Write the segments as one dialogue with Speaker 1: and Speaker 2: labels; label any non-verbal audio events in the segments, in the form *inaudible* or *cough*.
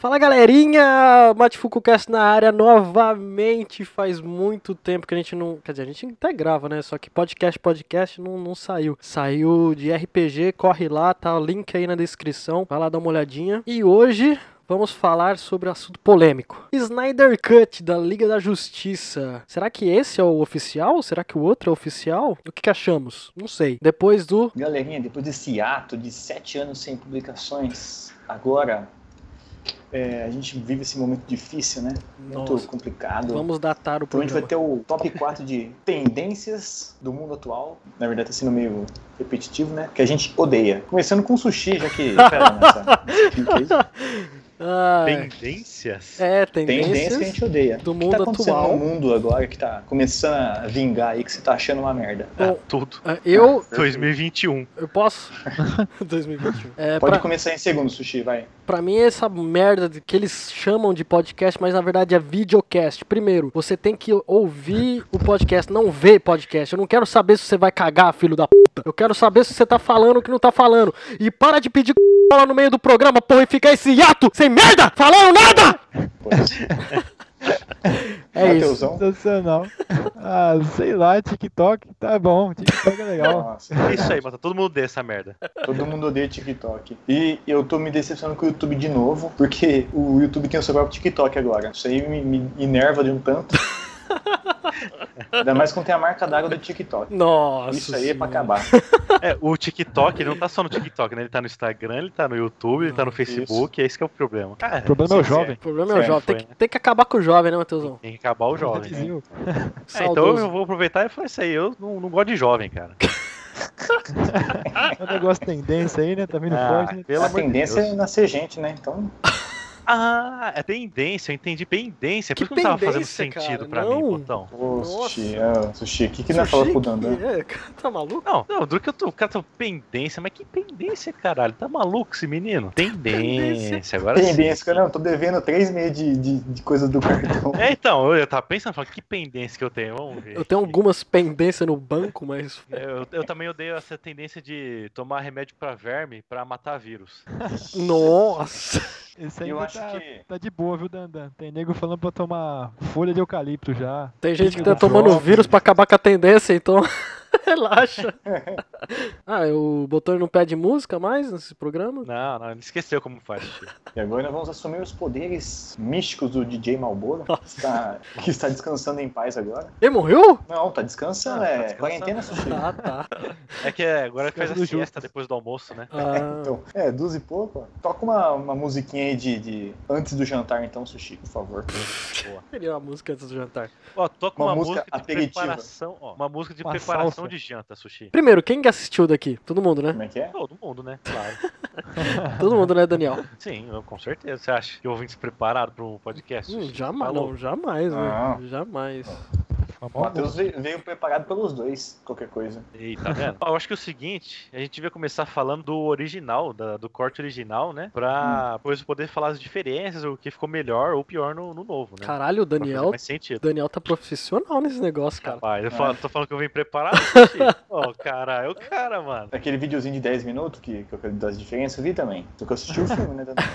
Speaker 1: Fala galerinha, Mate Fukucast na área novamente. Faz muito tempo que a gente não. Quer dizer, a gente até grava, né? Só que podcast, podcast não, não saiu. Saiu de RPG, corre lá, tá o link aí na descrição. Vai lá dar uma olhadinha. E hoje vamos falar sobre assunto polêmico. Snyder Cut da Liga da Justiça. Será que esse é o oficial? Será que o outro é oficial? O que, que achamos? Não sei. Depois do.
Speaker 2: Galerinha, depois desse ato de sete anos sem publicações, agora é, a gente vive esse momento difícil, né? Muito
Speaker 1: Nossa.
Speaker 2: complicado.
Speaker 1: Vamos datar o
Speaker 2: Então a gente vai
Speaker 1: programa.
Speaker 2: ter o top 4 de tendências do mundo atual. Na verdade, tá sendo meio repetitivo, né? Que a gente odeia. Começando com sushi,
Speaker 1: *laughs*
Speaker 2: já que. Pera, nessa,
Speaker 1: Ah,
Speaker 3: Tendências?
Speaker 1: é,
Speaker 2: tendência que a
Speaker 1: tendências.
Speaker 2: gente odeia.
Speaker 1: do
Speaker 2: O que
Speaker 1: mundo
Speaker 2: tá acontecendo
Speaker 1: atual.
Speaker 2: no mundo agora que tá começando a vingar aí, que você tá achando uma merda.
Speaker 3: Ah,
Speaker 1: Bom,
Speaker 3: tudo.
Speaker 1: Ah, Eu,
Speaker 3: 2021.
Speaker 1: eu posso? 2021. É,
Speaker 2: Pode
Speaker 1: pra,
Speaker 2: começar em segundo, sushi, vai.
Speaker 1: pra mim, essa merda de- que eles chamam de podcast, mas na verdade é videocast. Primeiro, você tem que ouvir o podcast, não ver podcast. Eu não quero saber se você vai cagar, filho da puta. Eu quero saber se você tá falando o que não tá falando. E para de pedir c... lá no meio do programa, porra, e ficar esse hiato sem merda, falando nada!
Speaker 2: Pô,
Speaker 1: *laughs* É isso.
Speaker 2: Mateusão.
Speaker 4: Sensacional. Ah, sei lá, TikTok, tá bom, TikTok é legal.
Speaker 1: *laughs*
Speaker 2: Nossa,
Speaker 3: É isso aí, mata todo mundo dessa merda.
Speaker 2: Todo mundo odeia TikTok. E eu tô me decepcionando com o YouTube de novo, porque o YouTube tem o seu próprio TikTok agora. Isso aí me, me enerva de um tanto. Ainda mais quando tem a marca d'água do TikTok.
Speaker 1: Nossa.
Speaker 2: Isso aí é pra
Speaker 1: senhora.
Speaker 2: acabar.
Speaker 3: É, o TikTok, ele não tá só no TikTok, né? Ele tá no Instagram, ele tá no YouTube, ele tá no Facebook, é esse que é o problema. Cara,
Speaker 4: O problema é o jovem.
Speaker 1: O problema é o
Speaker 2: Certo,
Speaker 1: jovem. Tem
Speaker 3: foi,
Speaker 1: que, tem que acabar com o jovem, né, Matheusão?
Speaker 3: tem que acabar o jovem. né?
Speaker 4: Brasil.
Speaker 3: É, então
Speaker 1: Saudoso.
Speaker 3: eu vou aproveitar e falar isso aí, eu não, não gosto de jovem, cara.
Speaker 4: É um negócio tendência aí, né? Tá vindo
Speaker 3: Ah,
Speaker 4: forte, né?
Speaker 3: pelo
Speaker 2: a
Speaker 3: amor de
Speaker 2: tendência é
Speaker 3: Deus.
Speaker 2: nascer gente, né? Então,
Speaker 3: Ah, é tendência, eu entendi. Pendência.
Speaker 1: Que
Speaker 3: Por isso que não tava fazendo
Speaker 1: tendência, cara,
Speaker 3: sentido pra
Speaker 1: não.
Speaker 3: mim, botão.
Speaker 2: ô,
Speaker 1: Nossa.
Speaker 2: sushi, ah, sushi, o que que nós falamos pro Dandan?
Speaker 1: É, *laughs* cara, tá maluco?
Speaker 3: Não, não, duro que eu tô. O cara tá pendência, mas que pendência, caralho? Tá maluco esse menino? Tendência, agora sim.
Speaker 2: Tendência, né? cara, não, tô devendo três meses de, de, de coisa do cartão.
Speaker 3: É, então, eu tava pensando, falando, que pendência que eu tenho, vamos ver.
Speaker 1: Eu tenho um
Speaker 3: aqui.
Speaker 1: algumas pendências no banco, mas.
Speaker 3: Eu, eu também odeio essa tendência de tomar remédio pra verme pra matar vírus.
Speaker 1: Nossa!
Speaker 4: Esse aí
Speaker 2: Eu acho
Speaker 4: tá,
Speaker 2: que.
Speaker 4: tá de boa, viu, Dandan? Tem nego falando pra tomar folha de eucalipto já.
Speaker 1: Tem gente que tá
Speaker 4: Jovem.
Speaker 1: tomando vírus pra acabar com a tendência, então. *laughs* Relaxa. Ah, o Botão não pede música mais nesse programa?
Speaker 3: Não, não, ele esqueceu como faz. tio.
Speaker 2: E agora nós vamos assumir os poderes místicos do DJ Malboro, que
Speaker 1: Nossa.
Speaker 2: está- que está descansando em paz agora.
Speaker 1: Ele morreu?
Speaker 2: Não, tá descansando,
Speaker 3: Ah, tá
Speaker 2: é
Speaker 3: descansando.
Speaker 2: quarentena,
Speaker 3: *laughs*
Speaker 2: sushi.
Speaker 1: Ah, tá.
Speaker 3: É que é, agora que faz a
Speaker 4: Esquece do
Speaker 3: siesta depois do almoço, né?
Speaker 1: Ah,
Speaker 2: Então, é, duas e pouco. ó. Toca uma, uma musiquinha aí de, de antes do jantar, então, sushi, por favor.
Speaker 1: queria uma música antes do jantar.
Speaker 3: Ó, toca
Speaker 2: Uma
Speaker 3: uma,
Speaker 2: música
Speaker 3: música, de
Speaker 2: aperitiva.
Speaker 3: preparação, ó. Uma música de
Speaker 4: Uma
Speaker 3: preparação
Speaker 4: salsa.
Speaker 3: de janta, sushi.
Speaker 1: Primeiro, quem que assistiu daqui? Todo mundo, né?
Speaker 2: Como é que é?
Speaker 3: Todo mundo, né? Claro.
Speaker 1: Todo mundo, né, Daniel?
Speaker 3: Sim, eu- com certeza. Você acha que ouvintes preparado pra um podcast?
Speaker 1: Hum,
Speaker 3: sushi?
Speaker 1: jamais,
Speaker 3: Falou.
Speaker 1: não, jamais,
Speaker 2: Não.
Speaker 1: velho. Jamais.
Speaker 2: O
Speaker 4: Famoso.
Speaker 2: Matheus ve- veio preparado pelos dois, qualquer coisa.
Speaker 3: Ei, tá vendo? *laughs* Ó, Eu acho que é o seguinte, a gente devia começar falando do original, da- do corte original, né? Pra depois poder falar as diferenças, o que ficou melhor ou pior no, no novo, né?
Speaker 1: Caralho, o
Speaker 3: Pra fazer
Speaker 1: Daniel.
Speaker 3: mais sentido.
Speaker 1: Daniel tá profissional nesse negócio, cara.
Speaker 3: Rapaz, eu falo- tô falando que eu vim preparado, Ó, cara, é o cara, mano.
Speaker 2: Aquele videozinho de 10 minutos que, que eu quero das diferenças, eu vi também. Porque eu assisti o
Speaker 3: *laughs*
Speaker 2: filme, né? Danilo?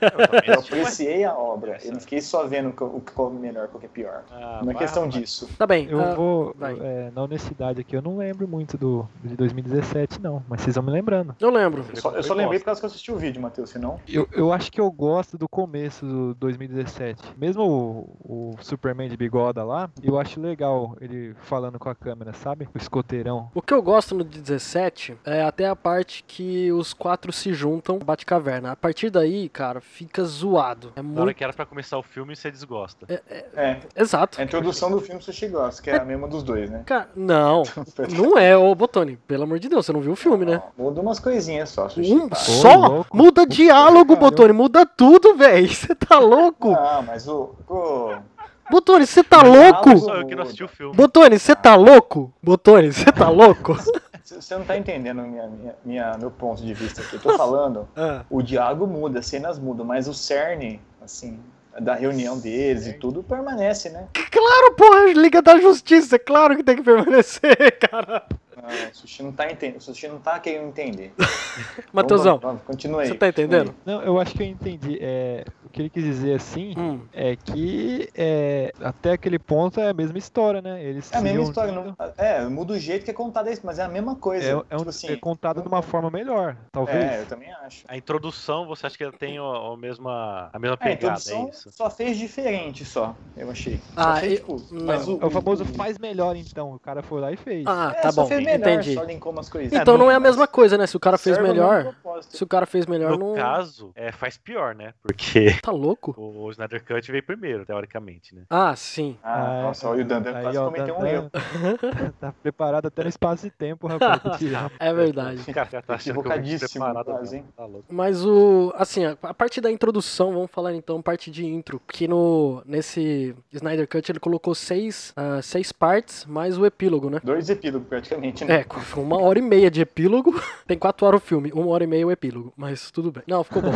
Speaker 3: Eu também
Speaker 2: Eu
Speaker 3: assisti, mas- tipo,
Speaker 2: apreciei a obra. Eu não fiquei só vendo o que- o que qual é melhor, qual que é pior.
Speaker 3: Ah,
Speaker 2: Não é
Speaker 3: vai,
Speaker 2: questão
Speaker 3: rapaz.
Speaker 2: disso.
Speaker 1: Tá bem.
Speaker 4: Eu
Speaker 1: ah,
Speaker 4: vou,
Speaker 1: vai.
Speaker 4: é, na honestidade aqui, eu não lembro muito do de 2017, não, mas vocês vão me lembrando.
Speaker 1: eu lembro.
Speaker 2: Eu só, eu só lembrei por causa que eu assisti o vídeo, Matheus, senão.
Speaker 4: Eu, eu acho que eu gosto do começo do 2017. Mesmo o, o Superman de bigoda lá, eu acho legal ele falando com a câmera, sabe? O escoteirão.
Speaker 1: O que eu gosto no 17 é até a parte que os quatro se juntam, bate caverna. A partir daí, cara, fica zoado. É
Speaker 3: Na hora
Speaker 1: muito.
Speaker 3: que era pra começar o filme, você desgosta.
Speaker 2: É,
Speaker 1: Exato.
Speaker 2: a introdução do filme Sushi Gosta, que é a mesma dos dois, né?
Speaker 1: Cara, não, não é, ô Botoni. Pelo amor de Deus, você não viu o filme, né?
Speaker 2: Ó, Muda umas coisinhas só, Sushi.
Speaker 1: Um
Speaker 2: tá?
Speaker 1: só?
Speaker 4: louco.
Speaker 1: Muda diálogo,
Speaker 4: Caramba.
Speaker 1: Botoni. Muda tudo, velho. *laughs* Você tá louco?
Speaker 2: Ah, mas o. o-
Speaker 1: Botoni, você tá
Speaker 2: Não,
Speaker 1: louco?
Speaker 2: não.
Speaker 3: Só eu que não assisti o filme.
Speaker 1: Botoni, você tá louco? Botoni, você tá louco?
Speaker 2: C- Você não tá entendendo minha, minha, minha- meu ponto de vista aqui. Eu tô falando,
Speaker 1: Ah,
Speaker 2: o diálogo muda, as cenas mudam, mas o cerne, assim, da reunião deles e tudo permanece, né?
Speaker 1: claro, porra, Liga da Justiça. é Claro que tem que permanecer, cara.
Speaker 2: Ah, o sushi não tá entendendo, o sushi não tá querendo entender.
Speaker 1: Mateusão,
Speaker 2: Vamos- vamos- Continue aí.
Speaker 1: você tá entendendo?
Speaker 2: continue
Speaker 4: Não, eu acho que eu entendi. É, o que ele quis dizer assim
Speaker 1: Hum.
Speaker 4: é que é, até aquele ponto é a mesma história, né? Eles
Speaker 2: É a
Speaker 4: se
Speaker 2: mesma
Speaker 4: reunindo-
Speaker 2: história. Não, é, muda o jeito que é contada isso, mas é a mesma coisa.
Speaker 4: É, é, um-
Speaker 2: tipo assim,
Speaker 4: é contado de uma forma melhor, talvez.
Speaker 2: é, eu também acho.
Speaker 3: A introdução, você acha que ela tem o, o mesma, a
Speaker 2: É,
Speaker 3: mesma
Speaker 2: a
Speaker 3: pegada, é,
Speaker 2: introdução
Speaker 3: isso?
Speaker 2: só fez diferente só, eu achei.
Speaker 1: Ah,
Speaker 2: só fez,
Speaker 1: eu-
Speaker 2: tipo,
Speaker 1: não.
Speaker 2: mas
Speaker 4: É o famoso faz melhor então. O cara foi lá e fez.
Speaker 1: Ah,
Speaker 2: É,
Speaker 1: tá
Speaker 2: só
Speaker 1: bom.
Speaker 2: fez melhor,
Speaker 1: Entendi.
Speaker 2: Só linkou umas coisinhas.
Speaker 1: Então não é a
Speaker 2: Mas
Speaker 1: mesma coisa, né? Se o cara fez
Speaker 2: serve o mesmo
Speaker 1: melhor.
Speaker 2: propósito.
Speaker 1: Se o cara fez melhor,
Speaker 3: No
Speaker 1: não.
Speaker 3: caso, é, faz pior, né? Porque
Speaker 1: Tá louco?
Speaker 3: o, o Snyder Cut veio primeiro, teoricamente, né?
Speaker 1: Ah, sim.
Speaker 2: Ah, nossa, olha o Dandan
Speaker 4: aí,
Speaker 2: quase
Speaker 4: ó,
Speaker 2: cometeu um
Speaker 4: Dandan
Speaker 2: erro.
Speaker 4: tá preparado até no espaço e tempo, rapaz. pra tirar.
Speaker 1: É verdade.
Speaker 3: O *laughs* cara tá achando que eu vou me
Speaker 2: Equivocadíssimo,
Speaker 3: separar do
Speaker 2: quase,
Speaker 3: Tá louco.
Speaker 1: Mas o. Assim, a a parte da introdução, vamos falar então, parte de intro. Que no. Nesse Snyder Cut ele colocou seis, ah, seis partes, mais o epílogo, né?
Speaker 2: Dois epílogos praticamente, né?
Speaker 1: É, *laughs* com- foi uma hora e meia de epílogo. *laughs* Tem quatro horas o filme, uma hora e meia o epílogo, mas tudo bem. Não, ficou bom.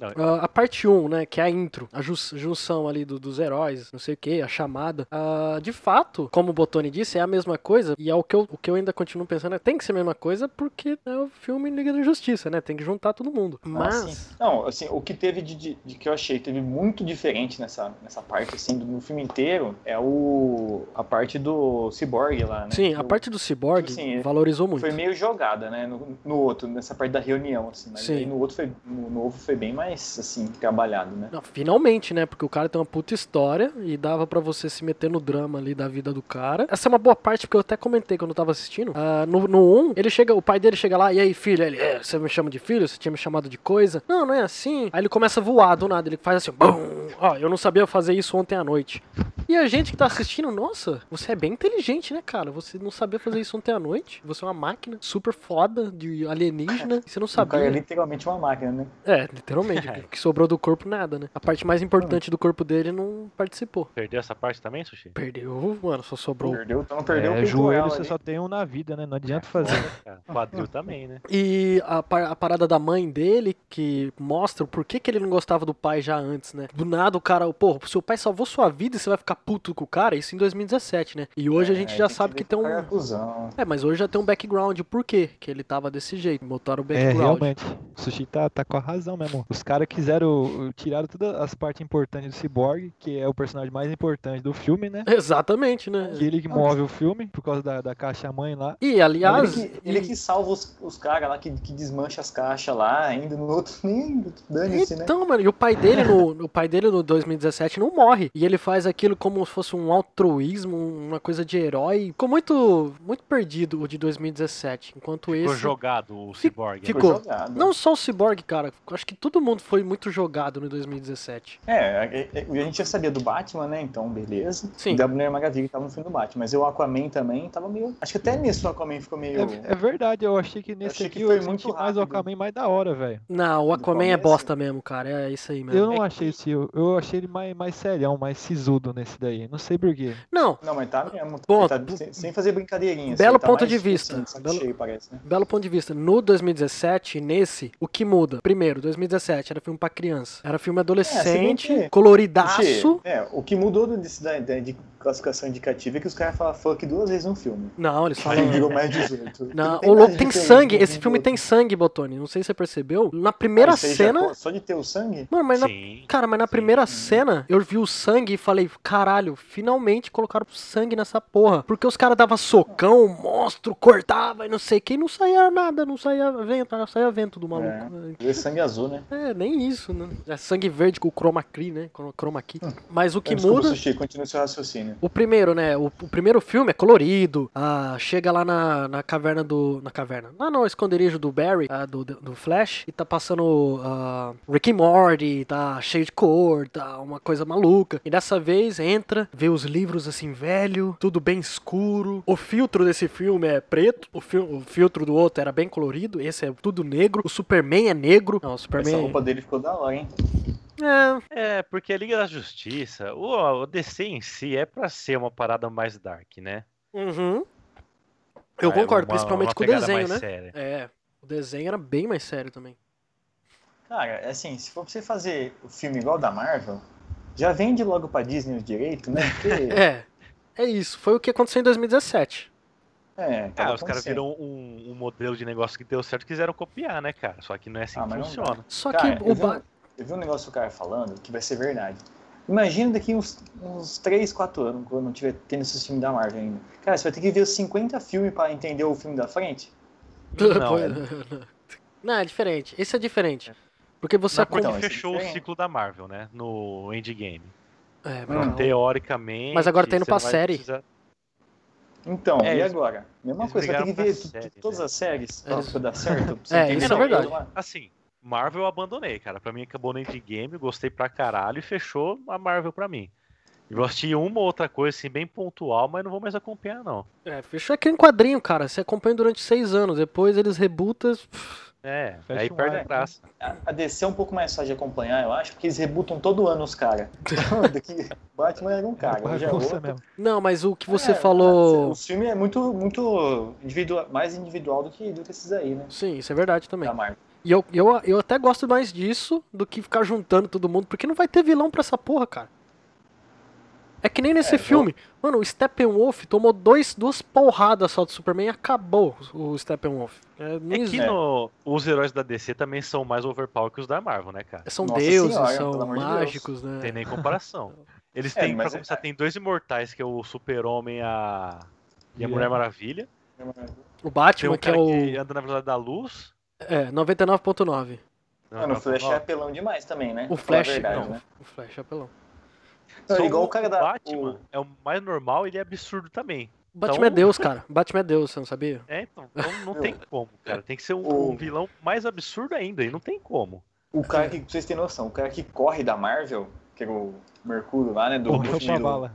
Speaker 3: Não.
Speaker 1: Ah, a parte 1, um, né, que é a intro, a jus- junção ali do- dos heróis, não sei o que, a chamada. Ah, de fato, como o Botoni disse, é a mesma coisa, e é o que, eu, o que eu ainda continuo pensando, é tem que ser a mesma coisa, porque é o filme Liga da Justiça, né, tem que juntar todo mundo.
Speaker 2: Mas,
Speaker 1: Mas...
Speaker 2: assim, não, assim, o que teve de, de- de que eu achei teve muito diferente nessa, nessa parte, assim, do, no filme inteiro, é o a parte do cyborg lá, né?
Speaker 1: Sim, a
Speaker 2: Eu-
Speaker 1: parte do Cyborg
Speaker 2: Tipo assim,
Speaker 1: valorizou muito.
Speaker 2: foi meio jogada, né? No, no outro, nessa parte da reunião, assim. Mas
Speaker 1: Sim.
Speaker 2: aí no outro foi, no novo foi bem mais, assim, trabalhado, né?
Speaker 1: Não, finalmente, né? Porque o cara tem uma puta história e dava pra você se meter no drama ali da vida do cara. Essa é uma boa parte, porque eu até comentei quando eu tava assistindo. Ah, no, no 1, ele chega, o pai dele chega lá, e aí, filho, ele, "É, você me chama de filho? Você tinha me chamado de coisa? Não, não é assim. Aí ele começa a voar do nada, ele faz assim, bum! Ó, eu não sabia fazer isso ontem à noite. E a gente que tá assistindo, nossa, você é bem inteligente, né, cara? Você não sabia fazer isso ontem à noite. Você é uma máquina super foda de alienígena. Você não
Speaker 2: O cara
Speaker 1: sabia.
Speaker 2: é literalmente uma máquina, né?
Speaker 1: É, literalmente. O que sobrou do corpo, nada, né? A parte mais importante do corpo dele não participou.
Speaker 3: Perdeu essa parte também, Sushi?
Speaker 1: Perdeu, mano, só sobrou.
Speaker 2: Perdeu, então não perdeu o
Speaker 4: É,
Speaker 2: peitoral
Speaker 4: joelho
Speaker 2: ali. É.
Speaker 4: você só tem um na vida, né? Não adianta fazer.
Speaker 3: Cara, quadril também, né?
Speaker 1: E a, par- a parada da mãe dele, que mostra o porquê que ele não gostava do pai já antes, né? Do nada o cara, pô, seu pai salvou sua vida e você vai ficar puto com o cara? Isso em 2017, né? E hoje a
Speaker 2: É,
Speaker 1: gente
Speaker 2: aí
Speaker 1: já
Speaker 2: tem
Speaker 1: sabe que
Speaker 2: ver
Speaker 1: tem
Speaker 2: o cara é
Speaker 1: um.
Speaker 2: cuzão.
Speaker 1: É, mas hoje já tem um background. Por quê? Que ele tava desse jeito. Botaram o
Speaker 4: É,
Speaker 1: background.
Speaker 4: realmente. O Sushi tá, tá com a razão mesmo. Os caras quiseram. Tiraram todas as partes importantes do Cyborg, que é o personagem mais importante do filme, né?
Speaker 1: *laughs* Exatamente, né?
Speaker 4: Que ele que move o filme, por causa da, da caixa mãe lá.
Speaker 1: E
Speaker 2: Ele
Speaker 1: aliás.
Speaker 2: que, ele que salva os, os caras lá, que, que desmancha as caixas lá, ainda no outro, *laughs* nem dane-se, né?
Speaker 1: Então, mano, e o pai dele no, o pai dele no 2017 não morre. E ele faz aquilo como se fosse um altruísmo, uma coisa de herói. Ficou muito muito perdido o de 2017, enquanto
Speaker 3: Ficou
Speaker 1: esse
Speaker 3: jogado o
Speaker 1: Fi-
Speaker 3: Cyborg. né?
Speaker 1: ficou.
Speaker 2: Foi jogado.
Speaker 1: não só o Cyborg, cara, acho que todo mundo foi muito jogado no 2017.
Speaker 2: É, a, a- a gente já sabia do Batman, né? Então, beleza.
Speaker 1: Sim.
Speaker 2: E da Mulher Maravilha que tava no filme do Batman. Mas o Aquaman também tava meio. Acho que até nisso o Aquaman ficou meio.
Speaker 4: É, é verdade, eu achei que nesse
Speaker 2: achei
Speaker 4: aqui
Speaker 2: que
Speaker 4: eu
Speaker 2: foi
Speaker 4: senti
Speaker 2: muito
Speaker 4: mais
Speaker 2: rápido.
Speaker 4: o Aquaman mais da hora, velho.
Speaker 1: Não, o Aquaman é
Speaker 2: começo?
Speaker 1: bosta mesmo, cara, é isso aí mesmo.
Speaker 4: Eu não achei esse, eu, eu achei ele mais, mais serião, mais sisudo nesse daí. Não sei porquê.
Speaker 1: Não,
Speaker 2: Não, mas tá mesmo.
Speaker 1: Ponto.
Speaker 2: Tá sem, sem fazer brincadeirinha.
Speaker 1: Belo
Speaker 2: assim, tá
Speaker 1: ponto
Speaker 2: mais,
Speaker 1: de vista.
Speaker 2: assim, saco
Speaker 1: Belo-
Speaker 2: cheio, parece, né?
Speaker 1: Belo ponto de vista. No 2017, nesse, o que muda? Primeiro, 2017 era filme pra criança. Era filme adolescente,
Speaker 2: É, se bem que-
Speaker 1: coloridaço.
Speaker 2: Porque, É, o que mudou do- desse, da, da- de classificação indicativa é que os caras falam fuck duas vezes no filme.
Speaker 1: Não, eles falam.
Speaker 2: Aí virou mais 18.
Speaker 1: Não,
Speaker 2: tem
Speaker 1: o
Speaker 2: mais
Speaker 1: louco tem
Speaker 2: diferença
Speaker 1: sangue.
Speaker 2: de um
Speaker 1: Esse
Speaker 2: pro
Speaker 1: filme
Speaker 2: outro.
Speaker 1: tem sangue, Botoni. Não sei se você percebeu. Na
Speaker 2: Ah,
Speaker 1: primeira
Speaker 2: isso aí já
Speaker 1: cena.
Speaker 2: co- Só de ter o sangue?
Speaker 1: Mano, mas na...
Speaker 3: Sim.
Speaker 1: Cara, mas na
Speaker 3: Sim.
Speaker 1: primeira cena eu vi o sangue e falei, caralho, finalmente colocaram sangue nessa porra. Porque os caras davam socão, monstro, cortava e não sei quem, não saía nada, não saía vento, não saía vento do maluco.
Speaker 2: Vê sangue azul, né?
Speaker 1: É, nem isso, né? É sangue verde com chroma key, né? Chro- Chroma key. Mas o que
Speaker 2: É, Desculpa,
Speaker 1: muda.
Speaker 2: Sushi, continua seu raciocínio.
Speaker 1: O primeiro, né? O, o primeiro filme é colorido. Ah, chega lá na, na caverna do. Na caverna. Lá no esconderijo do Barry, ah, do, do Flash. E tá passando ah, Rick and Morty, tá cheio de cor, tá uma coisa maluca. E dessa vez entra, vê os livros assim, velho, tudo bem escuro. O filtro desse filme é preto. O, fil- o filtro do outro era bem colorido. Esse é tudo negro. O Superman é negro. Não, o
Speaker 2: Essa
Speaker 1: Superman.
Speaker 2: roupa dele ficou da hora, hein?
Speaker 1: É,
Speaker 3: É, porque a Liga da Justiça, o, o DC em si é pra ser uma parada mais dark, né?
Speaker 1: uhum. Eu
Speaker 3: É,
Speaker 1: concordo,
Speaker 3: uma-
Speaker 1: principalmente
Speaker 3: uma
Speaker 1: com o
Speaker 3: pegada
Speaker 1: desenho,
Speaker 3: mais
Speaker 1: né?
Speaker 3: séria.
Speaker 1: É, o desenho era bem mais sério também.
Speaker 2: Cara, assim, se for pra você fazer o filme igual da Marvel, já vende logo pra Disney os direitos, né?
Speaker 1: *laughs*
Speaker 2: Porque,
Speaker 1: É, é isso. Foi o que aconteceu em 2017.
Speaker 2: é,
Speaker 3: Ah,
Speaker 2: tava
Speaker 3: os
Speaker 2: acontecendo.
Speaker 3: caras viram um, um modelo de negócio que deu certo e quiseram copiar, né, cara? Só que não é assim
Speaker 2: Ah,
Speaker 3: que
Speaker 2: mas não
Speaker 3: funciona.
Speaker 1: Só
Speaker 2: Cara,
Speaker 1: que
Speaker 2: eu
Speaker 1: o
Speaker 2: vi
Speaker 1: Ba-
Speaker 2: Eu vi um negócio que o cara falando que vai ser verdade. Imagina daqui uns, uns 3, 4 anos, quando não tiver tendo esses filmes da Marvel ainda. Cara, você vai ter que ver os 50 filmes pra entender o filme da frente?
Speaker 3: Não,
Speaker 1: *laughs* Pois-
Speaker 3: é.
Speaker 1: Não, é diferente. Esse é diferente. Porque você
Speaker 3: Só
Speaker 1: acompanha.
Speaker 2: então, isso é
Speaker 3: fechou o
Speaker 2: diferente.
Speaker 3: ciclo da Marvel, né? No Endgame.
Speaker 1: É,
Speaker 3: Hum.
Speaker 2: Não.
Speaker 1: mas-
Speaker 3: Teoricamente.
Speaker 1: Mas agora tá indo
Speaker 3: você não
Speaker 1: pra
Speaker 3: vai
Speaker 1: série.
Speaker 3: precisar-
Speaker 2: Então,
Speaker 3: É,
Speaker 2: e
Speaker 3: eles-
Speaker 2: agora? Mesma
Speaker 3: eles
Speaker 2: coisa, vai ter que
Speaker 3: migraram
Speaker 2: ver
Speaker 3: pra
Speaker 2: tu- tu-
Speaker 3: série,
Speaker 2: todas
Speaker 3: né?
Speaker 2: as séries pra
Speaker 1: Eles-
Speaker 2: pra dar certo. pra você
Speaker 1: É,
Speaker 2: entender
Speaker 1: isso é
Speaker 2: o filme
Speaker 1: verdade.
Speaker 2: lá.
Speaker 3: Assim, Marvel eu abandonei, cara. Pra mim acabou no Endgame, gostei pra caralho e fechou a Marvel pra mim. Eu vou assistir uma ou outra coisa, assim, bem pontual, mas não vou mais acompanhar, não.
Speaker 1: É, fechou aquele quadrinho, cara. Você acompanha durante seis anos. Depois eles rebutam.
Speaker 3: É,
Speaker 4: Fecha
Speaker 3: aí
Speaker 4: um
Speaker 3: perde a
Speaker 4: arco,
Speaker 3: graça.
Speaker 2: A- A DC é um pouco mais fácil de acompanhar, eu acho, porque eles rebutam todo ano
Speaker 1: *laughs*
Speaker 2: os caras. Daqui Batman era um cara, hoje é
Speaker 4: Bagunça
Speaker 2: outro.
Speaker 4: mesmo.
Speaker 1: Não, mas o que você
Speaker 2: É,
Speaker 1: falou.
Speaker 2: O filme é muito, muito individua- mais individual do que, do que esses aí, né?
Speaker 1: Sim, isso é verdade também.
Speaker 2: Da Marvel.
Speaker 1: E eu, eu, eu até gosto mais disso do que ficar juntando todo mundo, porque não vai ter vilão pra essa porra, cara. É que nem nesse
Speaker 2: É, eu-
Speaker 1: filme. Mano, o Steppenwolf tomou dois, duas porradas só do Superman e acabou o Steppenwolf. É, não
Speaker 3: É
Speaker 1: existe.
Speaker 3: que no- os heróis da DC também são mais overpower que os da Marvel, né, cara?
Speaker 1: São
Speaker 2: Nossa
Speaker 1: deuses,
Speaker 2: Senhora, pelo
Speaker 1: são
Speaker 2: amor de Deus.
Speaker 1: mágicos, né?
Speaker 3: Não tem nem comparação. Eles *laughs*
Speaker 2: É,
Speaker 3: têm, pra
Speaker 2: mas é-
Speaker 3: começar, tem dois imortais, que é o Super-Homem a... e a
Speaker 4: E
Speaker 3: Mulher é
Speaker 4: a-
Speaker 3: Maravilha.
Speaker 1: O
Speaker 3: Tem um
Speaker 1: Batman, que é
Speaker 3: cara
Speaker 1: o.
Speaker 3: que anda na velocidade da luz.
Speaker 1: É, 99.9.
Speaker 2: Mano, o Flash é
Speaker 3: é...
Speaker 2: apelão demais também, né?
Speaker 1: O
Speaker 2: Pra falar a
Speaker 1: Flash.
Speaker 2: verdade,
Speaker 1: não,
Speaker 2: né?
Speaker 1: O Flash é apelão.
Speaker 2: Não, é igual o cara da.
Speaker 3: Batman
Speaker 2: o-
Speaker 3: é o mais normal, ele é absurdo também.
Speaker 1: O Batman
Speaker 3: Então-
Speaker 1: é Deus, cara. O Batman é Deus, você não sabia?
Speaker 3: É, então, então não
Speaker 2: *laughs*
Speaker 3: tem como, cara. Tem que ser um,
Speaker 2: O-
Speaker 3: um vilão mais absurdo ainda, e não tem como.
Speaker 2: O cara que, pra vocês terem noção, o cara que corre da Marvel, que é o Mercúrio lá, né? Do
Speaker 4: Morreu
Speaker 2: tiro.
Speaker 4: pra é bala.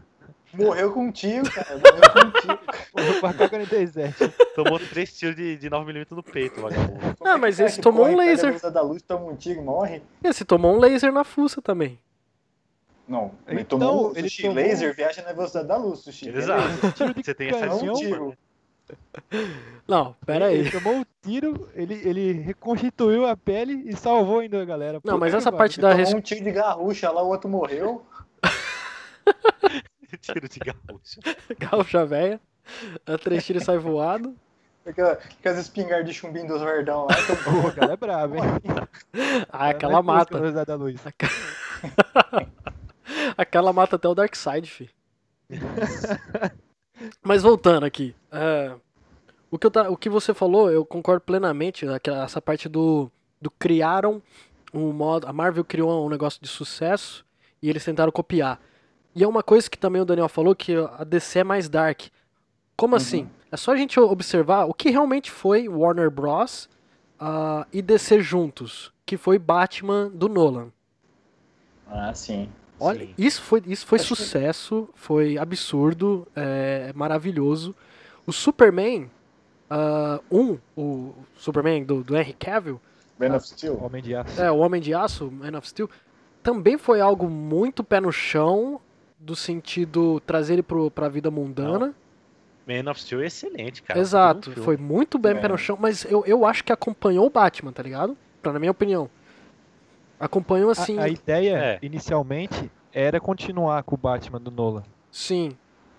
Speaker 2: Morreu com um tiro, cara. Morreu com um tiro.
Speaker 4: Morreu pra K47.
Speaker 3: Tomou três tiros de, de 9mm no
Speaker 1: *laughs*
Speaker 3: peito, vagabundo.
Speaker 2: Como é que
Speaker 1: mas
Speaker 2: o cara
Speaker 1: esse
Speaker 2: que
Speaker 1: tomou um
Speaker 2: corre, pega a
Speaker 1: laser.
Speaker 2: velocidade da luz, toma um tiro e morre?
Speaker 1: Esse tomou um laser na fuça também.
Speaker 2: Não, ele
Speaker 4: Então,
Speaker 2: tomou um
Speaker 4: ele
Speaker 2: sushi
Speaker 4: tomou-
Speaker 2: laser, viaja na velocidade da luz, sushi.
Speaker 3: Exato.
Speaker 4: *laughs* Tiro de
Speaker 3: Você tem essa
Speaker 4: canhão,
Speaker 2: Um
Speaker 3: desculpa,
Speaker 2: tiro.
Speaker 3: *laughs* né?
Speaker 1: Não, pera aí.
Speaker 4: Ele tomou o tiro, ele, ele reconstituiu a pele e salvou ainda a galera.
Speaker 1: Não,
Speaker 4: Puta
Speaker 1: mas
Speaker 4: que
Speaker 1: essa
Speaker 4: pariu.
Speaker 1: parte da.
Speaker 2: Tomou
Speaker 1: res-
Speaker 2: um tiro de garrucha lá, o outro morreu.
Speaker 3: Tiro de gaúcho.
Speaker 1: *laughs* Gaúcha véia. A três tiros e sai voado.
Speaker 2: Aquela, aquelas espingardas de chumbinho dos verdão lá. Então,
Speaker 4: Pô, a galera é brava, hein?
Speaker 1: Ah, aquela
Speaker 4: Não é por isso que a
Speaker 1: mata.
Speaker 4: velocidade da luz.
Speaker 1: Aquela mata até o Darkseid, fi. Mas voltando aqui. é, o, que eu ta- o que você falou, eu concordo plenamente. aquela- Essa parte do. do criaram um modo. A Marvel criou um negócio de sucesso e eles tentaram copiar. E é uma coisa que também o Daniel falou, que a DC é mais dark. Como
Speaker 2: Uhum.
Speaker 1: assim? É só a gente observar o que realmente foi Warner Bros. ah, e DC juntos, que foi Batman do Nolan.
Speaker 2: Ah, sim.
Speaker 1: Olha,
Speaker 3: Sim.
Speaker 1: isso foi, isso foi
Speaker 2: Acho que-
Speaker 1: sucesso, foi absurdo, é, maravilhoso. O Superman 1, o Superman do, do Henry Cavill,
Speaker 2: Man of Steel.
Speaker 4: Homem de aço.
Speaker 1: é, o Homem de Aço, Man of Steel, também foi algo muito pé no chão, do sentido trazer ele pro, pra vida mundana.
Speaker 3: Man of Steel é excelente, cara.
Speaker 1: Exato,
Speaker 3: Puta, um filme.
Speaker 1: foi muito bem pé
Speaker 2: É.
Speaker 1: no chão, mas eu, eu acho que acompanhou o Batman, tá ligado? Pra, na minha opinião. Acompanhou
Speaker 4: A-
Speaker 1: assim,
Speaker 4: A, ideia,
Speaker 3: É.
Speaker 4: inicialmente, era continuar com o Batman do Nolan.
Speaker 1: sim.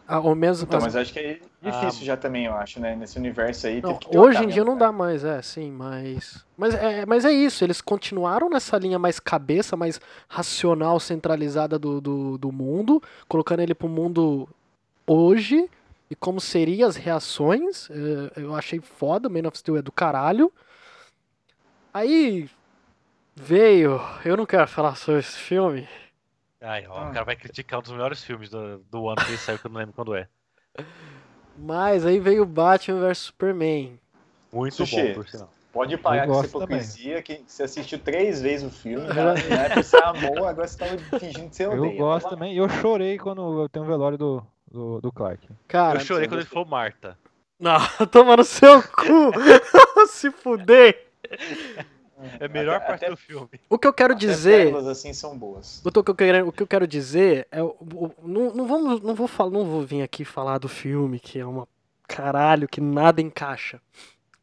Speaker 1: a- Ao mesmo,
Speaker 2: Então,
Speaker 1: as-
Speaker 2: mas acho que é difícil
Speaker 3: Ah.
Speaker 2: já também, eu acho, né? Nesse universo aí.
Speaker 1: Não,
Speaker 2: teve que
Speaker 1: hoje
Speaker 2: trocar
Speaker 1: em dia
Speaker 2: mesmo,
Speaker 1: não dá mais, é, sim, mas. Mas é, mas é isso, eles continuaram nessa linha mais cabeça, mais racional, centralizada do, do, do mundo, colocando ele pro mundo hoje e como seriam as reações. é, Eu achei foda, Man of Steel é do caralho. Aí veio. Eu não quero falar sobre esse filme.
Speaker 3: Ai, ó, o cara vai criticar um dos melhores filmes do, do ano que ele saiu, que eu não lembro quando é.
Speaker 1: Mas aí veio Batman vs Superman.
Speaker 3: Muito
Speaker 2: Sushi.
Speaker 3: bom, por sinal.
Speaker 2: Pode parar
Speaker 4: Eu
Speaker 2: com essa
Speaker 4: gosto também.
Speaker 2: hipocrisia, que você assistiu três vezes o filme,
Speaker 1: Eu
Speaker 2: já, né? Você amou, agora você tá fingindo que você
Speaker 4: Eu
Speaker 2: odeia.
Speaker 4: gosto
Speaker 2: Vai lá.
Speaker 4: também. Eu chorei quando eu tenho o velório do, do, do Clark.
Speaker 1: Cara,
Speaker 3: Eu chorei
Speaker 2: você
Speaker 3: quando ele falou Marta.
Speaker 1: não, *laughs* toma no seu cu! *laughs* Se fuder!
Speaker 3: É a melhor
Speaker 2: Até-
Speaker 3: parte
Speaker 2: até-
Speaker 3: do filme.
Speaker 1: O que eu quero
Speaker 2: até
Speaker 1: dizer.
Speaker 2: pérolas assim são boas.
Speaker 1: O que, eu quero, o que eu quero dizer é. o- o- Não, não, vamos, não, vou falar, não vou vir aqui falar do filme, que é uma. Caralho, que nada encaixa.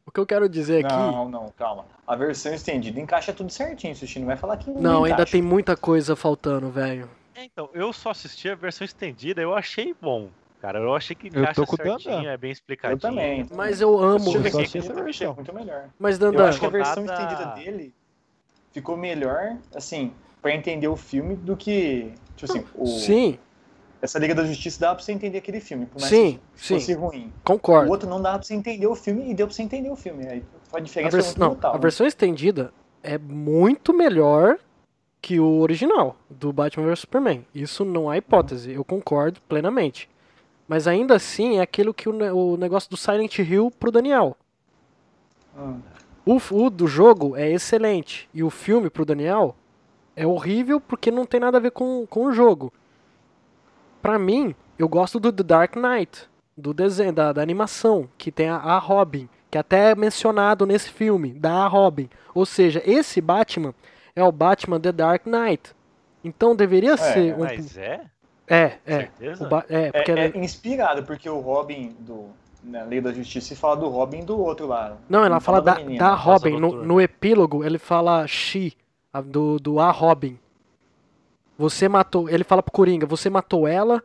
Speaker 1: O que eu quero dizer aqui.
Speaker 2: Não, não, calma. A versão estendida encaixa tudo certinho, Sushi. Não vai falar que
Speaker 1: Não, ainda
Speaker 2: encaixa.
Speaker 1: tem muita coisa faltando, velho.
Speaker 3: É, então, eu só assisti a versão estendida, eu achei bom. Cara, eu achei que
Speaker 4: Eu
Speaker 3: encaixa
Speaker 4: tô com o Dandan.
Speaker 3: certinho, é bem explicadinho.
Speaker 2: Eu também.
Speaker 1: Mas eu amo.
Speaker 4: Deixa eu ver.
Speaker 2: só
Speaker 4: só
Speaker 2: achei
Speaker 4: achei essa versão.
Speaker 2: muito melhor.
Speaker 1: Mas,
Speaker 2: Eu é
Speaker 1: Dandan,
Speaker 2: acho que a versão
Speaker 3: Rodada-
Speaker 2: estendida dele ficou melhor, assim, pra entender o filme do que. Tipo assim, o-
Speaker 1: Sim,
Speaker 2: essa Liga da Justiça dá pra você entender aquele filme, por mais
Speaker 1: sim,
Speaker 2: que fosse
Speaker 1: sim,
Speaker 2: ruim. O
Speaker 1: concordo.
Speaker 2: outro não dá pra você entender o filme e deu pra você entender o filme. Aí a
Speaker 1: A
Speaker 2: diferença
Speaker 1: vers-
Speaker 2: é muito
Speaker 1: não,
Speaker 2: brutal.
Speaker 1: a
Speaker 2: né?
Speaker 1: versão estendida é muito melhor que o original do Batman vs Superman. Isso não há hipótese, eu concordo plenamente. Mas ainda assim é aquilo que o, ne- o negócio do Silent Hill pro Daniel.
Speaker 2: Hum.
Speaker 1: O, f- o do jogo é excelente. E o filme, pro Daniel, é horrível porque não tem nada a ver com, com o jogo. Pra mim, eu gosto do The Dark Knight, do desenho, da, da animação, que tem a, a Robin, que até é mencionado nesse filme, da Robin. Ou seja, esse Batman é o Batman The Dark Knight. Então deveria ser um.
Speaker 3: Mas é?
Speaker 1: É, é.
Speaker 3: Certeza?
Speaker 1: O Ba- é, porque
Speaker 2: É,
Speaker 1: ela-
Speaker 2: é inspirado, porque o Robin do, na Liga da Justiça fala do Robin do outro lá.
Speaker 1: Não, ela fala da,
Speaker 2: menina.
Speaker 1: da Robin.
Speaker 3: do
Speaker 1: No,
Speaker 3: doutor.
Speaker 1: no epílogo, ele fala she, a- do, do A Robin. Você matou. Ele fala pro Coringa, você matou ela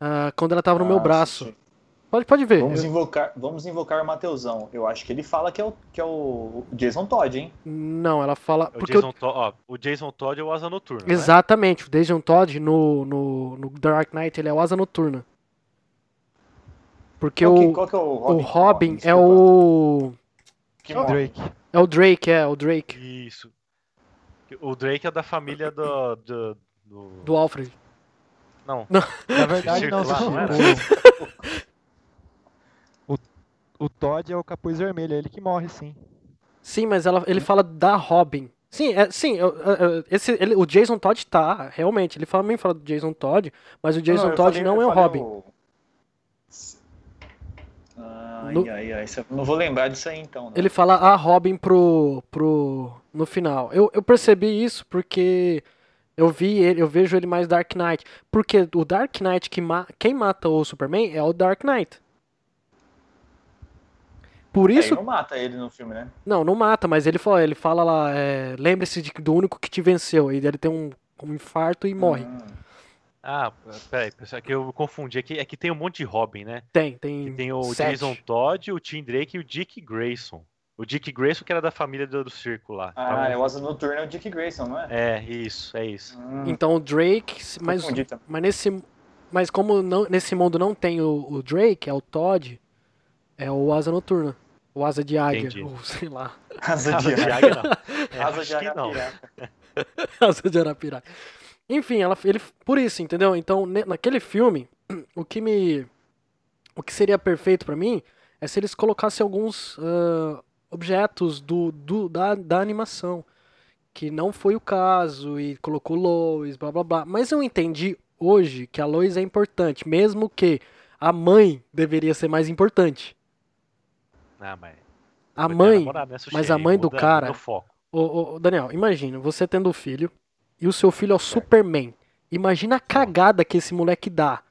Speaker 1: ah, quando ela tava no meu
Speaker 2: Ah,
Speaker 1: braço.
Speaker 2: assisti.
Speaker 1: Pode, pode ver.
Speaker 2: Vamos
Speaker 1: Eu-
Speaker 2: invocar, vamos invocar o Mateusão. Eu acho que ele fala que é o, que é o Jason Todd, hein?
Speaker 1: Não, ela fala.
Speaker 3: É O
Speaker 1: porque eu-
Speaker 3: Jason, Todd, ó, o Jason Todd é o Asa Noturna. né?
Speaker 1: Exatamente, o Dejan Todd no, no, no Dark Knight ele é o Asa Noturna. Porque
Speaker 2: qual, que,
Speaker 1: o,
Speaker 2: qual que é o Robin?
Speaker 1: o Robin é
Speaker 2: Desculpa.
Speaker 1: o.
Speaker 2: Que morre.
Speaker 4: Drake.
Speaker 1: É o Drake, é, o Drake.
Speaker 3: Isso. O Drake é da família do. do, do-
Speaker 1: Do Alfred.
Speaker 3: Não.
Speaker 4: Na verdade, não,
Speaker 3: Circular, não era?
Speaker 4: o, o, o Todd é o capuz vermelho, é ele que morre, sim.
Speaker 1: Sim, mas ela- ele fala da Robin. Sim, é- sim, eu- eu- eu- esse, ele- o Jason Todd tá, realmente. Ele fala, também fala do Jason Todd, mas o Jason
Speaker 2: eu
Speaker 1: Todd
Speaker 2: falei-
Speaker 1: não
Speaker 2: eu
Speaker 1: é o
Speaker 2: falei
Speaker 1: Robin.
Speaker 2: Ai,
Speaker 1: No-
Speaker 2: ai, ai. isso eu Não vou lembrar disso aí então. não.
Speaker 1: Ele fala a Robin pro, pro no final. Eu, eu percebi isso porque eu vi ele, eu vejo ele mais Dark Knight, porque o Dark Knight que ma- quem mata o Superman é o Dark Knight. Por
Speaker 2: É,
Speaker 1: isso
Speaker 2: ele não mata ele no filme, né?
Speaker 1: Não, não mata, mas ele fala, ele fala lá, é, lembre-se de- do único que te venceu. E ele tem um, um infarto e morre.
Speaker 2: Hum.
Speaker 3: Tá Ah, peraí, pessoal, que eu confundi aqui. É que tem um monte de Robin, né?
Speaker 1: Tem,
Speaker 3: Que
Speaker 1: tem.
Speaker 3: tem o
Speaker 1: sete.
Speaker 3: Jason Todd, o Tim Drake e o Dick Grayson. O Dick Grayson que era da família do, do circo lá.
Speaker 2: Ah, é o Asa Noturna é o Dick Grayson, não é?
Speaker 3: É, isso, é isso.
Speaker 2: Hum,
Speaker 1: Então o Drake, se- mas,
Speaker 2: confundi também.
Speaker 1: mas nesse. Mas como não- nesse mundo não tem o, o Drake, é o Todd, é o Asa Noturna. O Asa de Águia.
Speaker 3: Entendi.
Speaker 1: Ou *laughs* sei lá.
Speaker 2: Asa
Speaker 3: *laughs* Asa
Speaker 2: de
Speaker 3: de
Speaker 2: Águia.
Speaker 3: águia, não. É,
Speaker 2: Asa de
Speaker 3: acho que não.
Speaker 2: Águia.
Speaker 1: *laughs* Asa de Arapiraca. Enfim, ela, ele, por isso, entendeu? Então, ne- naquele filme, *clears throat* o que me. O que seria perfeito pra mim é se eles colocassem alguns ah, objetos do, do- da, da animação. Que não foi o caso, e colocou Lois, blá blá blá. Mas eu entendi hoje que a Lois é importante, mesmo que a mãe deveria ser mais importante.
Speaker 3: Ah, mas
Speaker 1: A
Speaker 3: Foi
Speaker 1: mãe.
Speaker 3: namorado, né, Sushi?
Speaker 1: mas a mãe do
Speaker 3: Muda-
Speaker 1: cara-
Speaker 3: muda o foco.
Speaker 1: Ô, ô, ô, Daniel, imagina, você tendo um filho e o seu filho é o Superman. Imagina a cagada que esse moleque dá.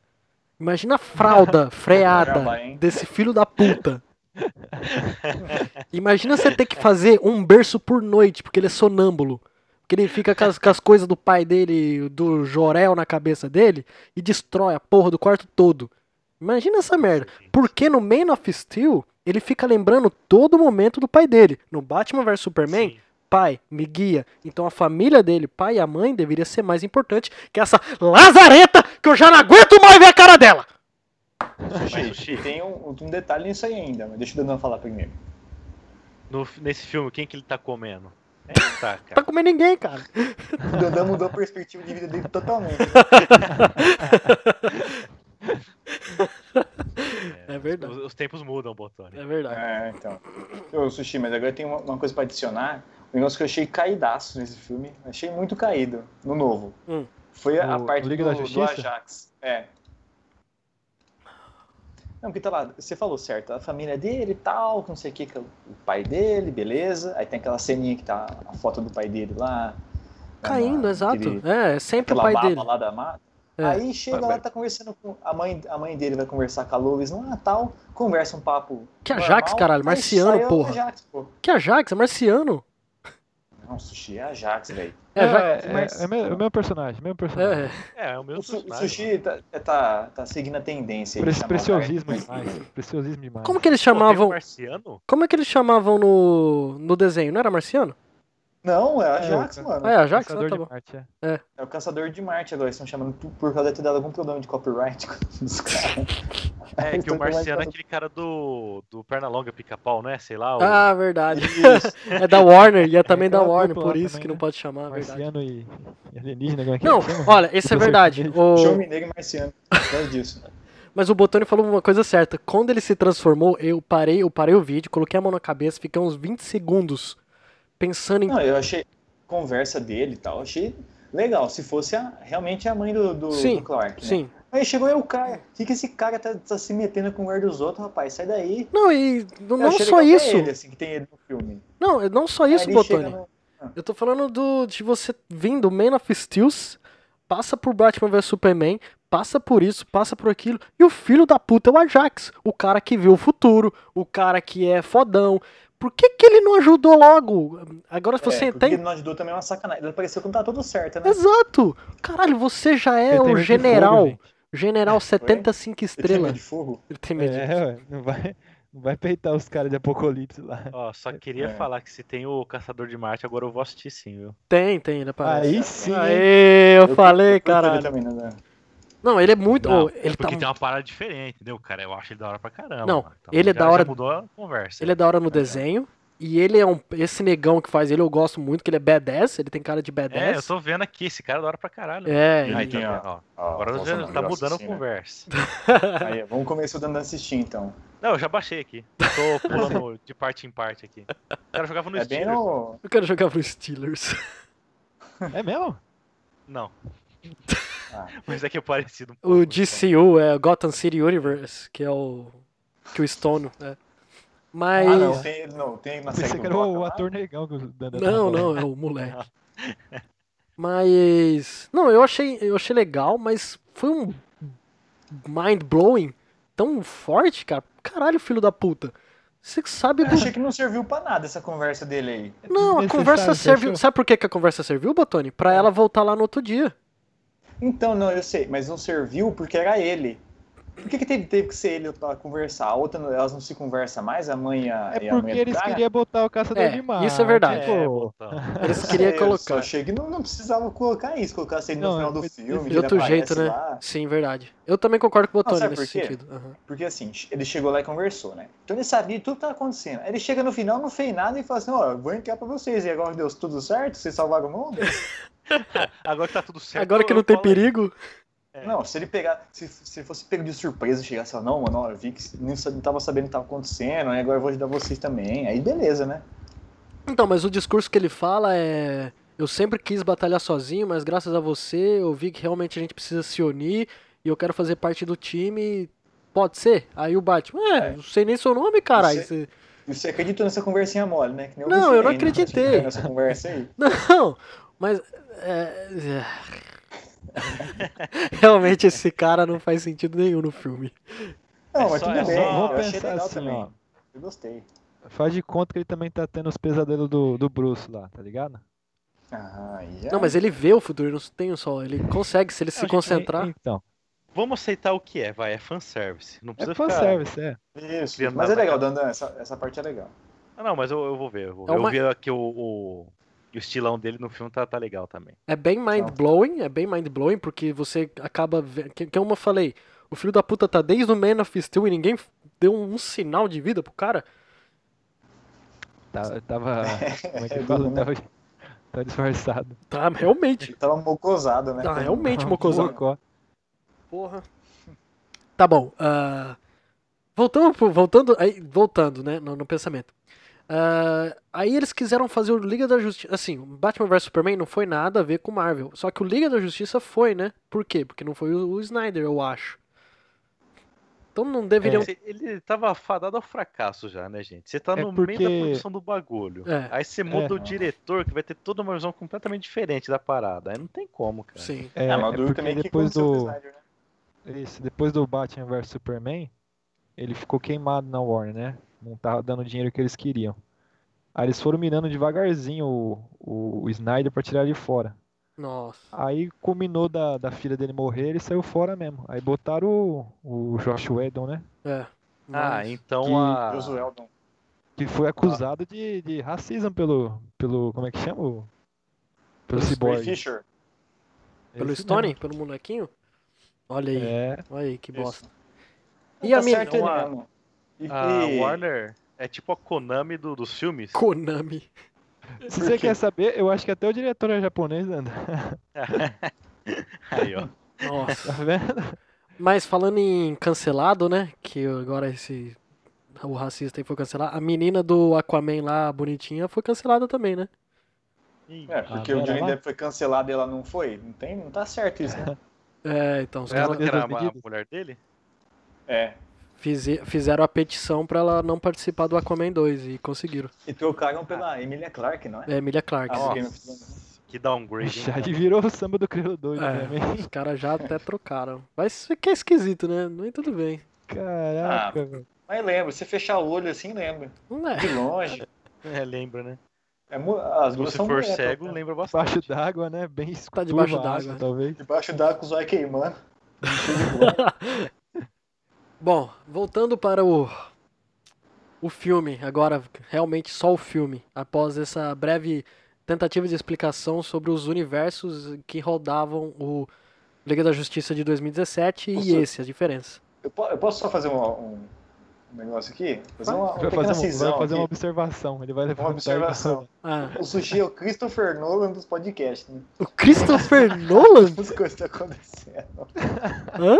Speaker 1: Imagina a fralda freada
Speaker 2: Caramba, hein?
Speaker 1: desse filho da puta. Imagina você ter que fazer um berço por noite, porque ele é sonâmbulo. Porque ele fica com as, com as coisas do pai dele, do Jorel na cabeça dele, e destrói a porra do quarto todo. Imagina essa merda. Porque no Man of Steel, ele fica lembrando todo momento do pai dele. No Batman vs Superman,
Speaker 3: Sim.
Speaker 1: pai me guia. Então a família dele, pai e a mãe, deveria ser mais importante que essa lazareta que eu já não aguento mais ver a cara dela.
Speaker 3: Mas,
Speaker 2: E
Speaker 3: Sushi,
Speaker 2: tem um, um detalhe nisso aí ainda, mas deixa o Danão falar primeiro.
Speaker 3: no- nesse filme, quem que ele tá comendo? É, ele tá,
Speaker 1: Não tá
Speaker 3: cara.
Speaker 1: comendo ninguém, cara.
Speaker 2: O Dandan mudou a perspectiva de vida dele totalmente.
Speaker 1: É verdade.
Speaker 3: Os, os tempos mudam, Botone.
Speaker 1: É verdade.
Speaker 2: É, então. Ô, Sushi, mas agora tem uma, uma coisa pra adicionar. Um negócio que eu achei caidaço nesse filme. Achei muito caído, no novo.
Speaker 1: Hum.
Speaker 2: Foi a, a
Speaker 4: No
Speaker 2: parte
Speaker 4: Liga
Speaker 2: do,
Speaker 4: da
Speaker 2: do
Speaker 4: Justiça?
Speaker 2: Ajax. É. Não, porque tá lá, você falou certo, a família dele e tal, que não sei o que, que é o pai dele, beleza. Aí tem aquela ceninha que tá a foto do pai dele lá.
Speaker 1: Caindo,
Speaker 2: na-
Speaker 1: exato.
Speaker 2: naquele-
Speaker 1: É, é sempre o
Speaker 2: aquela
Speaker 1: pai
Speaker 2: baba
Speaker 1: dele.
Speaker 2: lá da mata.
Speaker 1: É.
Speaker 2: Aí chega
Speaker 5: Vai,
Speaker 2: lá,
Speaker 5: vai.
Speaker 2: tá conversando com a mãe, a mãe dele vai conversar com a Lois lá, tal, conversa um papo.
Speaker 1: Que é Ajax,
Speaker 2: normal,
Speaker 1: caralho,
Speaker 2: aí
Speaker 1: marciano,
Speaker 2: sai a
Speaker 1: porra.
Speaker 2: Ajax, pô.
Speaker 1: Que Ajax, é marciano.
Speaker 2: Não, sushi é Ajax, velho.
Speaker 1: É, já-
Speaker 4: é,
Speaker 2: mas-
Speaker 4: é me- é o mesmo personagem, mesmo personagem.
Speaker 1: É,
Speaker 3: É, é o mesmo
Speaker 2: O, su- o
Speaker 3: personagem,
Speaker 2: sushi tá, tá, tá seguindo a tendência. aí,
Speaker 4: Pre-
Speaker 2: tá
Speaker 4: preciosismo
Speaker 2: mal, né?
Speaker 4: demais. Preciosismo demais.
Speaker 1: como que eles
Speaker 3: Pô, tem um
Speaker 1: chamavam?
Speaker 3: marciano?
Speaker 1: Como é que eles chamavam no, no desenho? Não era marciano?
Speaker 2: Não, é a
Speaker 4: É,
Speaker 2: Jax,
Speaker 4: o ca-
Speaker 2: mano.
Speaker 1: Ah, é a Jax? Ah,
Speaker 4: Caçador
Speaker 1: tá
Speaker 4: de
Speaker 1: bom.
Speaker 4: Marte, é.
Speaker 2: É o Caçador de Marte agora, eles estão chamando tu- por causa de ter dado algum problema de copyright *laughs* dos caras.
Speaker 3: É,
Speaker 2: Eles
Speaker 3: que o
Speaker 2: tão chamando de
Speaker 3: Marciano é
Speaker 2: Caçador-
Speaker 3: aquele cara do, do Pernalonga Pica-Pau, né? Sei lá. o-
Speaker 1: Ah, verdade.
Speaker 2: Isso.
Speaker 1: É da Warner e é também da
Speaker 4: aquela
Speaker 1: Warner,
Speaker 4: dupla lá
Speaker 1: por isso
Speaker 4: também,
Speaker 1: que não
Speaker 4: né?
Speaker 1: pode chamar, é verdade.
Speaker 4: Marciano e e alienígena, como é que
Speaker 1: Não,
Speaker 4: ele chama?
Speaker 1: olha, isso é
Speaker 4: Dupla
Speaker 1: verdade.
Speaker 4: sertaneja.
Speaker 1: O-
Speaker 2: João Mineiro e Marciano. Por causa disso.
Speaker 1: Mas o Botoni falou uma coisa certa. Quando ele se transformou, eu parei, eu parei o vídeo, coloquei a mão na cabeça, fiquei uns 20 segundos pensando em.
Speaker 2: Não, eu achei a conversa dele e tal, achei legal. Se fosse a- realmente a mãe do, do,
Speaker 1: Sim,
Speaker 2: do Clark, né?
Speaker 1: Sim.
Speaker 2: Aí chegou eu, cara. O que, que esse cara tá, tá se metendo com o guarda dos outros, rapaz? Sai daí.
Speaker 1: Não, e
Speaker 2: Eu
Speaker 1: não
Speaker 2: achei
Speaker 1: só
Speaker 2: legal
Speaker 1: isso.
Speaker 2: Pra ele, assim, que tem ele no filme.
Speaker 1: Não, é não só
Speaker 2: Aí
Speaker 1: isso,
Speaker 2: ele
Speaker 1: Botoni.
Speaker 2: chega né? no-
Speaker 1: Eu tô falando do de você vindo Man of Steel, passa por Batman vs Superman, passa por isso, passa por aquilo, e o filho da puta é o Ajax, o cara que viu o futuro, o cara que é fodão. Por que, que ele não ajudou logo? Agora se você
Speaker 2: é, porque
Speaker 1: entende.
Speaker 2: ele não ajudou também é uma sacanagem. Ele pareceu que não tá tudo certo, né?
Speaker 1: Exato! Caralho, você já é
Speaker 4: Ele tem
Speaker 1: um
Speaker 4: medo de
Speaker 1: general.
Speaker 4: fogo, gente.
Speaker 1: general 75
Speaker 2: Ele tinha medo
Speaker 1: estrelas.
Speaker 2: de fogo.
Speaker 1: Ele tem medo.
Speaker 4: É, ué, não vai, não vai peitar os caras de Apocalipse lá.
Speaker 3: Ó, só queria
Speaker 2: É.
Speaker 3: falar que se tem o Caçador de Marte, agora eu vou assistir sim, viu?
Speaker 1: Tem, tem, ele aparece.
Speaker 4: Aí sim, hein?
Speaker 1: Aê, eu, falei,
Speaker 2: curto ele
Speaker 1: caralho.
Speaker 2: Também, né?
Speaker 1: Não, ele é muito.
Speaker 3: Não,
Speaker 1: oh, ele tá
Speaker 3: Porque tem uma parada diferente, entendeu, cara? Eu acho ele da hora pra caramba.
Speaker 1: Não,
Speaker 3: mano. Então,
Speaker 1: ele é
Speaker 3: já-
Speaker 1: da hora-
Speaker 3: Já mudou a conversa.
Speaker 1: Ele é da hora no desenho. E ele é um. Esse negão que faz ele, eu gosto muito, que ele é badass, ele tem cara de
Speaker 3: É, eu
Speaker 1: badass.
Speaker 3: tô vendo aqui, esse cara é da hora pra caralho.
Speaker 1: É,
Speaker 3: mano. Aí,
Speaker 1: e-
Speaker 3: tá vendo, ó.
Speaker 4: Ah,
Speaker 3: Agora já tá mudando a conversa.
Speaker 2: Aí, vamos começar dando a assistir, então.
Speaker 3: Não, eu já baixei aqui.
Speaker 1: *laughs*
Speaker 3: Tô pulando de parte em parte aqui. O cara jogava no
Speaker 2: é bem
Speaker 3: Steelers.
Speaker 2: no...
Speaker 1: eu quero jogar pro Steelers.
Speaker 4: É mesmo?
Speaker 3: Não.
Speaker 2: Ah.
Speaker 3: *laughs* Mas é que é parecido um pouco,
Speaker 1: O
Speaker 3: então.
Speaker 1: DCU é Gotham City Universe, que é o. que o Stone, né? Mas.
Speaker 2: Ah, não,
Speaker 1: não.
Speaker 2: tem, não, tem na série
Speaker 4: Pensei
Speaker 2: do
Speaker 4: que era
Speaker 2: Bloco
Speaker 4: o
Speaker 2: lá.
Speaker 4: ator negão que o Dandan tava
Speaker 1: Não,
Speaker 4: falando.
Speaker 1: é o moleque. Mas. Não, eu achei, eu achei legal, mas foi um mind blowing tão forte, cara. Caralho, filho da puta. Você que sabe
Speaker 2: Eu *laughs*
Speaker 1: do
Speaker 2: achei que não serviu pra nada essa conversa dele aí.
Speaker 4: É
Speaker 1: Não, a
Speaker 4: desnecessário,
Speaker 1: conversa
Speaker 4: você
Speaker 1: serviu.
Speaker 4: achou?
Speaker 1: Sabe por que, que a conversa serviu, Botoni? Pra ela voltar lá no outro dia.
Speaker 2: Então, não, eu sei, mas não serviu porque era ele. Por que, que teve, teve que ser ele pra conversar? A outra, não- elas não se conversam mais, a mãe e a,
Speaker 4: É
Speaker 2: e a mãe
Speaker 4: porque
Speaker 2: do
Speaker 4: eles
Speaker 2: cara?
Speaker 4: queriam botar o caçador
Speaker 1: É,
Speaker 4: de Marte.
Speaker 1: isso é verdade.
Speaker 3: É,
Speaker 4: pô.
Speaker 3: botão.
Speaker 1: Eles
Speaker 2: É, Eu *laughs*
Speaker 1: queriam
Speaker 2: sei, Eu só
Speaker 1: colocar.
Speaker 2: achei que não, não precisava colocar isso, colocasse ele no
Speaker 4: Não, é
Speaker 2: final do
Speaker 4: foi-
Speaker 2: filme.
Speaker 4: de
Speaker 2: que ele
Speaker 1: outro jeito,
Speaker 2: aparece
Speaker 1: né?
Speaker 2: lá.
Speaker 1: Sim, verdade. Eu também concordo com o Botoni
Speaker 2: sabe
Speaker 1: nesse
Speaker 2: por quê?
Speaker 1: sentido. Aham.
Speaker 2: Porque assim, ele chegou lá e conversou, né? Então ele sabia tudo que tava acontecendo. Aí Ele chega no final, não fez nada e fala assim, ó, eu vou enviar pra vocês. E agora deu tudo certo? Vocês salvaram o mundo?
Speaker 3: Agora que tá tudo certo.
Speaker 1: Agora que
Speaker 3: eu
Speaker 1: não tem
Speaker 3: falo aí.
Speaker 1: perigo.
Speaker 3: É.
Speaker 2: Não, se ele pegar, se, se ele fosse pego de surpresa, chegasse e falar, não, mano, ó, eu vi que não, sa- não tava sabendo o que tava acontecendo, aí agora eu vou ajudar vocês também. Aí beleza, né?
Speaker 1: Então, mas o discurso que ele fala é. Eu sempre quis batalhar sozinho, mas graças a você eu vi que realmente a gente precisa se unir e eu quero fazer parte do time. Pode ser? Aí o Batman, é,
Speaker 2: É.
Speaker 1: não sei nem seu nome, caralho.
Speaker 2: Você- E você acreditou nessa conversinha mole, né? Que nem
Speaker 1: Não, eu não
Speaker 2: Vicente, né?
Speaker 1: acreditei.
Speaker 2: Nessa conversa aí.
Speaker 1: Não, mas. é, *laughs* é. Realmente esse cara não faz sentido nenhum no filme.
Speaker 2: Não,
Speaker 3: É
Speaker 2: mas
Speaker 3: só-
Speaker 2: tudo
Speaker 3: é
Speaker 2: bem,
Speaker 3: só-
Speaker 2: eu
Speaker 4: Vamos
Speaker 2: achei
Speaker 4: pensar
Speaker 2: legal
Speaker 4: assim,
Speaker 2: também.
Speaker 4: ó.
Speaker 2: Eu gostei.
Speaker 4: Faz de conta que ele também tá tendo os pesadelos do, do Bruce lá, tá ligado?
Speaker 2: Ah, e
Speaker 1: Não, mas ele vê o futuro, não tem só. Ele consegue, se ele se
Speaker 3: gente,
Speaker 1: concentrar.
Speaker 4: Então,
Speaker 3: Vamos aceitar o que é, vai. É fanservice. Não
Speaker 4: é
Speaker 3: precisa ficar.
Speaker 4: fanservice, é.
Speaker 2: aí? Isso,
Speaker 3: Criando
Speaker 2: mas é
Speaker 3: nada,
Speaker 2: legal, Dandan, essa, essa parte é legal.
Speaker 3: Ah, não, mas eu, eu vou ver. Eu, vou
Speaker 1: É
Speaker 3: ver. Eu
Speaker 1: uma-
Speaker 3: vi aqui o, o, o estilão dele no filme tá, tá legal também.
Speaker 1: É bem mind-blowing, é bem mind-blowing, porque você acaba vendo. Que, que como eu falei, o filho da puta tá desde o Man of Steel e ninguém deu um sinal de vida pro cara.
Speaker 4: Tá- tava. Como *laughs* é que
Speaker 2: É,
Speaker 4: fala?
Speaker 2: tá
Speaker 4: Tava, tava disfarçado.
Speaker 1: Tá, *laughs* realmente.
Speaker 2: Ele tava mocosado, né?
Speaker 1: Tá,
Speaker 2: Como-
Speaker 1: realmente,
Speaker 4: Tava
Speaker 1: mocosão.
Speaker 4: mocó.
Speaker 1: Porra. Tá bom. ah, voltando, pro- voltando, aí, voltando, né, no, no pensamento. Ah, aí eles quiseram fazer o Liga da Justiça. Assim, o Batman vs Superman não foi nada a ver com Marvel. Só que o Liga da Justiça foi, né? Por quê? Porque não foi o, o Snyder, eu acho. Então não deveriam.
Speaker 3: Ele, ele tava fadado ao fracasso já, né, gente? Você tá
Speaker 4: É
Speaker 3: no meio
Speaker 4: porque-
Speaker 3: da produção do bagulho.
Speaker 1: É.
Speaker 3: Aí você muda
Speaker 4: É.
Speaker 3: o diretor, que vai ter toda uma visão completamente diferente da parada. Aí não tem como, cara.
Speaker 1: Sim.
Speaker 4: É,
Speaker 2: Ah, mas
Speaker 4: é
Speaker 2: o duro
Speaker 4: porque
Speaker 2: também é que
Speaker 4: depois
Speaker 2: aconteceu com o
Speaker 4: do.
Speaker 2: Snyder, né?
Speaker 4: Isso, depois do Batman vs Superman, ele ficou queimado na Warner, né? Não tava dando o dinheiro que eles queriam. Aí eles foram mirando devagarzinho o, o, o Snyder pra tirar ele fora.
Speaker 1: Nossa.
Speaker 4: Aí culminou da, da filha dele morrer, ele saiu fora mesmo. Aí botaram o, o Josh Whedon, né?
Speaker 1: É.
Speaker 3: Ah,
Speaker 1: Mas-
Speaker 3: então
Speaker 4: Que-
Speaker 2: Ah,
Speaker 3: a.
Speaker 2: Josueldon.
Speaker 4: que foi acusado de, de racismo pelo, pelo. Como é que chama? o- Pelo
Speaker 2: Ray
Speaker 4: Cyborg.
Speaker 2: Fisher.
Speaker 1: Pelo
Speaker 4: Esse
Speaker 1: Stone?
Speaker 4: é mesmo.
Speaker 1: Pelo molequinho? Olha aí,
Speaker 4: É.
Speaker 1: olha aí, que
Speaker 2: Isso.
Speaker 1: bosta. E a
Speaker 2: Tá
Speaker 1: minha
Speaker 2: certo ele
Speaker 3: Uma-
Speaker 2: mesmo. E,
Speaker 3: A
Speaker 2: e-
Speaker 3: Warner é tipo a Konami do- dos filmes.
Speaker 1: Konami.
Speaker 4: Se
Speaker 2: Por
Speaker 4: você
Speaker 2: quê?
Speaker 4: quer saber, eu acho que até o diretor é japonês, Leandro.
Speaker 3: Aí, ó.
Speaker 1: Nossa.
Speaker 4: Tá vendo?
Speaker 1: *laughs* Mas falando em cancelado, né? Que agora esse. O racista aí foi cancelado. A menina do Aquaman lá, bonitinha, foi cancelada também, né?
Speaker 3: Ih,
Speaker 2: É, porque
Speaker 4: Ah,
Speaker 2: o
Speaker 4: pera
Speaker 2: Johnny
Speaker 4: lá.
Speaker 2: Depp foi cancelado e ela não foi. Não, tem, não tá certo isso, né?
Speaker 1: É, então, os
Speaker 3: Ela
Speaker 1: caras
Speaker 3: que era
Speaker 4: Deus
Speaker 3: a
Speaker 4: medidas.
Speaker 3: mulher dele?
Speaker 2: *laughs* É.
Speaker 1: fize- fizeram a petição pra ela não participar do Aquaman 2 e conseguiram.
Speaker 2: E trocaram pela Emilia Clarke, não
Speaker 1: É
Speaker 2: é?
Speaker 1: Emilia Clarke.
Speaker 2: Ah,
Speaker 1: né?
Speaker 2: ó.
Speaker 3: Nossa, que downgrade, hein?
Speaker 4: Já virou o samba do Crelo doido
Speaker 1: É.
Speaker 4: também.
Speaker 1: Os caras já até trocaram. Mas fica esquisito, né? Mas tudo bem.
Speaker 4: Caraca,
Speaker 2: Ah.
Speaker 4: velho.
Speaker 2: Mas lembra, você fechar o olho assim, lembra.
Speaker 1: Não é.
Speaker 2: De longe.
Speaker 3: É, lembra, né?
Speaker 2: É, mu- as duas
Speaker 3: Se
Speaker 2: são
Speaker 3: for
Speaker 2: mulher,
Speaker 3: cego,
Speaker 2: tá?
Speaker 3: lembra bastante.
Speaker 4: Debaixo d'água, né? Bem escuro.
Speaker 1: Tá debaixo
Speaker 4: turva,
Speaker 1: d'água. né?
Speaker 4: Talvez.
Speaker 2: Debaixo d'água com o zóio queimando.
Speaker 1: Bom, voltando para o o filme, agora realmente só o filme, após essa breve tentativa de explicação sobre os universos que rodavam o Liga da Justiça de 2017 e
Speaker 2: Nossa.
Speaker 1: esse, a diferença.
Speaker 2: Eu, po- eu posso só fazer um, um- um negócio aqui? Fazer uma, uma
Speaker 4: Vai
Speaker 2: pequena
Speaker 4: fazer, um-
Speaker 2: cisão
Speaker 4: vai fazer uma
Speaker 2: aqui.
Speaker 4: observação. Ele vai levantar
Speaker 2: uma
Speaker 4: e- *laughs*
Speaker 2: observação.
Speaker 1: Ah,
Speaker 2: O sushi é o Christopher Nolan dos podcasts, né?
Speaker 1: o *laughs* Christopher Nolan?
Speaker 2: As coisas estão acontecendo.
Speaker 1: Hã?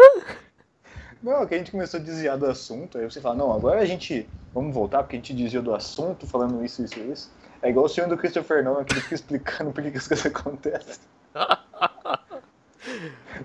Speaker 2: Não, é que a gente começou a desviar do assunto, aí você fala, não, agora a gente, vamos voltar, porque a gente desviou do assunto, falando isso, isso, isso. É igual o senhor do Christopher Nolan, que ele fica *laughs* explicando por que que as coisas
Speaker 1: *laughs*
Speaker 2: acontecem.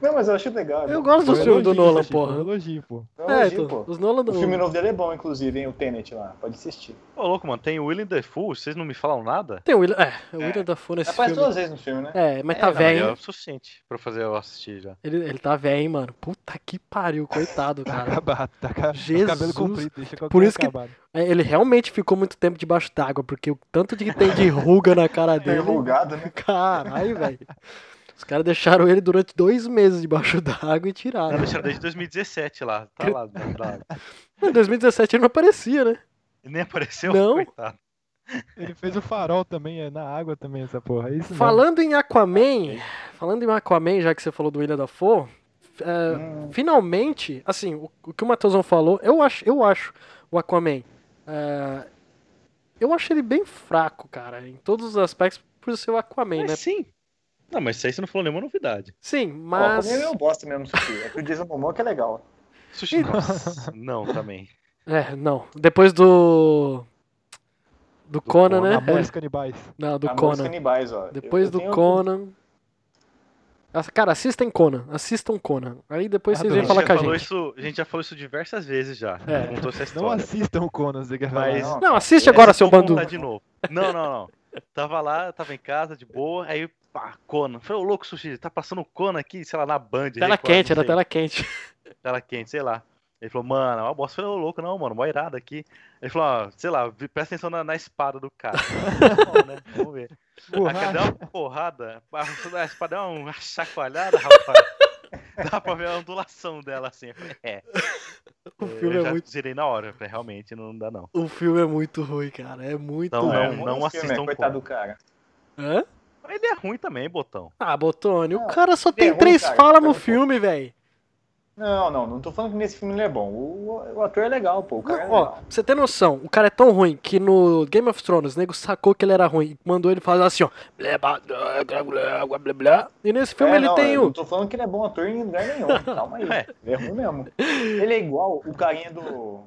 Speaker 2: Não, mas eu acho legal.
Speaker 1: Eu gosto
Speaker 4: Foi
Speaker 1: do
Speaker 4: um
Speaker 1: filme do
Speaker 4: elogio,
Speaker 1: Nolan,
Speaker 4: Chico, foi um
Speaker 1: porra.
Speaker 4: elogio,
Speaker 1: *laughs*
Speaker 4: pô.
Speaker 2: Não,
Speaker 1: É,
Speaker 2: elogio,
Speaker 1: então,
Speaker 2: pô.
Speaker 1: os Nolan
Speaker 2: O
Speaker 1: do...
Speaker 2: filme novo dele é bom, inclusive, hein? O Tenet lá. Pode assistir.
Speaker 3: Ô, louco, mano, tem o William Defoe, vocês não me falam nada?
Speaker 1: Tem o William, é, o
Speaker 2: É.
Speaker 1: William Dafoe nesse
Speaker 2: Aparece
Speaker 1: filme.
Speaker 2: duas vezes no filme, né?
Speaker 1: É, mas
Speaker 2: É,
Speaker 1: tá
Speaker 2: não,
Speaker 3: Aí
Speaker 1: velho,
Speaker 3: é o
Speaker 1: hein?
Speaker 3: suficiente pra fazer eu assistir já.
Speaker 1: Ele, ele tá velho, hein, mano? Puta que pariu, coitado,
Speaker 4: Tá
Speaker 1: *laughs* cara.
Speaker 4: acabado, tá ca-
Speaker 1: Jesus.
Speaker 4: cabelo comprido, deixa com o
Speaker 1: Por
Speaker 4: cabelo
Speaker 1: isso que-
Speaker 4: acabado.
Speaker 1: É, Ele realmente ficou muito tempo debaixo d'água, porque o tanto de que tem de ruga na
Speaker 2: *laughs*
Speaker 1: cara
Speaker 2: Tem
Speaker 1: dele.
Speaker 2: Enrugado, né?
Speaker 1: Caralho, velho. Os caras deixaram ele durante dois meses debaixo d'água e
Speaker 3: Não,
Speaker 1: tiraram.
Speaker 3: deixaram desde 2017 lá, tá lá. dentro da água.
Speaker 2: É.
Speaker 1: Em 2017 ele não aparecia, né?
Speaker 3: Ele nem apareceu,
Speaker 1: Não.
Speaker 3: coitado.
Speaker 4: Ele fez o farol também, é na água também essa porra. É isso mesmo.
Speaker 1: Falando em Aquaman, falando em Aquaman, já que você falou do William Dafoe, é,
Speaker 2: Hum,
Speaker 1: finalmente, assim, o, o que o Matheusão falou, eu acho, eu acho o Aquaman. é, eu acho ele bem fraco, cara, em todos os aspectos, por ser o Aquaman, né?
Speaker 3: Mas sim. Não, mas isso aí você não falou nenhuma novidade.
Speaker 1: Sim,
Speaker 2: ó, é
Speaker 1: mas.
Speaker 2: comigo eu gosto mesmo, Sushi. É que o Jason Momoa que é legal.
Speaker 3: Sushi, nossa, não, também.
Speaker 1: É, não. Depois do. Do, Conan,
Speaker 3: Conan,
Speaker 1: né?
Speaker 4: Amores
Speaker 1: É.
Speaker 4: canibais.
Speaker 1: Não, do
Speaker 2: Amor dos
Speaker 1: Conan.
Speaker 2: Canibais, ó.
Speaker 1: Depois
Speaker 2: Eu
Speaker 1: do
Speaker 2: tenho-
Speaker 1: Conan. Nossa, Cara, assistem Conan. Assistam Conan. Aí depois vocês
Speaker 4: Adorei.
Speaker 1: vêm falar
Speaker 3: já
Speaker 1: com a
Speaker 3: falou
Speaker 1: gente.
Speaker 3: Isso, a Ah, gente já falou isso diversas vezes já.
Speaker 1: É.
Speaker 3: Contou essa
Speaker 4: Não
Speaker 3: história.
Speaker 4: assistam o Conan, você quer
Speaker 3: Mas-
Speaker 4: falar.
Speaker 2: Não,
Speaker 1: Não, assiste agora,
Speaker 3: Essa
Speaker 1: seu
Speaker 3: eu vou
Speaker 1: Bandu.
Speaker 3: contar de novo. Não, não, não. Tava lá, tava em casa, de boa, aí, pá, Conan. Falei, ô louco, Sushi, tá passando o Conan aqui, sei lá, na Band.
Speaker 1: *laughs* Tela
Speaker 3: Record,
Speaker 1: quente,
Speaker 3: não
Speaker 1: era
Speaker 3: sei.
Speaker 1: tela
Speaker 3: *laughs*
Speaker 1: quente.
Speaker 3: tela quente, sei lá. Ele falou, mano, é uma bosta. Eu falei, ô louco, não, mano, mó irado aqui. Ele falou, ó, sei lá, vi- presta atenção na, na espada do cara. Bom, né? Vamos ver.
Speaker 4: Porra,
Speaker 3: A cada uma porrada, a a espada dá uma chacoalhada, rapaz. Dá pra ver a ondulação dela assim. Eu falei, É.
Speaker 1: O
Speaker 3: Eu
Speaker 1: filme é
Speaker 3: já
Speaker 1: muito-
Speaker 3: zerei na hora. Eu falei, realmente não dá, não.
Speaker 1: O filme é muito ruim, cara. É muito
Speaker 3: Então, Não,
Speaker 2: Não, é
Speaker 1: ruim.
Speaker 2: um
Speaker 3: não
Speaker 2: bom filme,
Speaker 3: assistam
Speaker 2: é, Coitado
Speaker 3: Conan.
Speaker 2: do cara.
Speaker 1: Hã?
Speaker 3: Ele é ruim também, botão.
Speaker 1: Ah, Botone, o
Speaker 2: Não,
Speaker 1: cara só
Speaker 2: é
Speaker 1: tem
Speaker 2: ruim,
Speaker 1: três
Speaker 2: cara.
Speaker 1: falas
Speaker 2: É
Speaker 1: no
Speaker 2: ruim, pô.
Speaker 1: filme, velho.
Speaker 2: Não, não, não tô falando que nesse filme ele é bom. O, o ator é legal, pô. O cara é
Speaker 1: Ó, pra
Speaker 2: legal.
Speaker 1: você ter noção, o cara é tão ruim que no Game of Thrones, o nego sacou que ele era ruim e mandou ele fazer assim, ó. blé, blá, blá, blá, blá, blá, blá, blá. E nesse filme
Speaker 2: É,
Speaker 1: ele
Speaker 2: não,
Speaker 1: tem
Speaker 2: eu
Speaker 1: o.
Speaker 2: Não tô falando que ele é bom ator em lugar
Speaker 1: *laughs*
Speaker 2: nenhum. Calma aí.
Speaker 3: É.
Speaker 2: Ele é ruim mesmo. Ele é igual o carinha do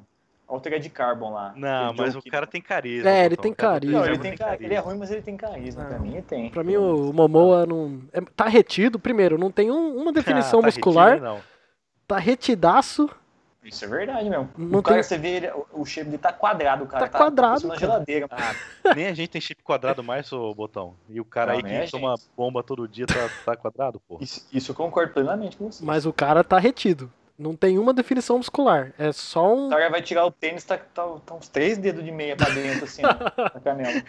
Speaker 2: Altered Carbon lá.
Speaker 3: Não,
Speaker 2: Aquele
Speaker 3: mas
Speaker 2: John
Speaker 3: o
Speaker 2: Kidman.
Speaker 3: cara tem carisma.
Speaker 1: É, ele
Speaker 3: Botão.
Speaker 1: tem
Speaker 3: O cara
Speaker 1: carisma.
Speaker 2: Não, ele,
Speaker 3: muito
Speaker 2: tem ca... ele é ruim, mas ele tem carisma.
Speaker 1: Não.
Speaker 2: Pra mim, ele tem.
Speaker 1: Pra mim, o o Momoa não. é- tá retido, primeiro, não tem um-
Speaker 2: *laughs*
Speaker 1: uma definição
Speaker 3: Ah, tá
Speaker 1: muscular,
Speaker 3: retido, não.
Speaker 1: tá retidaço.
Speaker 2: Isso é verdade mesmo.
Speaker 1: Não
Speaker 2: o cara,
Speaker 1: tem-
Speaker 2: você vê, ele, o- o shape dele tá quadrado, o cara.
Speaker 1: Tá quadrado,
Speaker 2: parecendo uma
Speaker 1: cara.
Speaker 2: geladeira.
Speaker 3: Ah, Nem a gente tem chip quadrado mais, ô botão. E o cara
Speaker 2: Não,
Speaker 3: aí
Speaker 2: nem a
Speaker 3: que toma bomba todo dia tá, tá quadrado, pô.
Speaker 2: Isso, isso eu concordo plenamente com você.
Speaker 1: Mas o cara tá retido. Não tem uma definição muscular. É só um.
Speaker 2: O cara vai tirar o tênis, tá, tá- tá uns três dedos de meia pra dentro,
Speaker 1: *laughs*
Speaker 2: assim, ó, na canela.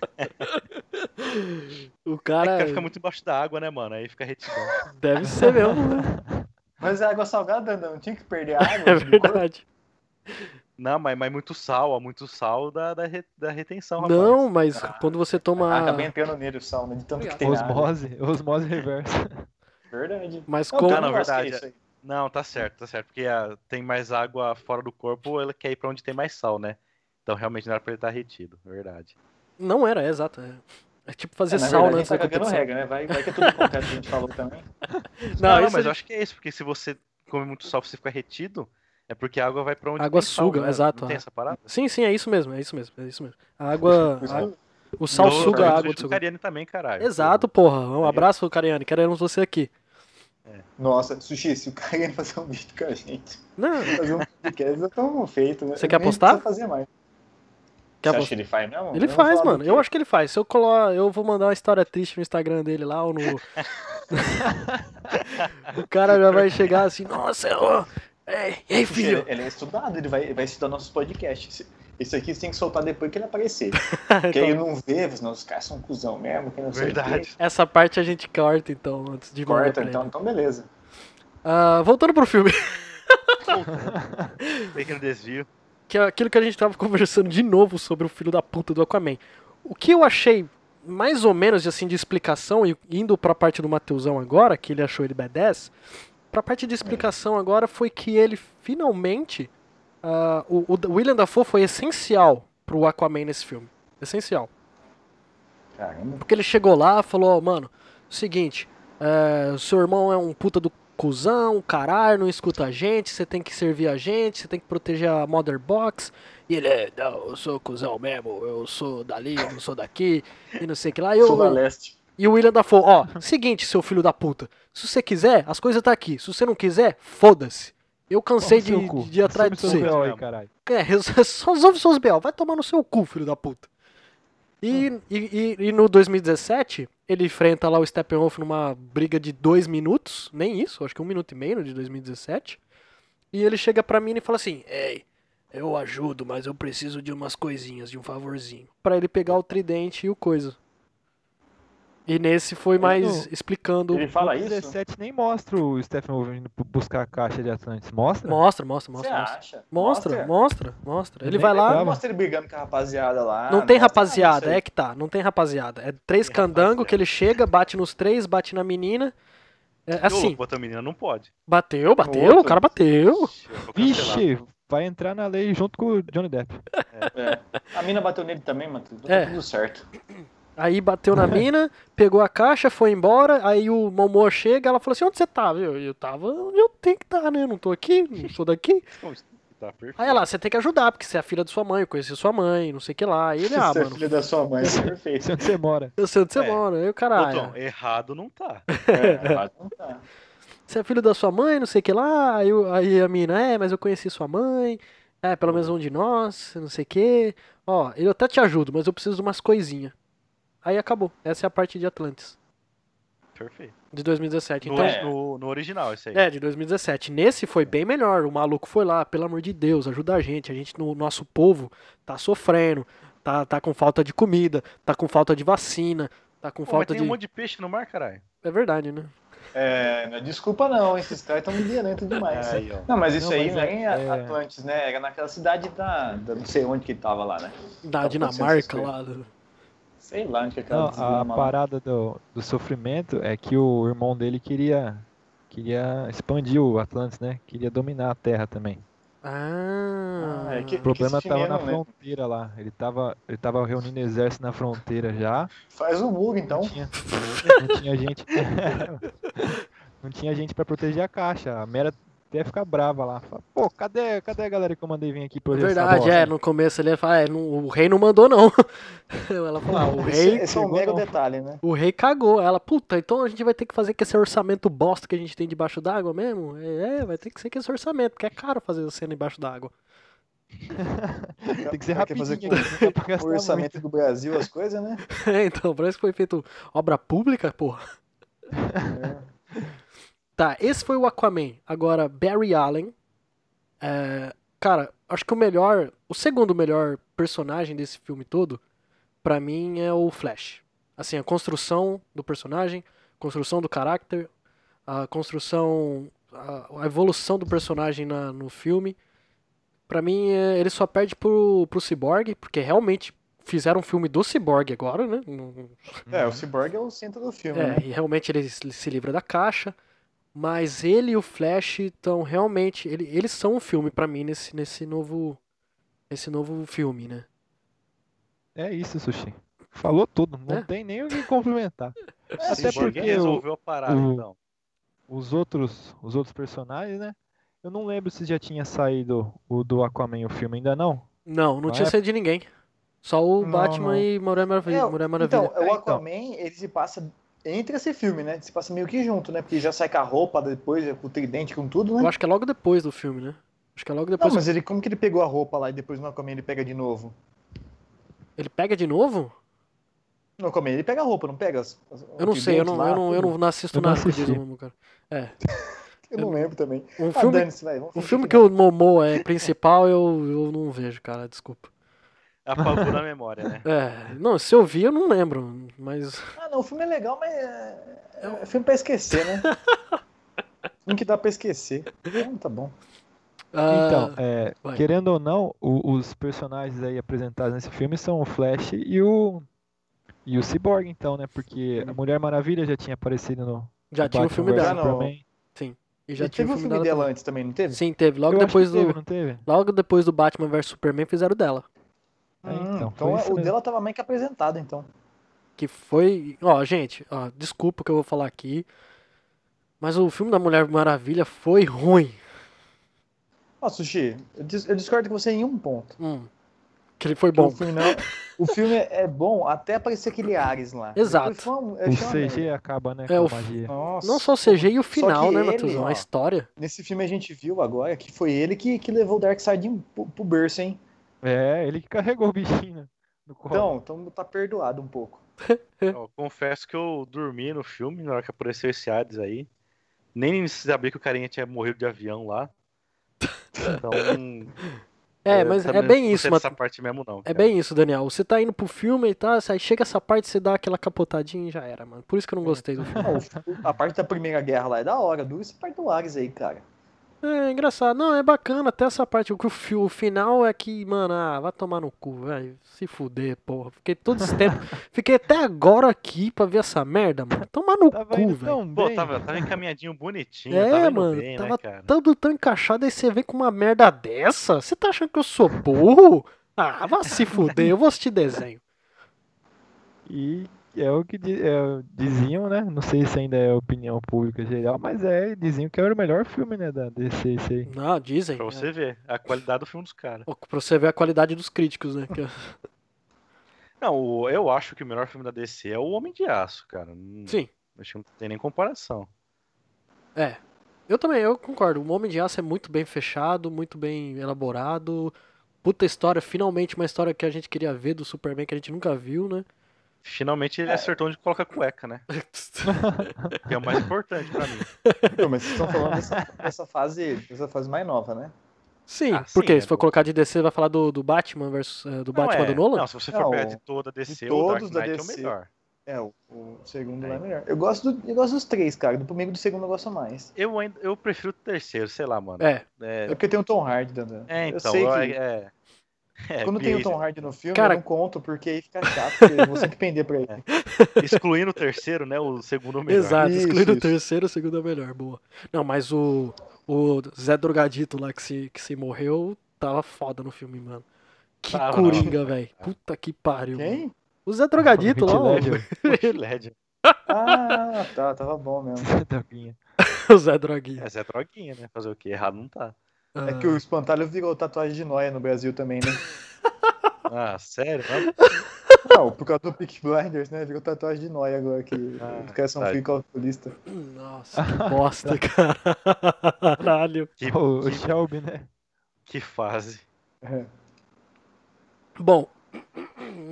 Speaker 1: O
Speaker 3: É que o
Speaker 1: cara
Speaker 2: tá
Speaker 3: cara fica muito embaixo da água, né, mano? Aí fica retirado.
Speaker 1: deve ser mesmo, né? *laughs*
Speaker 2: Mas *laughs* é água salgada, não tinha que perder a água.
Speaker 1: É verdade.
Speaker 3: Não, mas, mas muito sal, ó, muito sal da, da, re- da retenção, rapaz.
Speaker 1: Não, mas quando você toma.
Speaker 2: Ah, acabei entrando nele o sal, né? De tanto que tem nada.
Speaker 4: Osmose, osmose reversa.
Speaker 2: Verdade.
Speaker 1: Mas
Speaker 2: Não,
Speaker 1: com...
Speaker 2: cara,
Speaker 3: na
Speaker 2: eu gosto
Speaker 3: verdade,
Speaker 2: disso aí.
Speaker 3: Não, tá certo, tá certo. Porque ah, tem mais água fora do corpo, ele quer ir pra onde tem mais sal, né? Então realmente não era pra ele estar retido, é verdade.
Speaker 1: Não era, é exato. É, é tipo fazer
Speaker 2: É, na
Speaker 1: sal,
Speaker 2: verdade, a
Speaker 1: né?
Speaker 2: gente tá
Speaker 1: Essa
Speaker 2: cagando
Speaker 1: competição.
Speaker 2: regra, né? Vai, vai
Speaker 1: *laughs*
Speaker 2: que é tudo correto que a gente falou também.
Speaker 1: Não, isso
Speaker 3: mas
Speaker 1: a
Speaker 3: eu acho que é isso, porque se você come muito sal, você fica retido, é porque a água vai pra onde
Speaker 1: Água
Speaker 3: tem sal,
Speaker 1: suga,
Speaker 3: né?
Speaker 1: exato,
Speaker 3: Não tem
Speaker 1: é.
Speaker 3: essa parada?
Speaker 1: Sim, sim, é isso mesmo, é isso mesmo, é isso mesmo. A água.
Speaker 2: Por isso
Speaker 1: a-
Speaker 2: que-
Speaker 1: O sal
Speaker 3: No-
Speaker 1: suga
Speaker 3: no
Speaker 1: a
Speaker 3: vídeo
Speaker 1: água do
Speaker 3: do
Speaker 1: seu corpo.
Speaker 3: Cariani também, caralho.
Speaker 1: Exato, porra. Um abraço, Cariani. Queremos você aqui.
Speaker 2: Nossa, Sushi, se o cara ia fazer um vídeo com a gente,
Speaker 1: Não,
Speaker 2: fazer um podcast é tão feito, né?
Speaker 1: Você quer
Speaker 2: Nem
Speaker 1: apostar?
Speaker 2: precisa fazer mais.
Speaker 1: quer
Speaker 2: Você
Speaker 1: apostar?
Speaker 2: acha que ele faz mesmo?
Speaker 1: Ele
Speaker 2: Eu não
Speaker 1: faz,
Speaker 2: falo
Speaker 1: mano.
Speaker 2: que-
Speaker 1: Eu acho que ele faz. Se eu colar, eu vou mandar uma história triste no Instagram dele lá ou no.
Speaker 2: *laughs*
Speaker 1: o cara já vai chegar assim, nossa, ô, ei, ei,
Speaker 2: Sushi,
Speaker 1: filho.
Speaker 2: Ele, ele é estudado, ele vai, ele vai estudar nossos podcasts. Esse- Esse aqui você tem que soltar depois que ele
Speaker 1: *laughs*
Speaker 2: aparecer. Porque aí
Speaker 1: Então,
Speaker 2: eu não vê, senão os caras são um cuzão mesmo, que não sei o quê.
Speaker 3: Verdade.
Speaker 1: essa parte a gente corta, então, antes de mandar
Speaker 2: Corta,
Speaker 1: pra ele.
Speaker 2: então, então beleza.
Speaker 1: Ah, voltando pro filme,
Speaker 3: Pequeno desvio.
Speaker 1: que é aquilo que a gente tava *laughs* conversando de novo sobre o filho da puta do Aquaman. O que eu achei mais ou menos assim de explicação, e indo pra parte do Mateusão agora, que ele achou ele badass, pra parte de explicação agora foi que ele finalmente. ah, o, o William Dafoe foi essencial pro Aquaman nesse filme. Essencial.
Speaker 2: Caramba.
Speaker 1: Porque ele chegou lá falou, ó, mano, seguinte, é, seu irmão é um puta do cuzão, um caralho, não escuta a gente, você tem que servir a gente, você tem que proteger a Mother Box. E ele é, não, eu sou cuzão mesmo, eu sou dali, eu não sou daqui, e não sei o que lá. E,
Speaker 2: Sul a
Speaker 1: eu,
Speaker 2: leste.
Speaker 1: e o William Dafoe, ó, seguinte, seu filho da puta, se você quiser, as coisas tá aqui, se você não quiser, foda-se. Eu cansei de, de, de ir atrás de você.
Speaker 3: cu.
Speaker 4: Aí, caralho.
Speaker 1: É, resolve- *laughs* só resolve seus B.O. Vai tomar no seu cu, filho da puta. E, e, e, e no 2017, ele enfrenta lá o Steppenwolf numa briga de dois minutos, nem isso, acho que um minuto e meio no de 2017. E ele chega pra mim e fala assim: Ei, eu ajudo, mas eu preciso de umas coisinhas, de um favorzinho. Pra ele pegar o tridente e o coisa. E nesse foi mais
Speaker 4: não-
Speaker 1: explicando.
Speaker 2: Ele fala
Speaker 4: No
Speaker 2: isso?
Speaker 4: 17 nem mostra o Stephen Wolf indo bu- buscar a caixa de Atlantis. Mostra?
Speaker 1: Mostra, mostra,
Speaker 2: Você
Speaker 1: mostra. Mostra,
Speaker 2: acha?
Speaker 1: mostra, mostra. mostra. Ele
Speaker 4: Nem
Speaker 1: vai lá,
Speaker 2: Não Ah, mostra ele brigando com a rapaziada lá.
Speaker 3: Ah,
Speaker 2: né? Ah,
Speaker 1: Não tem
Speaker 2: mostra
Speaker 1: rapaziada,
Speaker 2: nada
Speaker 1: é
Speaker 2: disso
Speaker 1: que tá. Não tem rapaziada. É três
Speaker 3: Tem
Speaker 1: candango
Speaker 3: rapaziada.
Speaker 1: que ele chega, bate nos três, bate na menina. É,
Speaker 3: Ô,
Speaker 1: assim,
Speaker 3: louco, outra menina não pode.
Speaker 1: bateu, bateu,
Speaker 2: outro.
Speaker 1: o cara bateu.
Speaker 3: Eu vou cancelar.
Speaker 4: Vixe, vai entrar na lei junto com o Johnny Depp.
Speaker 2: aí. É. A mina bateu nele também, mano. Tudo, tá
Speaker 1: É.
Speaker 2: tudo certo.
Speaker 1: Aí bateu
Speaker 3: É.
Speaker 1: na mina, pegou a caixa, foi embora. Aí o Momoa chega, ela falou assim: onde você tava? Eu, eu tava onde eu tenho que estar, tá, né? Não tô aqui, não sou
Speaker 3: *laughs*
Speaker 1: daqui.
Speaker 3: Tá perfeito.
Speaker 1: Aí ela, você tem que ajudar, porque você é a filha de sua mãe, eu conheci sua mãe, não sei o que lá.
Speaker 3: *laughs*
Speaker 1: Aí
Speaker 2: *laughs*
Speaker 1: ele, ah,
Speaker 2: Você é
Speaker 1: mano,
Speaker 2: filho da
Speaker 1: *laughs*
Speaker 2: sua mãe, é perfeito.
Speaker 4: Sei onde você
Speaker 2: *laughs*
Speaker 4: mora.
Speaker 1: eu sei onde você
Speaker 3: É.
Speaker 1: mora. Aí o "Ah, caralho.
Speaker 3: Botão, errado não tá.
Speaker 2: É, não tá.
Speaker 1: você é filho da sua mãe, não sei o que lá. Aí, o- aí a mina, é, mas eu conheci sua mãe. É, pelo menos um de nós, não sei o que. Ó, eu até te ajudo, mas eu preciso de umas coisinhas. Aí acabou. Essa é a parte de Atlantis,
Speaker 3: Perfeito.
Speaker 1: de 2017.
Speaker 3: No,
Speaker 1: Então,
Speaker 2: é.
Speaker 3: no- no original, isso aí.
Speaker 1: é, de 2017. Nesse foi bem melhor. O maluco foi lá, pelo amor de Deus, ajuda a gente. A gente, no nosso povo, tá sofrendo, tá, tá com falta de comida, tá com falta de vacina, tá com
Speaker 3: Pô, mas
Speaker 1: falta de.
Speaker 3: tem um monte de peixe no mar, caralho.
Speaker 1: É verdade, né?
Speaker 2: É, não é desculpa não, esses caras estão violentos demais.
Speaker 3: Aí, ó.
Speaker 2: Não, mas isso
Speaker 4: Não,
Speaker 2: aí
Speaker 4: mas
Speaker 2: não é, em
Speaker 4: é-
Speaker 2: Atlantis, né? Era naquela cidade da, da- Não sei onde que ele tava lá, né?
Speaker 1: Da
Speaker 2: Tá
Speaker 1: Dinamarca
Speaker 2: acontecendo
Speaker 1: lá. do-
Speaker 2: Sei lá onde que aquela
Speaker 4: Não, a
Speaker 2: desgrama lá.
Speaker 4: parada do, do sofrimento é que o irmão dele queria, queria expandir o Atlantis, né? Queria dominar a Terra também.
Speaker 1: Ah,
Speaker 2: Ah, é que-
Speaker 4: O problema
Speaker 2: esse filme
Speaker 4: tava
Speaker 2: eu
Speaker 4: na
Speaker 2: não lembro.
Speaker 4: fronteira lá. Ele tava, ele tava reunindo exército na fronteira já.
Speaker 2: Faz o muro, então.
Speaker 4: Não tinha, não tinha gente. *laughs* não tinha gente pra proteger a caixa. A Mera até ficar brava lá. Fala, Pô, cadê, cadê a galera que eu mandei vir aqui pra olhar essa
Speaker 1: Verdade,
Speaker 4: bosta?"
Speaker 1: é. No começo ele ia falar, "Ah, é, não- o rei não mandou, não. *laughs* Ela falou, ah, o
Speaker 2: Esse,
Speaker 1: rei.
Speaker 2: esse é um
Speaker 4: chegou,
Speaker 2: mega
Speaker 4: não.
Speaker 2: detalhe,
Speaker 1: *laughs*
Speaker 2: né?
Speaker 1: O rei cagou. Ela, puta, então a gente vai ter que fazer com esse orçamento bosta que a gente tem debaixo d'água mesmo? É, é, vai ter que ser com esse orçamento, porque é caro fazer a cena embaixo d'água.
Speaker 4: Tem que ser
Speaker 2: Vai ter
Speaker 4: rapidinho.
Speaker 2: é fazer
Speaker 4: aqui, não dá
Speaker 2: *laughs*
Speaker 4: pra
Speaker 2: com
Speaker 4: gastar
Speaker 2: o
Speaker 4: muito.
Speaker 2: orçamento do Brasil as coisas, né?
Speaker 1: É, *laughs* então, parece que foi feito obra pública, porra. Tá, esse foi o Aquaman. Agora, Barry Allen. É, cara, acho que o melhor, o segundo melhor personagem desse filme todo, pra mim, é o Flash. Assim, a construção do personagem, construção do caráter, a construção, a, a evolução do personagem na- no filme. Pra Pra mim, é, ele só perde pro, pro Cyborg, porque realmente fizeram um filme do Cyborg agora, né? Não-
Speaker 2: É, o Cyborg é o centro do filme, né?
Speaker 1: É, e realmente ele se se livra da caixa. Mas ele e o Flash estão realmente. ele- eles são um filme pra mim nesse, nesse novo. Nesse novo filme, né?
Speaker 4: É isso, Sushi. Falou tudo, não
Speaker 1: É.
Speaker 4: tem nem o que complementar.
Speaker 2: É,
Speaker 4: até
Speaker 3: Cyborg
Speaker 4: porque
Speaker 3: resolveu a parada,
Speaker 4: o-
Speaker 3: então.
Speaker 4: Os outros, os outros personagens, né? Eu não lembro se já tinha saído o do Aquaman o filme ainda não.
Speaker 1: Não, não
Speaker 4: Não
Speaker 1: tinha
Speaker 4: é?
Speaker 1: saído de ninguém. Só o
Speaker 2: Não,
Speaker 1: Batman
Speaker 2: não.
Speaker 1: e Mulher Maravilha.
Speaker 2: É,
Speaker 1: Mulher
Speaker 2: Então,
Speaker 1: Maravilha.
Speaker 2: o
Speaker 4: então.
Speaker 2: Aquaman, ele se passa entre esse filme, né? Ele se passa meio que junto, né? Porque já sai com a roupa depois, é com o tridente, com tudo,
Speaker 1: Eu
Speaker 2: né?
Speaker 1: acho que é logo depois do filme, né? Acho que é logo
Speaker 2: Não,
Speaker 1: depois.
Speaker 2: mas ele, como que ele pegou a roupa lá e depois no Aquaman ele pega de novo?
Speaker 1: Ele pega de novo?
Speaker 2: No Aquaman ele pega a roupa, não pega? as- as-
Speaker 1: Eu não
Speaker 2: os
Speaker 1: sei, eu
Speaker 2: tridentes
Speaker 1: não,
Speaker 2: lá,
Speaker 1: eu não, eu
Speaker 2: tudo?
Speaker 1: não assisto
Speaker 4: Eu não
Speaker 1: nada que diz
Speaker 4: assisti.
Speaker 1: o Momo, cara.
Speaker 2: Eu não lembro também.
Speaker 1: Um
Speaker 2: Ah,
Speaker 1: filme,
Speaker 2: dane-se, vai, vamos
Speaker 1: um
Speaker 2: fingir
Speaker 1: filme que
Speaker 2: não.
Speaker 1: o Momoa é principal, eu, eu não vejo, cara, desculpa.
Speaker 3: Apagou na memória, né?
Speaker 1: É, não, se eu vi, eu não lembro, mas.
Speaker 2: Ah, não, o filme é legal, mas é, é filme pra
Speaker 1: *laughs*
Speaker 2: esquecer, né? filme que dá pra esquecer. Então, tá bom.
Speaker 1: ah,
Speaker 4: Então, é,
Speaker 1: vai.
Speaker 4: querendo ou não, o- os personagens aí apresentados nesse filme são o Flash e o e o Cyborg, então, né? Porque a Mulher Maravilha já tinha aparecido no
Speaker 1: já tinha o
Speaker 4: Batman
Speaker 1: filme
Speaker 4: vs
Speaker 1: dela.
Speaker 2: Já não.
Speaker 4: Superman.
Speaker 1: E já
Speaker 2: e
Speaker 1: tinha
Speaker 2: teve o filme dela né? antes também, não teve?
Speaker 1: Sim, teve. Logo
Speaker 4: Eu acho que
Speaker 1: depois do.
Speaker 2: né?
Speaker 4: teve, não teve?
Speaker 1: Logo depois do Batman vs Superman fizeram dela.
Speaker 4: É,
Speaker 2: Hum,
Speaker 4: então,
Speaker 2: então
Speaker 4: foi
Speaker 2: é-
Speaker 4: isso
Speaker 2: o
Speaker 4: mesmo.
Speaker 2: dela tava meio que apresentado, então.
Speaker 1: Que foi. Ó, gente, ó, desculpa o que eu vou falar aqui. Mas o filme da Mulher Maravilha foi ruim.
Speaker 2: Ó, Sushi, eu, dis- eu discordo com você em um ponto.
Speaker 1: Hum, que ele foi
Speaker 2: Porque
Speaker 1: bom.
Speaker 2: O filme, não- o filme é é bom até aparecer aquele Ares lá.
Speaker 1: Exato.
Speaker 2: Depois foi um- eu
Speaker 4: O
Speaker 2: achei uma merda.
Speaker 4: CG acaba, né,
Speaker 1: É,
Speaker 4: com
Speaker 1: o-
Speaker 4: a magia.
Speaker 2: Nossa.
Speaker 1: Não só o CG e o final,
Speaker 2: que
Speaker 1: né,
Speaker 2: ele,
Speaker 1: Matheusão?
Speaker 2: ó.
Speaker 1: A história.
Speaker 2: Nesse filme a gente viu agora que foi ele que, que levou o Darkseid em- pro, pro berço, hein?
Speaker 4: É, ele que carregou o bichinho né, no colo.
Speaker 2: Então, então tá perdoado um pouco.
Speaker 3: Ó, confesso que eu dormi no filme na hora que apareceu esse Hades aí. Nem sabia que o carinha tinha morrido de avião lá.
Speaker 2: *laughs*
Speaker 3: Então.
Speaker 1: É,
Speaker 3: eu
Speaker 1: mas é
Speaker 3: também
Speaker 1: bem
Speaker 3: não
Speaker 1: isso,
Speaker 3: sei
Speaker 1: Mat...
Speaker 3: dessa parte mesmo, não.
Speaker 1: É
Speaker 3: cara.
Speaker 1: bem isso, Daniel. Você tá indo pro filme e tá, aí chega essa parte, você dá aquela capotadinha e já era, mano. Por isso
Speaker 4: É.
Speaker 1: que eu não gostei do filme.
Speaker 2: Não, o- a parte da Primeira Guerra lá é da hora, dura essa parte do Ares aí, cara.
Speaker 1: É, engraçado. Não, é bacana até essa parte. O, que o fi- o final é que, mano, ah, vai tomar no cu, vai se fuder, porra. Fiquei todo esse
Speaker 4: *laughs*
Speaker 1: tempo. Fiquei até agora aqui pra ver essa merda, mano. Tomar no
Speaker 4: Tava
Speaker 1: cu,
Speaker 4: indo
Speaker 1: velho.
Speaker 4: tão
Speaker 3: Pô,
Speaker 4: bem.
Speaker 3: tava, tava encaminhadinho bonitinho.
Speaker 1: É,
Speaker 3: tava indo
Speaker 1: mano,
Speaker 3: bem,
Speaker 1: tava
Speaker 3: né, cara?
Speaker 1: Tanto tão encaixado, aí você vem com uma merda dessa? Você tá achando que eu sou burro? Ah, vai se fuder, eu vou assistir
Speaker 3: *laughs*
Speaker 1: desenho.
Speaker 4: E é o que di- é, diziam, né? Não sei se ainda é opinião pública geral, mas é, diziam que era o melhor filme, né, da DC esse aí.
Speaker 1: Não, dizem.
Speaker 3: Pra
Speaker 1: né?
Speaker 3: você ver a qualidade do filme dos caras.
Speaker 1: Ó, Pra você ver a qualidade dos críticos, né? Que-
Speaker 3: Hum. Não, o- eu acho que o melhor filme da DC é O Homem de Aço, cara. Hum,
Speaker 1: Sim.
Speaker 3: Acho que não tem nem comparação.
Speaker 1: Eu também, eu concordo. O Homem de Aço é muito bem fechado, muito bem elaborado. Puta história, finalmente uma história que a gente queria ver do Superman que a gente nunca viu, né? *laughs*
Speaker 3: Finalmente
Speaker 1: É.
Speaker 3: ele acertou onde coloca a cueca, né? Que é o mais importante pra mim.
Speaker 2: Não, Então, mas vocês estão falando dessa, dessa fase, dessa fase mais nova, né?
Speaker 1: Sim,
Speaker 3: Ah, sim,
Speaker 1: porque
Speaker 3: é
Speaker 1: se for
Speaker 3: do-
Speaker 1: colocar de DC, vai falar do, do Batman versus eh, do
Speaker 3: Não,
Speaker 1: Batman
Speaker 3: é-
Speaker 1: do Nolan?
Speaker 3: Não, se você for
Speaker 2: Não,
Speaker 3: pegar de toda a DC, o Dark
Speaker 2: todos da
Speaker 3: Knight é o
Speaker 2: DC.
Speaker 3: melhor.
Speaker 2: É, o, o segundo lá é melhor. Eu gosto, do- eu gosto dos três, cara. Do primeiro e do segundo eu gosto mais.
Speaker 3: Eu, ainda, eu prefiro o terceiro, sei lá, mano.
Speaker 1: É,
Speaker 2: É
Speaker 3: É,
Speaker 2: porque tem o Tom Hardy, Dandan.
Speaker 3: é,
Speaker 2: eu
Speaker 3: então.
Speaker 2: sei
Speaker 3: eu-
Speaker 2: que
Speaker 3: é, é,
Speaker 2: quando
Speaker 3: porque
Speaker 2: tem o Tom Hardy no filme,
Speaker 1: Cara-
Speaker 2: eu não conto, porque aí fica
Speaker 1: *laughs*
Speaker 2: chato, porque eu vou sempre pender pra ele.
Speaker 3: É. Excluindo o terceiro, né? O segundo é o melhor. *laughs*
Speaker 1: exato,
Speaker 2: Isso,
Speaker 1: excluindo o
Speaker 2: isso.
Speaker 1: terceiro, o segundo é o melhor, boa. Não, mas o, o Zé Drogadito lá que se, que se morreu tava foda no filme, mano. Que
Speaker 3: Tava, É.
Speaker 1: coringa, velho. Puta que pariu. mano.
Speaker 2: Quem?
Speaker 1: O Zé Drogadito lá, ó.
Speaker 4: Heath Ledger, *laughs*
Speaker 3: Heath Ledger.
Speaker 2: Ah, tá, tava bom mesmo.
Speaker 4: tapinha.
Speaker 1: o *laughs* Zé Droguinha.
Speaker 3: Essa é droguinha, né? Fazer o quê? Errado não tá.
Speaker 1: Ah,
Speaker 2: É que o espantalho virou tatuagem de noia no Brasil também,
Speaker 1: *laughs*
Speaker 2: né?
Speaker 3: Ah, sério? Mano?
Speaker 2: Não, por causa do Peak Blinders, né? Virou tatuagem de noia agora que
Speaker 3: Ah,
Speaker 2: os caras são
Speaker 3: tá.
Speaker 2: fico alcoolista.
Speaker 1: Nossa, que bosta, *laughs* cara. Caralho.
Speaker 2: *laughs*
Speaker 3: Que,
Speaker 4: O, o
Speaker 3: que,
Speaker 4: Shelby, né?
Speaker 3: que fase.
Speaker 2: É.
Speaker 1: Bom,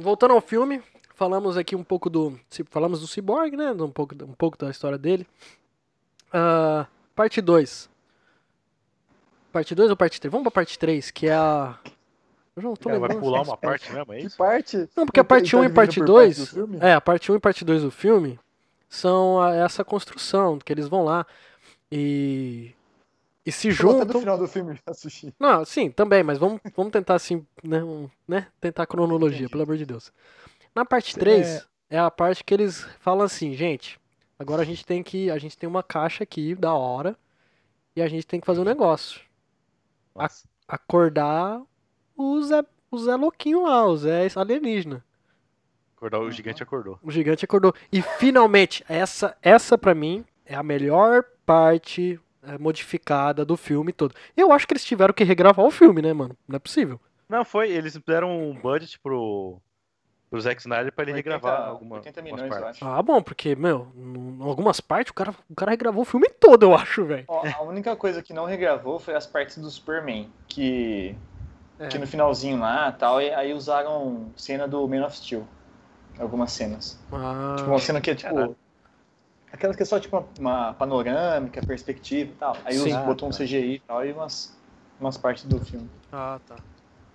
Speaker 1: voltando ao filme, falamos aqui um pouco do. Falamos do Cyborg, né? Um pouco, um pouco da história dele. Ah, parte 2. Parte 2 ou parte 3? Vamos pra parte 3, que é a. Eu já não tô
Speaker 3: Cara, vai
Speaker 1: lembrando.
Speaker 3: pular uma parte mesmo, é
Speaker 2: Que
Speaker 3: isso?
Speaker 2: parte? tá
Speaker 1: Não, porque a parte 1 um e
Speaker 2: dividido
Speaker 1: parte
Speaker 2: Então, por
Speaker 1: 2.
Speaker 2: partes do filme?
Speaker 1: É, a parte 1 e parte 2 do filme são a- essa construção, que eles vão lá e E se
Speaker 2: Chegou até do
Speaker 1: juntam.
Speaker 2: tá final do filme já assisti.
Speaker 1: Não, sim, também, mas vamos, vamos tentar assim, né, um- né, Tentar a cronologia,
Speaker 2: Entendi.
Speaker 1: pelo amor de Deus. Na parte 3 é... a parte que eles falam assim, gente, agora a gente tem que, a gente tem uma caixa aqui da hora e a gente tem que fazer um negócio,
Speaker 3: Nossa.
Speaker 1: acordar o Zé, o Zé louquinho lá, o Zé alienígena.
Speaker 3: Acordar, o gigante acordou.
Speaker 1: O gigante acordou. E finalmente, essa essa para mim é a melhor parte eh, modificada do filme todo. Eu acho que eles tiveram que regravar o filme, né, mano? Não é possível.
Speaker 3: Não, foi. Eles deram um budget pro, pro Zack Snyder pra ele
Speaker 2: 80
Speaker 3: regravar alguma,
Speaker 2: 80
Speaker 3: algumas
Speaker 2: milhões, eu
Speaker 3: partes.
Speaker 2: acho.
Speaker 1: Ah, bom, porque, meu, em algumas partes o cara, o cara regravou o filme todo, eu acho, velho.
Speaker 2: Ó, a única coisa que não regravou foi as partes do Superman, que,
Speaker 1: É.
Speaker 2: que no finalzinho lá tal, e aí usaram cena do Man of Steel. Algumas cenas.
Speaker 1: Ah,
Speaker 2: Tipo, uma cena que é tipo.
Speaker 3: Caralho.
Speaker 2: Aquela que é só tipo uma, uma panorâmica, perspectiva e tal. Aí
Speaker 1: Sim.
Speaker 2: eles
Speaker 3: Ah,
Speaker 2: botam um
Speaker 3: tá.
Speaker 2: CGI e tal e umas, umas partes do filme.
Speaker 1: ah, tá.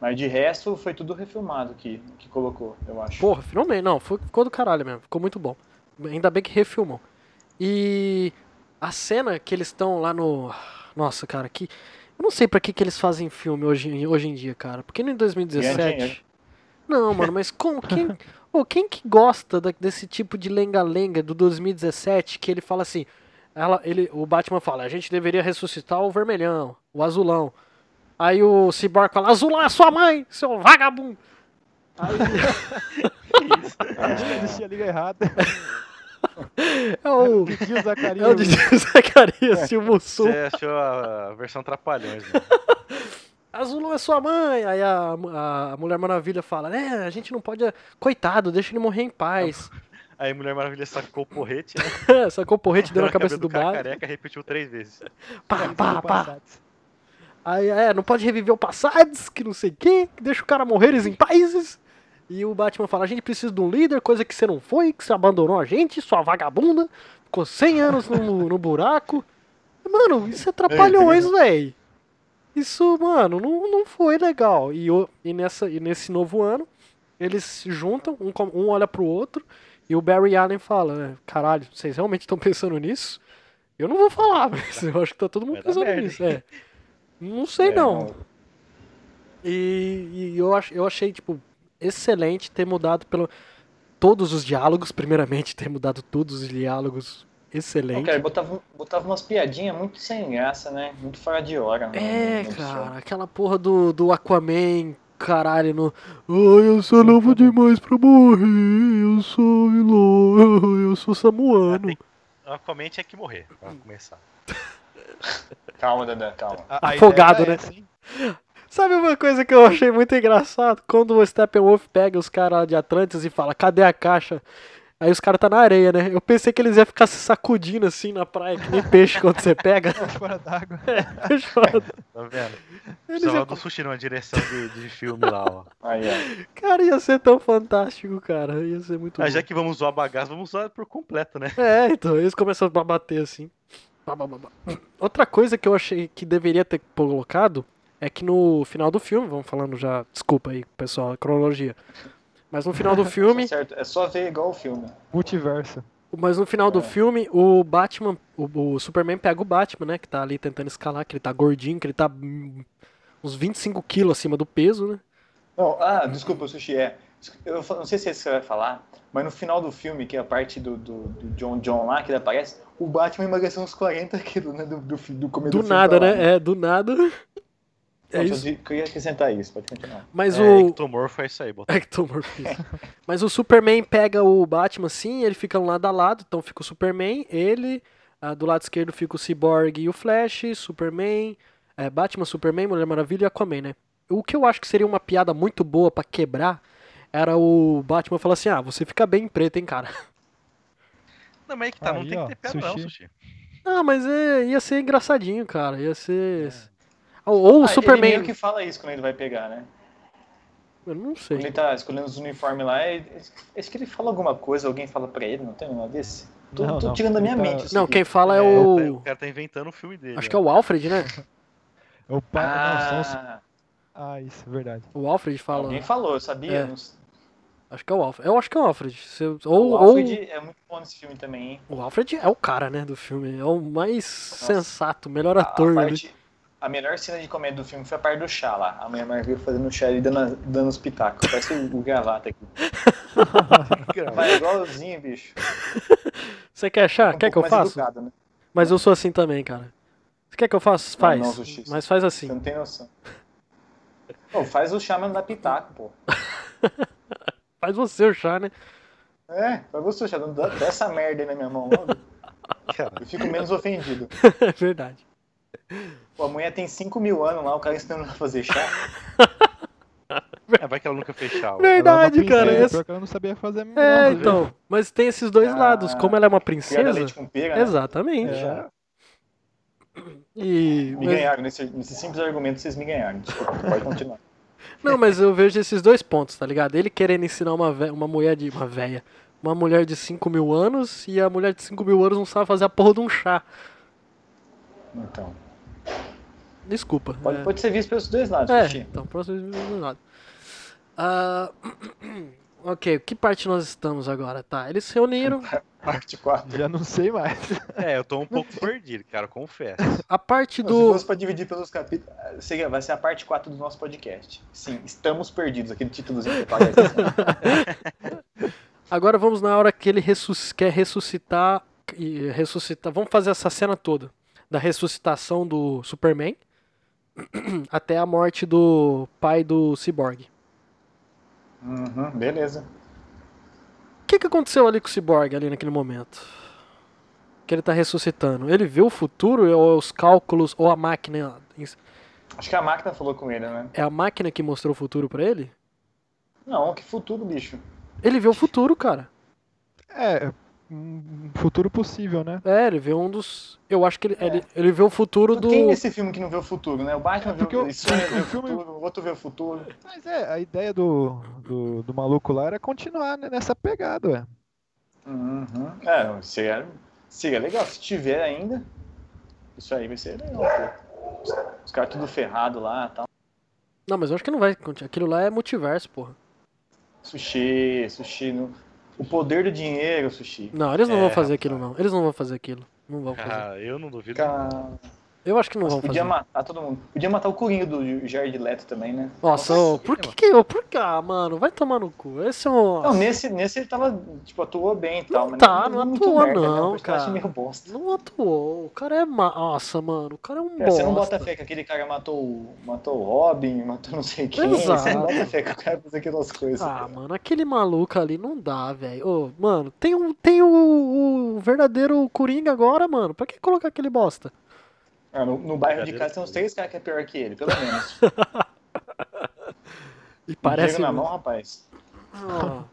Speaker 2: Mas de resto foi tudo refilmado que, que colocou, eu acho.
Speaker 1: Porra, finalmente, não, foi- ficou do caralho mesmo, ficou muito bom. Ainda bem que refilmou. E a cena que eles estão lá no. Nossa, cara, que. Eu não sei pra que, que eles fazem filme hoje, em- hoje em dia, cara. Porque em
Speaker 2: Ganhar dinheiro.
Speaker 1: 2017. Não, mano, mas como. Quem, ô, quem que gosta da- desse tipo de lenga-lenga do 2017 que ele fala assim. Ela, ele, o Batman fala: a gente deveria ressuscitar o vermelhão, o azulão. Aí o Cyborg fala: azular a sua mãe, seu vagabundo.
Speaker 4: Acho que existia a liga errada.
Speaker 1: É o.
Speaker 4: Didi o Zacarias.
Speaker 1: É o DJ *laughs* Zacarias, Silvio Sul.
Speaker 3: Você achou a versão Trapalhões, né?
Speaker 1: Azulão é sua mãe. Aí a, a Mulher Maravilha fala, né, a gente não pode... Coitado, deixa ele morrer em paz.
Speaker 3: Aí Mulher Maravilha sacou o porrete,
Speaker 1: *laughs*
Speaker 3: né?
Speaker 1: Sacou o porrete, deu na cabeça do
Speaker 3: cara
Speaker 1: bar.
Speaker 3: careca repetiu três vezes.
Speaker 1: Pá, pá, pá. Aí, é, não pode reviver o passado, que não sei o quê. que Deixa o cara morrer eles em paz. E o Batman fala, a gente precisa de um líder, coisa que você não foi, que você abandonou a gente, sua vagabunda. Ficou 100 anos no, no buraco. Mano, isso é trapalhões, velho. Isso, mano, não, não foi legal. E, o- e, nessa, e nesse novo ano, eles se juntam, um, com- um olha pro outro, e o Barry Allen fala, né, caralho, vocês realmente estão pensando nisso? Eu não vou falar, *laughs* mas eu acho que tá todo mundo
Speaker 3: Vai dar
Speaker 1: pensando
Speaker 3: merda,
Speaker 1: nisso. É. Não sei
Speaker 2: É,
Speaker 1: não. E, e eu, ach- eu achei, tipo, excelente ter mudado pelo. Todos os diálogos, primeiramente, ter mudado todos os diálogos.
Speaker 2: Não,
Speaker 1: Excelente.
Speaker 2: cara, botava, botava umas piadinhas muito sem graça, né? Muito fora de hora. né,
Speaker 1: É,
Speaker 2: no- no filme.
Speaker 1: cara, aquela porra do, do Aquaman, caralho, no. Ai, eu sou novo demais pra morrer, eu sou Ilô, *laughs* eu sou samuano.
Speaker 3: Aquaman tinha é que morrer pra começar.
Speaker 2: Calma, Dandan, calma.
Speaker 4: A- a
Speaker 1: Afogado,
Speaker 4: ideia é
Speaker 1: né?
Speaker 4: essa, hein?
Speaker 1: Sabe uma coisa que eu achei muito engraçado? Quando o Steppenwolf pega os caras de Atlantis e fala, cadê a caixa? Aí os caras tá na areia, né? Eu pensei que eles iam ficar se sacudindo assim na praia, que nem peixe quando você pega. *laughs*
Speaker 4: É Fora d'água.
Speaker 1: Peixe fora do-
Speaker 3: Tá vendo?
Speaker 1: Eles
Speaker 3: Precisava
Speaker 1: iam...
Speaker 3: do sushi numa direção de, de filme
Speaker 1: *laughs*
Speaker 3: lá, ó.
Speaker 2: Aí, ó.
Speaker 1: Cara, ia ser tão fantástico, cara. Ia ser muito
Speaker 3: Ah,
Speaker 1: bom.
Speaker 3: já que vamos usar bagaço, vamos usar por completo, né?
Speaker 1: É, então, eles começam a bater assim. Ba, ba, ba, ba. Outra coisa que eu achei que deveria ter colocado é que no final do filme, vamos falando já, desculpa aí, pessoal, a cronologia. Mas no
Speaker 3: *laughs*
Speaker 1: final do filme,
Speaker 2: Tá certo. É só ver igual o filme.
Speaker 4: Multiverso.
Speaker 1: Mas no final do
Speaker 2: É.
Speaker 1: filme, o Batman, o, o Superman pega o Batman, né? Que tá ali tentando escalar, que ele tá gordinho, que ele tá hum, uns 25 quilos acima do peso, né?
Speaker 2: Não, ah, desculpa, Sushi, é. Eu fa- não sei se é isso que você vai falar, mas no final do filme, que é a parte do, do, do John John lá, que ele aparece, o Batman emagreceu uns 40 quilos, né? Do, do, fi- do começo
Speaker 1: Do
Speaker 2: filme
Speaker 1: nada,
Speaker 2: pra lá.
Speaker 1: né? É, do nada. *laughs* É
Speaker 2: Então,
Speaker 1: isso.
Speaker 2: Eu queria acrescentar isso, pode continuar.
Speaker 1: Mas
Speaker 3: é,
Speaker 1: o.
Speaker 3: Ectomorfo é isso
Speaker 1: *laughs*
Speaker 3: aí, bota.
Speaker 1: Ectomorfismo. Mas o Superman pega o Batman assim, ele fica um lado a lado, então fica o Superman, ele, ah, do lado esquerdo fica o Cyborg e o Flash, Superman, é, Batman, Superman, Mulher Maravilha e Aquaman, né? O que eu acho que seria uma piada muito boa pra quebrar era o Batman falar assim: "Ah, você fica bem em preto, hein, cara". *laughs*
Speaker 3: Não, mas aí que tá, não
Speaker 4: Aí,
Speaker 3: tem
Speaker 4: ó,
Speaker 3: que ter pedra não,
Speaker 4: sushi.
Speaker 3: sushi.
Speaker 1: Ah, mas é- ia ser engraçadinho, cara, ia ser Ou, ou o
Speaker 2: É. Ah, Ele
Speaker 1: Superman,
Speaker 2: meio que fala isso quando ele vai pegar, né?
Speaker 1: eu não
Speaker 2: Quando
Speaker 1: sei.
Speaker 2: ele tá escolhendo os uniformes lá, ele- acho que ele fala alguma coisa, alguém fala pra ele, não tem nada desse? Tô,
Speaker 4: Não,
Speaker 2: tô
Speaker 4: não.
Speaker 2: tirando da minha
Speaker 4: Ele tá-
Speaker 2: mente. isso
Speaker 1: Não,
Speaker 2: aqui.
Speaker 1: quem fala é
Speaker 3: É,
Speaker 1: o
Speaker 3: O cara tá inventando o filme dele.
Speaker 1: Acho que é o Alfred, né?
Speaker 4: O pai.
Speaker 2: Ah,
Speaker 4: Não, são os... um Ah, isso, é verdade.
Speaker 1: O Alfred fala.
Speaker 2: alguém falou, eu sabia.
Speaker 1: É.
Speaker 2: não s-
Speaker 1: Acho que é o Alfred. Eu acho que é o Alfred. Se- Ou,
Speaker 2: O
Speaker 1: ou-
Speaker 2: Alfred é muito bom nesse filme também, hein?
Speaker 1: o Alfred é o cara, né, do filme. É o mais sensato, melhor
Speaker 2: A-
Speaker 1: ator.
Speaker 2: a,
Speaker 1: né?
Speaker 2: parte- a melhor cena de comédia do filme foi a parte do chá lá. A Mulher Maravilha fazendo chá e dando, dando os pitacos. Parece o, o gravata aqui.
Speaker 3: *laughs*
Speaker 2: Mas é igualzinho, bicho.
Speaker 1: Você quer achar?
Speaker 2: Um
Speaker 1: Ah, quer que eu
Speaker 2: pouco mais
Speaker 1: faça?
Speaker 2: educado, né?
Speaker 1: Mas eu sou assim também, cara. Você quer que eu faça? Faz.
Speaker 2: não, justiça.
Speaker 1: mas faz assim.
Speaker 2: Você não tem noção. Pô, faz o chá, mas não dá pitaco, pô.
Speaker 1: Faz você o chá, né? *laughs*
Speaker 2: É, faz você o chá. Não dá, dá essa merda aí na minha mão logo. Eu fico menos ofendido.
Speaker 1: É verdade.
Speaker 2: Pô, a mulher tem 5 mil anos lá, o cara ensinando ela a fazer chá.
Speaker 3: É, vai que ela nunca fechava.
Speaker 1: Verdade,
Speaker 4: ela é uma
Speaker 1: cara.
Speaker 4: princesa,
Speaker 1: esse-
Speaker 4: pior que ela não sabia fazer mesmo,
Speaker 1: É,
Speaker 4: não,
Speaker 1: então. Mas tem esses dois
Speaker 2: né? Ah,
Speaker 1: lados. Como ela é uma
Speaker 2: Criada
Speaker 1: princesa.
Speaker 2: leite com pera, né?
Speaker 1: Exatamente.
Speaker 4: É.
Speaker 1: E.
Speaker 2: Me
Speaker 1: mas-
Speaker 2: ganharam. Nesse, nesse simples argumento, vocês me ganharam. Desculpa, pode continuar.
Speaker 1: Não, mas eu vejo esses dois pontos, tá ligado? Ele querendo ensinar uma, ve- uma mulher de. Uma véia. Uma mulher de 5 mil anos e a mulher de 5 mil anos não sabe fazer a porra de um chá.
Speaker 2: Então,
Speaker 1: Desculpa.
Speaker 2: pode,
Speaker 1: é.
Speaker 2: pode ser visto pelos dois lados,
Speaker 1: É,
Speaker 2: Titi.
Speaker 1: então, próximo vídeo do lado. Ah, *clears throat* ok, que parte nós estamos agora? Tá, eles se reuniram.
Speaker 2: Parte 4.
Speaker 4: Já não sei mais.
Speaker 3: É, eu tô um pouco perdido, cara, confesso.
Speaker 1: A parte
Speaker 2: Se
Speaker 1: do.
Speaker 2: fosse pra dividir pelos capítulos, eh, seria- vai ser a parte 4 do nosso podcast. Sim, estamos perdidos. Aquele títulozinho que paga
Speaker 4: *laughs*
Speaker 1: Agora vamos na hora que ele ressus- quer ressuscitar. E ressuscitar. Vamos fazer essa cena toda. Da ressuscitação do Superman *clears throat* até a morte do pai do Cyborg.
Speaker 2: Uhum, beleza.
Speaker 1: O que, que aconteceu ali com o Cyborg ali naquele momento? Que ele tá ressuscitando. Ele viu o futuro ou é os cálculos ou a máquina em-
Speaker 2: Acho que a máquina falou com ele, né?
Speaker 1: É a máquina que mostrou o futuro pra ele?
Speaker 2: Não, que futuro, bicho.
Speaker 1: Ele vê o futuro, cara.
Speaker 4: É, um futuro possível, né?
Speaker 1: É, ele vê um dos. Eu acho que ele,
Speaker 2: É.
Speaker 1: ele, ele vê o futuro do.
Speaker 2: Quem nesse filme que não vê o futuro, né? O Batman vê,
Speaker 4: porque o-
Speaker 2: o, Superman vê o
Speaker 4: o filme-
Speaker 2: futuro, o outro vê o futuro.
Speaker 4: Mas é, a ideia do, do, do maluco lá era continuar né, nessa pegada, ué.
Speaker 2: Uhum. É, seria, seria legal. Se tiver ainda, isso aí vai ser legal, pô. Os- Os caras tudo ferrado lá tal.
Speaker 1: Não, mas eu acho que não vai. conti- Aquilo lá é multiverso, porra.
Speaker 2: Sushi, sushi. no- O poder do dinheiro, sushi.
Speaker 4: Uhum.
Speaker 1: Não, eles não
Speaker 3: É,
Speaker 1: vão fazer aquilo, não. Eles não vão fazer aquilo. Não vão fazer.
Speaker 3: Ah, eu não duvido.
Speaker 2: Cara,
Speaker 1: Eu acho que não vão
Speaker 2: podia
Speaker 1: fazer.
Speaker 2: matar todo mundo. Podia matar o Corinho do Jared Leto também, né?
Speaker 1: Nossa, ô, por que que. ô, Por que. Ah, mano, vai tomar no cu. Esse é um.
Speaker 2: Não, nesse, nesse ele tava, tipo, atuou bem e tal. mas
Speaker 1: tá, não
Speaker 2: muito
Speaker 1: atua
Speaker 2: merda, né?
Speaker 1: não,
Speaker 2: Um personagem
Speaker 1: cara.
Speaker 2: meio bosta.
Speaker 1: Não atuou. O cara é. Ma... Nossa, mano, o cara é um
Speaker 2: Cara, você não
Speaker 1: bosta.
Speaker 2: bota fé que aquele cara matou, o- matou o Robin, matou não sei quem.
Speaker 1: Exato.
Speaker 2: Você não bota fé que o cara fez aquelas coisas.
Speaker 1: Ah, mano, aquele maluco ali não dá, velho. Ô, mano, tem, um, tem o, o verdadeiro Coringa agora, mano. Pra que colocar aquele bosta?
Speaker 2: Ah, no, no bairro de casa tem uns três caras que é pior que ele, pelo
Speaker 1: *laughs*
Speaker 2: menos. Com
Speaker 1: E parece. um-
Speaker 2: dinheiro na mão, rapaz.
Speaker 1: Ah,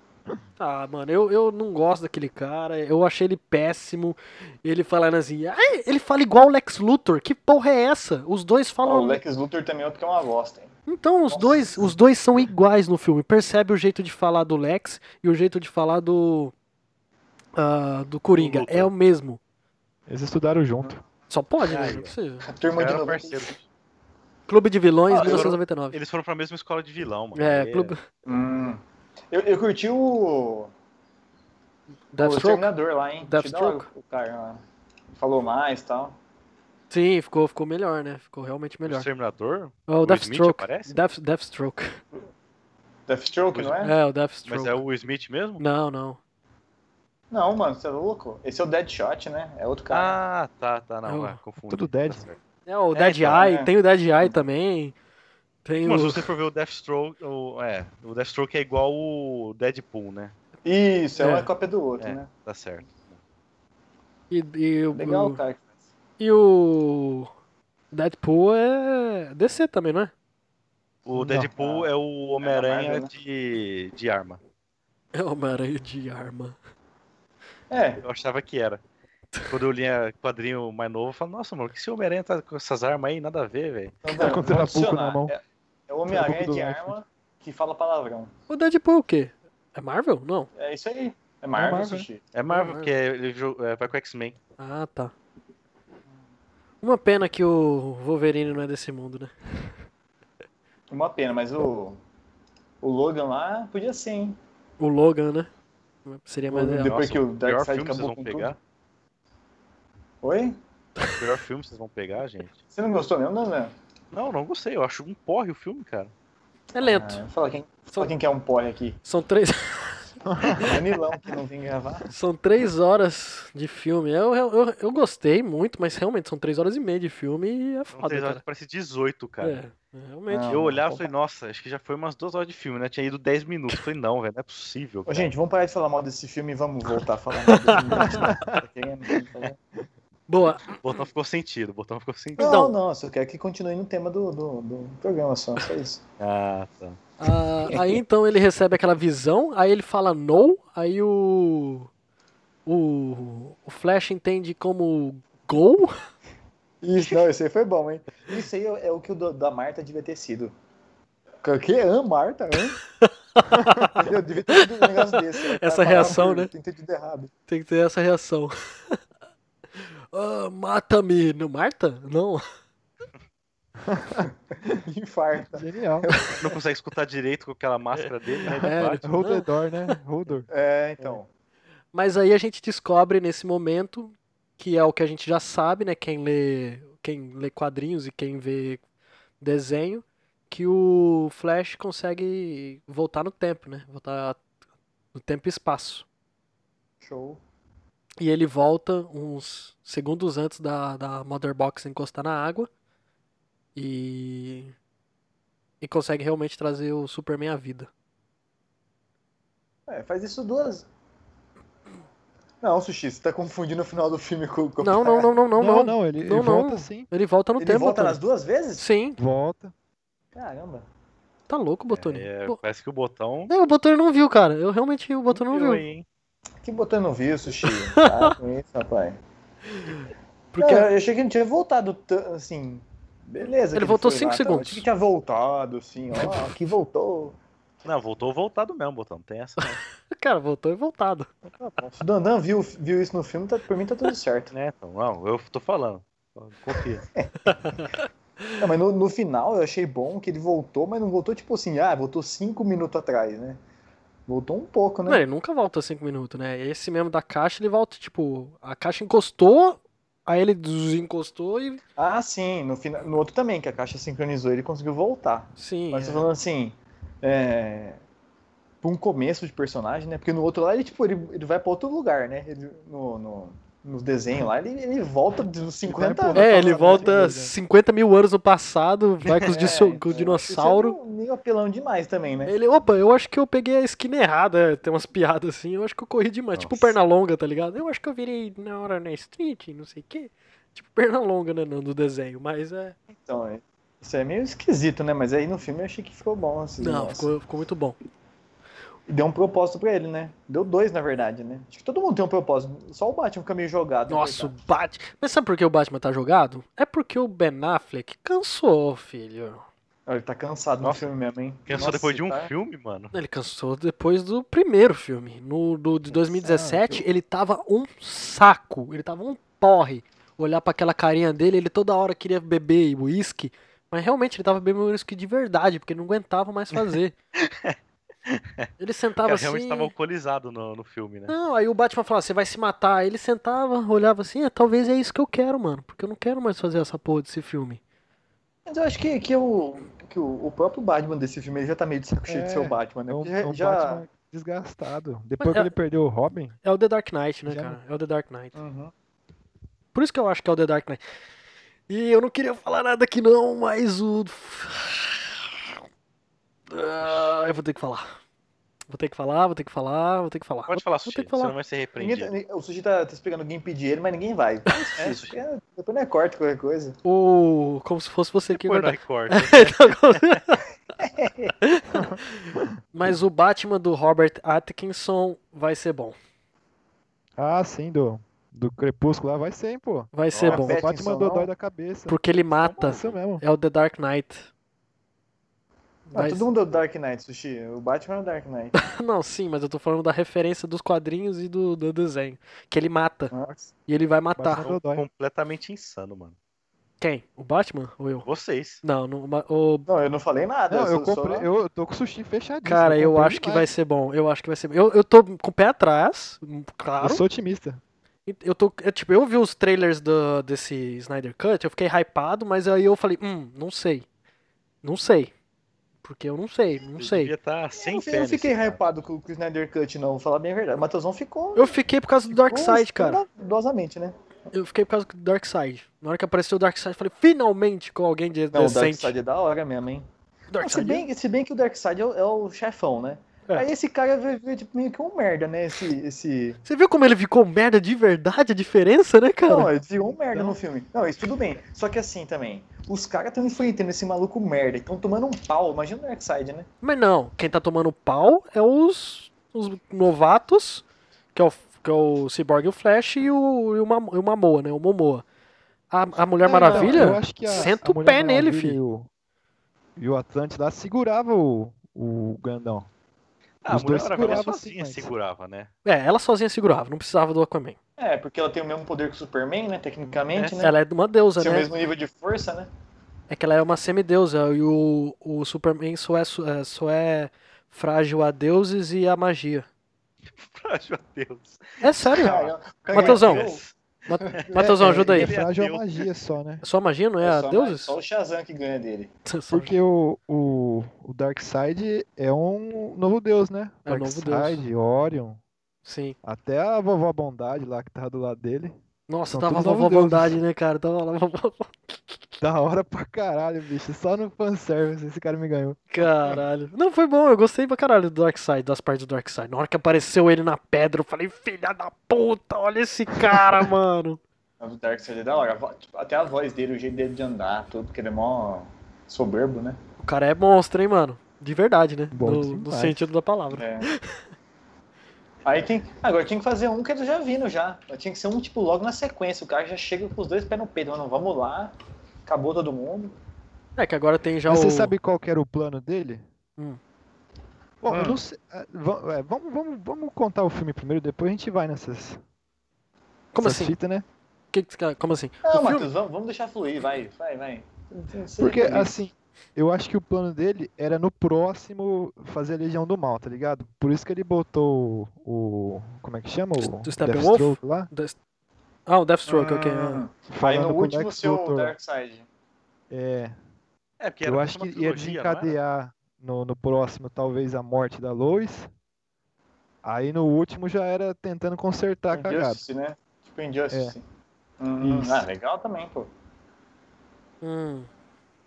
Speaker 1: Ah, mano, eu, eu não gosto daquele cara. Eu achei ele péssimo. Ele falando assim. "Ai", ele fala igual o Lex Luthor. Que porra é essa? Os dois
Speaker 2: Ó,
Speaker 1: falam.
Speaker 2: o Lex Luthor também é outro que é uma bosta, hein?
Speaker 1: Então, os
Speaker 2: Nossa.
Speaker 1: dois, os dois são iguais no filme. Percebe o jeito de falar do Lex e o jeito de falar do. ah, do Coringa.
Speaker 3: Luthor.
Speaker 1: é o mesmo.
Speaker 4: Eles estudaram junto.
Speaker 1: Só pode, né?
Speaker 3: Ai,
Speaker 1: Não é possível.
Speaker 2: A turma
Speaker 3: Cara, um
Speaker 2: de novo.
Speaker 3: parceiro.
Speaker 1: Clube de Vilões,
Speaker 2: Ah, eu-
Speaker 1: 1999.
Speaker 3: Eles foram pra mesma escola de vilão, mano.
Speaker 1: É,
Speaker 3: Aí
Speaker 1: Clube.
Speaker 2: Hum. Eu, eu curti o, o
Speaker 1: *laughs* Deathstroke?
Speaker 2: Exterminador lá, hein? Te dá
Speaker 1: Deathstroke?
Speaker 2: O, o cara lá. Falou mais e tal.
Speaker 1: Sim, ficou, ficou melhor, né? Ficou realmente
Speaker 3: O
Speaker 1: melhor.
Speaker 3: Exterminador,
Speaker 1: Ah, o
Speaker 3: Will Smith
Speaker 1: Deathstroke.
Speaker 3: aparece?
Speaker 1: Death, Deathstroke.
Speaker 2: Deathstroke, não é?
Speaker 1: É, o
Speaker 3: mas
Speaker 1: Deathstroke.
Speaker 3: é o Smith mesmo?
Speaker 1: Não, não.
Speaker 2: Não, mano, você é louco? Esse é o Deadshot, né? É outro cara.
Speaker 3: Ah, tá, tá, não,
Speaker 1: Não.
Speaker 3: é, confundi.
Speaker 4: Tudo dead.
Speaker 3: Tá certo.
Speaker 1: É o
Speaker 3: É,
Speaker 1: Dead
Speaker 3: então,
Speaker 1: Eye,
Speaker 2: é.
Speaker 1: tem o Dead Eye também. Tem
Speaker 3: Mas
Speaker 1: o...
Speaker 3: se você for ver o Deathstroke, o, é, o Deathstroke é igual o Deadpool, né?
Speaker 2: Isso, é
Speaker 1: É.
Speaker 2: uma cópia do outro,
Speaker 3: É.
Speaker 2: né?
Speaker 3: Tá certo.
Speaker 1: E, e o-
Speaker 2: Legal o
Speaker 1: o...
Speaker 2: cara que faz.
Speaker 1: E o... Deadpool é DC também, não é? *laughs*
Speaker 3: O
Speaker 4: Não.
Speaker 3: Deadpool é o Homem-Aranha
Speaker 2: Marvel, né?
Speaker 3: de, de arma.
Speaker 1: É uma aranha de arma.
Speaker 2: É,
Speaker 3: Eu achava que era. Quando eu lia quadrinho mais novo, eu falava, nossa, mano, que esse Homem-Aranha tá com essas armas aí, nada a ver, velho.
Speaker 2: então,
Speaker 4: Tá com
Speaker 2: vamos
Speaker 4: o Trabuco
Speaker 2: adicionar.
Speaker 4: na mão.
Speaker 2: É, é o Homem-Aranha
Speaker 4: Trabuco do
Speaker 2: de
Speaker 4: Life.
Speaker 2: arma que fala palavrão.
Speaker 1: O Deadpool o quê? É Marvel? Não.
Speaker 2: É isso aí. É Marvel,
Speaker 4: Marvel,
Speaker 2: Sushi.
Speaker 3: É
Speaker 1: Marvel.
Speaker 3: Marvel, porque ele jo- é, vai com o X-Men.
Speaker 1: Ah, tá. Uma pena que o Wolverine não é desse mundo, né?
Speaker 2: É Uma pena, mas o, o Logan lá podia ser, hein?
Speaker 1: O Logan, né? Seria mais
Speaker 2: Logan,
Speaker 1: legal.
Speaker 2: Depois que o
Speaker 3: o pior
Speaker 2: Darkseid
Speaker 3: filme que vocês
Speaker 2: acabou
Speaker 3: vão
Speaker 2: com
Speaker 3: pegar?
Speaker 2: Oi?
Speaker 3: O pior filme que vocês vão pegar, gente?
Speaker 2: Você não gostou mesmo, Danzé?
Speaker 3: Não, não gostei. Eu acho um porre o filme, cara.
Speaker 1: É lento.
Speaker 2: Ah, fala quem,
Speaker 1: São,
Speaker 2: fala quem quer um porre
Speaker 1: *laughs*
Speaker 2: aqui. É
Speaker 1: são três,
Speaker 2: Danilão que não vem gravar.
Speaker 1: são três horas de filme. Eu, eu, eu, eu gostei muito, mas realmente são três horas e meia de filme e é
Speaker 3: São
Speaker 1: foda,
Speaker 3: três horas,
Speaker 1: cara.
Speaker 3: parece 18, cara.
Speaker 1: É, é, realmente.
Speaker 2: Ah.
Speaker 3: Eu
Speaker 2: Não,
Speaker 3: olhava e
Speaker 2: não.
Speaker 3: falei, nossa, acho que já foi umas duas horas de filme, né? Tinha ido 10 minutos. Falei, não, velho, não é possível.
Speaker 2: Ô,
Speaker 3: Cara.
Speaker 2: gente, vamos parar de falar mal desse filme e vamos voltar a falar mal desse *laughs* filme. Tá querendo falar?
Speaker 1: Boa.
Speaker 3: O botão ficou sentido, o botão ficou sentido.
Speaker 1: Então-
Speaker 2: Não, não, eu só quero que continue no tema do, do, do programa só, só isso.
Speaker 3: Ah, tá.
Speaker 1: Ah, aí então ele recebe aquela visão, aí ele fala no, aí o. O, o Flash entende como gol.
Speaker 2: Isso, não, esse aí foi bom, hein? Isso aí é o que o do- da Marta devia ter sido. O que? Hã, Marta? Hã? *laughs* Eu devia ter sido um negócio desse. O cara
Speaker 1: Essa
Speaker 2: falava
Speaker 1: reação,
Speaker 2: por-
Speaker 1: né?
Speaker 2: Tem entendido errado.
Speaker 1: *laughs*
Speaker 2: *laughs*
Speaker 1: Tem que ter essa reação. *laughs* Ah, Mata-me. Não, Marta? Não. *laughs*
Speaker 2: Infarta.
Speaker 4: Genial.
Speaker 3: Não consegue escutar direito com aquela máscara dele, né? de
Speaker 1: É,
Speaker 3: baixo.
Speaker 4: Hold the door, né? Hold the door.
Speaker 2: É, então.
Speaker 1: Mas aí a gente descobre nesse momento, que é o que a gente já sabe, né? Quem lê, quem lê quadrinhos e quem vê desenho, que o Flash consegue voltar no tempo, né? Voltar no tempo e espaço.
Speaker 2: Show.
Speaker 1: E ele volta uns segundos antes da, da Mother Box encostar na água. E. E consegue realmente trazer o Superman à vida.
Speaker 2: É, faz isso duas. Não, Sushi, você tá confundindo o final do filme com o
Speaker 1: Não, não, não, não, não, não.
Speaker 4: ele, ele
Speaker 1: Não, não.
Speaker 4: volta sim.
Speaker 1: Ele volta no
Speaker 2: Ele
Speaker 1: tempo,
Speaker 2: volta nas
Speaker 1: Antônio.
Speaker 2: duas vezes?
Speaker 1: Sim,
Speaker 4: Volta.
Speaker 2: Caramba.
Speaker 1: tá louco, Botoni.
Speaker 3: É,
Speaker 1: Bo-
Speaker 3: parece que o botão.
Speaker 1: É, o Botoni não viu, cara. Eu realmente o Botoni não viu.
Speaker 3: hein?
Speaker 2: Que um botão não viu,
Speaker 1: *laughs*
Speaker 2: Sushi? Tá com isso, rapaz.
Speaker 1: Porque é-
Speaker 2: Não, eu achei que ele tinha voltado, tan- assim. Beleza.
Speaker 1: Ele
Speaker 2: que
Speaker 1: voltou
Speaker 2: foi
Speaker 1: cinco
Speaker 2: lá, tá? Eu
Speaker 1: segundos.
Speaker 2: achei que tinha voltado, assim,
Speaker 1: *laughs*
Speaker 2: ó. que voltou.
Speaker 3: Não, voltou voltado mesmo, botão. Não tem essa. não.
Speaker 1: cara, voltou e voltado.
Speaker 2: Se o Dandan viu, viu isso no filme, tá, por mim tá tudo certo.
Speaker 3: né? Então, não, eu tô falando. Confia.
Speaker 2: Não, mas no, no final eu achei bom que ele voltou, mas não voltou tipo assim, ah, voltou cinco minutos atrás, né? Voltou um pouco,
Speaker 1: Não,
Speaker 2: né?
Speaker 1: ele nunca volta cinco minutos, né? Esse mesmo da caixa, ele volta, tipo, a caixa encostou, aí ele desencostou e.
Speaker 2: Ah, sim, no, fina- no outro também, que a caixa sincronizou, ele conseguiu voltar.
Speaker 1: Sim.
Speaker 2: Mas tô
Speaker 1: é.
Speaker 2: falando assim, é... pra um começo de personagem, né? Porque no outro lá ele, tipo, ele, ele vai pra outro lugar, né? Ele, no, no, no desenho lá, ele, ele volta dos 50 anos.
Speaker 1: É, ele
Speaker 4: Falando
Speaker 1: volta
Speaker 4: dele, né?
Speaker 1: 50 mil anos no passado, vai
Speaker 2: *laughs* É,
Speaker 1: com os, disso- com os dinossauros.
Speaker 2: Meio apelão demais também, né?
Speaker 1: Ele, opa, eu acho que eu peguei a esquina errada. é, Tem umas piadas assim, eu acho que eu corri demais. Tipo
Speaker 3: Nossa.
Speaker 1: perna longa, tá ligado? Eu acho que eu virei na hora na street, não sei o quê. Tipo perna longa, né, não, do desenho, mas é.
Speaker 2: Então, é- isso é meio esquisito, né? Mas aí no filme eu achei que ficou bom. Assim,
Speaker 1: Não,
Speaker 2: nossa.
Speaker 1: ficou, ficou muito bom.
Speaker 2: E Deu um propósito pra ele, né? Deu dois, na verdade, né? Acho que todo mundo tem um propósito. Só o Batman fica meio jogado. né, na
Speaker 1: Nossa, o
Speaker 2: verdade.
Speaker 1: Batman. Mas sabe por que o Batman tá jogado? É porque o Ben Affleck cansou, filho.
Speaker 2: Olha, ele tá cansado no
Speaker 3: Nossa.
Speaker 2: filme mesmo, hein?
Speaker 3: Cansou
Speaker 2: Nossa,
Speaker 3: depois de um
Speaker 2: tá-
Speaker 3: filme, mano.
Speaker 1: Ele cansou depois do primeiro filme. No do, de 2017, ele tava um saco. Ele tava um porre. Olhar pra aquela carinha dele, ele toda hora queria beber uísque. Mas realmente ele tava bebendo uísque de verdade, porque ele não aguentava mais
Speaker 3: *laughs*
Speaker 1: fazer. ele
Speaker 3: O
Speaker 1: sentava
Speaker 3: cara
Speaker 1: assim.
Speaker 3: realmente tava alcoolizado no, no filme, né?
Speaker 1: Não, aí o Batman falava, você vai se matar. Aí ele sentava, olhava assim, é, talvez é isso que eu quero, mano. Porque eu não quero mais fazer essa porra desse filme.
Speaker 2: Mas eu acho que, que, o, que o, o próprio Batman desse filme ele já tá meio de saco cheio
Speaker 4: É,
Speaker 2: de seu Batman, né?
Speaker 4: É um,
Speaker 2: Porque
Speaker 4: é um
Speaker 2: já-
Speaker 4: Batman desgastado. Depois
Speaker 1: Mas
Speaker 4: que
Speaker 1: é-
Speaker 4: ele perdeu o Robin,
Speaker 1: É o The Dark Knight, né,
Speaker 4: Já-
Speaker 1: cara? É o The Dark Knight.
Speaker 2: Uhum.
Speaker 1: Por isso que eu acho que é o The Dark Knight. E eu não queria falar nada aqui não, mas o. Ah, eu vou ter que falar. Vou ter que falar, vou ter que falar, vou ter que falar.
Speaker 3: Pode falar,
Speaker 1: vou
Speaker 3: Sushi.
Speaker 1: ter que
Speaker 3: Você não
Speaker 1: falar.
Speaker 3: vai ser
Speaker 2: Ninguém
Speaker 3: repreendido.
Speaker 2: tá- o Sushi tá, tá esperando alguém pedir ele, mas ninguém vai.
Speaker 3: *laughs* É,
Speaker 2: Isso,
Speaker 3: Sushi.
Speaker 2: porque depois não é corte qualquer coisa.
Speaker 1: Ou como se fosse você que
Speaker 3: Depois
Speaker 1: guardar.
Speaker 3: nós
Speaker 1: *laughs*
Speaker 3: corta.
Speaker 1: Mas o Batman do Robert Atkinson vai ser bom.
Speaker 4: ah, sim, do, do Crepúsculo lá, vai sim, pô.
Speaker 1: Vai ser
Speaker 2: Nossa,
Speaker 1: bom.
Speaker 4: O
Speaker 2: Pattinson,
Speaker 4: Batman do
Speaker 2: não?
Speaker 4: dói da cabeça.
Speaker 1: Porque ele mata.
Speaker 4: Isso mesmo.
Speaker 1: É o The Dark Knight.
Speaker 2: Ah,
Speaker 1: Vai-
Speaker 2: todo mundo é o Dark Knight, Sushi. O Batman é o Dark
Speaker 4: *laughs*
Speaker 2: Knight.
Speaker 1: *laughs* Não, sim, mas eu tô falando da referência dos quadrinhos e do, do desenho. Que ele mata.
Speaker 2: Nossa.
Speaker 1: E ele vai matar.
Speaker 4: Batman do dói.
Speaker 3: Completamente insano, mano.
Speaker 1: Quem? O Batman ou eu?
Speaker 3: Vocês.
Speaker 1: Não, não ma- o...
Speaker 2: Não, eu não falei nada.
Speaker 4: Não, eu
Speaker 2: só- só-
Speaker 4: comprei, eu eu tô com o sushi fechadinho.
Speaker 1: Cara, eu acho que vai ser bom. Eu acho que vai ser bom. Eu, eu tô com o pé atrás, hum, claro.
Speaker 4: Eu sou otimista.
Speaker 1: Eu tô, eu, tipo, eu vi os trailers do, desse Snyder Cut, eu fiquei hypado, mas aí eu falei, hum, não sei. Não sei. Porque eu não sei, não sei.
Speaker 3: Devia tá sem
Speaker 2: eu,
Speaker 3: fé.
Speaker 2: não fiquei
Speaker 3: nesse cara.
Speaker 2: hypado com, com o Snyder Cut, não. Vou falar bem a verdade. O Matheusão ficou.
Speaker 1: Eu fiquei por causa do Darkseid, cara.
Speaker 2: Dosamente, né?
Speaker 1: Eu fiquei por causa do Darkseid. Na hora que apareceu o Darkseid, eu falei, finalmente com alguém de
Speaker 2: Não, o
Speaker 1: decente.
Speaker 2: Darkseid é da hora mesmo, hein? Não, Ah, se,
Speaker 1: Darkseid é-
Speaker 2: bem, se bem que o Darkseid é o, é o chefão, né?
Speaker 1: É.
Speaker 2: Aí esse cara veio, veio, tipo, meio que um merda, né? Esse.
Speaker 1: *laughs*
Speaker 2: esse...
Speaker 1: Você viu como ele ficou merda de verdade, a diferença, né, cara?
Speaker 2: Não, ele virou um merda no filme. Não, isso tudo bem. Só que assim também, os caras estão enfrentando esse maluco merda, estão tomando um pau. Imagina o Darkseid, né?
Speaker 1: Mas não, quem tá tomando pau é os, os novatos, que é o, que é o Cyborg e o Flash e o, e o, Mam- e o Mamoa, né? O Momoa. A, a Mulher
Speaker 2: É,
Speaker 1: Maravilha?
Speaker 4: eu acho que a-
Speaker 1: Senta
Speaker 4: a
Speaker 1: o
Speaker 4: Mulher
Speaker 1: pé nele,
Speaker 4: Maravilha
Speaker 1: filho.
Speaker 4: E o, e o Atlante lá segurava o, o grandão.
Speaker 3: Ah,
Speaker 4: Os
Speaker 3: os dois
Speaker 4: dois
Speaker 3: segurava
Speaker 4: seguravam
Speaker 3: sozinha,
Speaker 4: assim, mas-
Speaker 3: segurava, né? *laughs*
Speaker 1: É, ela sozinha segurava, não precisava do Aquaman.
Speaker 2: É, porque ela tem o mesmo poder que o Superman, né? Tecnicamente, né?
Speaker 1: Ela é uma deusa,
Speaker 2: Tem o
Speaker 1: né?
Speaker 2: mesmo nível de força, né?
Speaker 1: É que ela é uma semideusa e o, o Superman só é, su- é, só é frágil a deuses e a magia.
Speaker 3: Frágil a Deus.
Speaker 1: É sério?
Speaker 2: Cara, cara,
Speaker 1: Matheusão,
Speaker 2: eu-
Speaker 1: Ma- Matheusão,
Speaker 4: É,
Speaker 1: ajuda aí.
Speaker 4: É, é frágil
Speaker 3: Ele
Speaker 4: a magia só, né?
Speaker 1: É só magia, não é
Speaker 2: eu
Speaker 1: a
Speaker 2: só-
Speaker 1: deuses?
Speaker 2: Só o Shazam que ganha dele.
Speaker 1: *laughs* Só-
Speaker 4: Porque o, o, o Darkseid é um novo deus, né?
Speaker 1: É um novo deus.
Speaker 4: Darkseid, Orion,
Speaker 1: Sim.
Speaker 4: até a vovó Bondade lá que tava do lado dele.
Speaker 1: Nossa,
Speaker 4: São
Speaker 1: tava
Speaker 4: todos
Speaker 1: uma
Speaker 4: novos deuses.
Speaker 1: bondade, né, cara? Tava lá uma
Speaker 4: Da hora pra caralho, bicho. Só no fanservice esse cara me ganhou.
Speaker 1: Caralho. Não, foi bom. Eu gostei pra caralho do Darkseid, das partes do Darkseid. Na hora que apareceu ele na pedra, eu falei, filha da puta, olha esse cara, *laughs* mano.
Speaker 2: Mas O Darkseid é da hora. A vo- tipo, Até a voz dele, o jeito dele de andar, tudo, porque ele é mó soberbo, né?
Speaker 1: O cara é monstro, hein, mano. De verdade, né?
Speaker 4: Bom
Speaker 1: no,
Speaker 4: demais.
Speaker 1: no sentido da palavra.
Speaker 2: É. *laughs* Aí tem. Agora tinha que fazer um que eu já vino já. Tinha que ser um, tipo, logo na sequência. O cara já chega com os dois pés no peito, mano. Vamos lá. Acabou todo mundo.
Speaker 1: É que agora tem já
Speaker 4: Mas
Speaker 1: o...
Speaker 4: Você sabe qual que era o plano dele?
Speaker 1: Hum.
Speaker 4: Bom, eu
Speaker 2: Hum.
Speaker 4: não sei. ah, va- é, Vamos, vamos, vamos contar o filme primeiro, depois a gente vai nessas,
Speaker 1: Como
Speaker 4: nessas
Speaker 1: assim?
Speaker 4: fitas, né?
Speaker 1: Que que- Como assim?
Speaker 2: Não,
Speaker 1: o filme...
Speaker 2: Matheus, vamos, vamos deixar fluir, vai, vai, vai. Não sei,
Speaker 4: Porque,
Speaker 2: cara.
Speaker 4: assim, eu acho que o plano dele era no próximo fazer a Legião do Mal, tá ligado? Por isso que ele botou o. o- como é que chama? O
Speaker 1: Do Steppenwolf?
Speaker 4: Deathstroke lá?
Speaker 1: Death- Ah, o Deathstroke,
Speaker 4: é
Speaker 1: ok. ah.
Speaker 2: Aí
Speaker 4: Falando é
Speaker 2: no
Speaker 4: com o
Speaker 2: último
Speaker 4: Lex
Speaker 2: seu
Speaker 4: Luthor.
Speaker 2: Darkseid.
Speaker 4: É,
Speaker 3: É, porque
Speaker 4: eu
Speaker 3: pra
Speaker 4: acho
Speaker 3: ser uma
Speaker 4: que ia
Speaker 3: trilogia,
Speaker 2: né?
Speaker 3: não era?
Speaker 4: desencadear no, no próximo, talvez, a morte da Lois. Aí no último já era tentando consertar a cagada.
Speaker 2: Injustice, né? Tipo
Speaker 4: É.
Speaker 2: Injustice. Hum,
Speaker 4: Isso.
Speaker 2: ah, legal também, pô.
Speaker 1: Hum.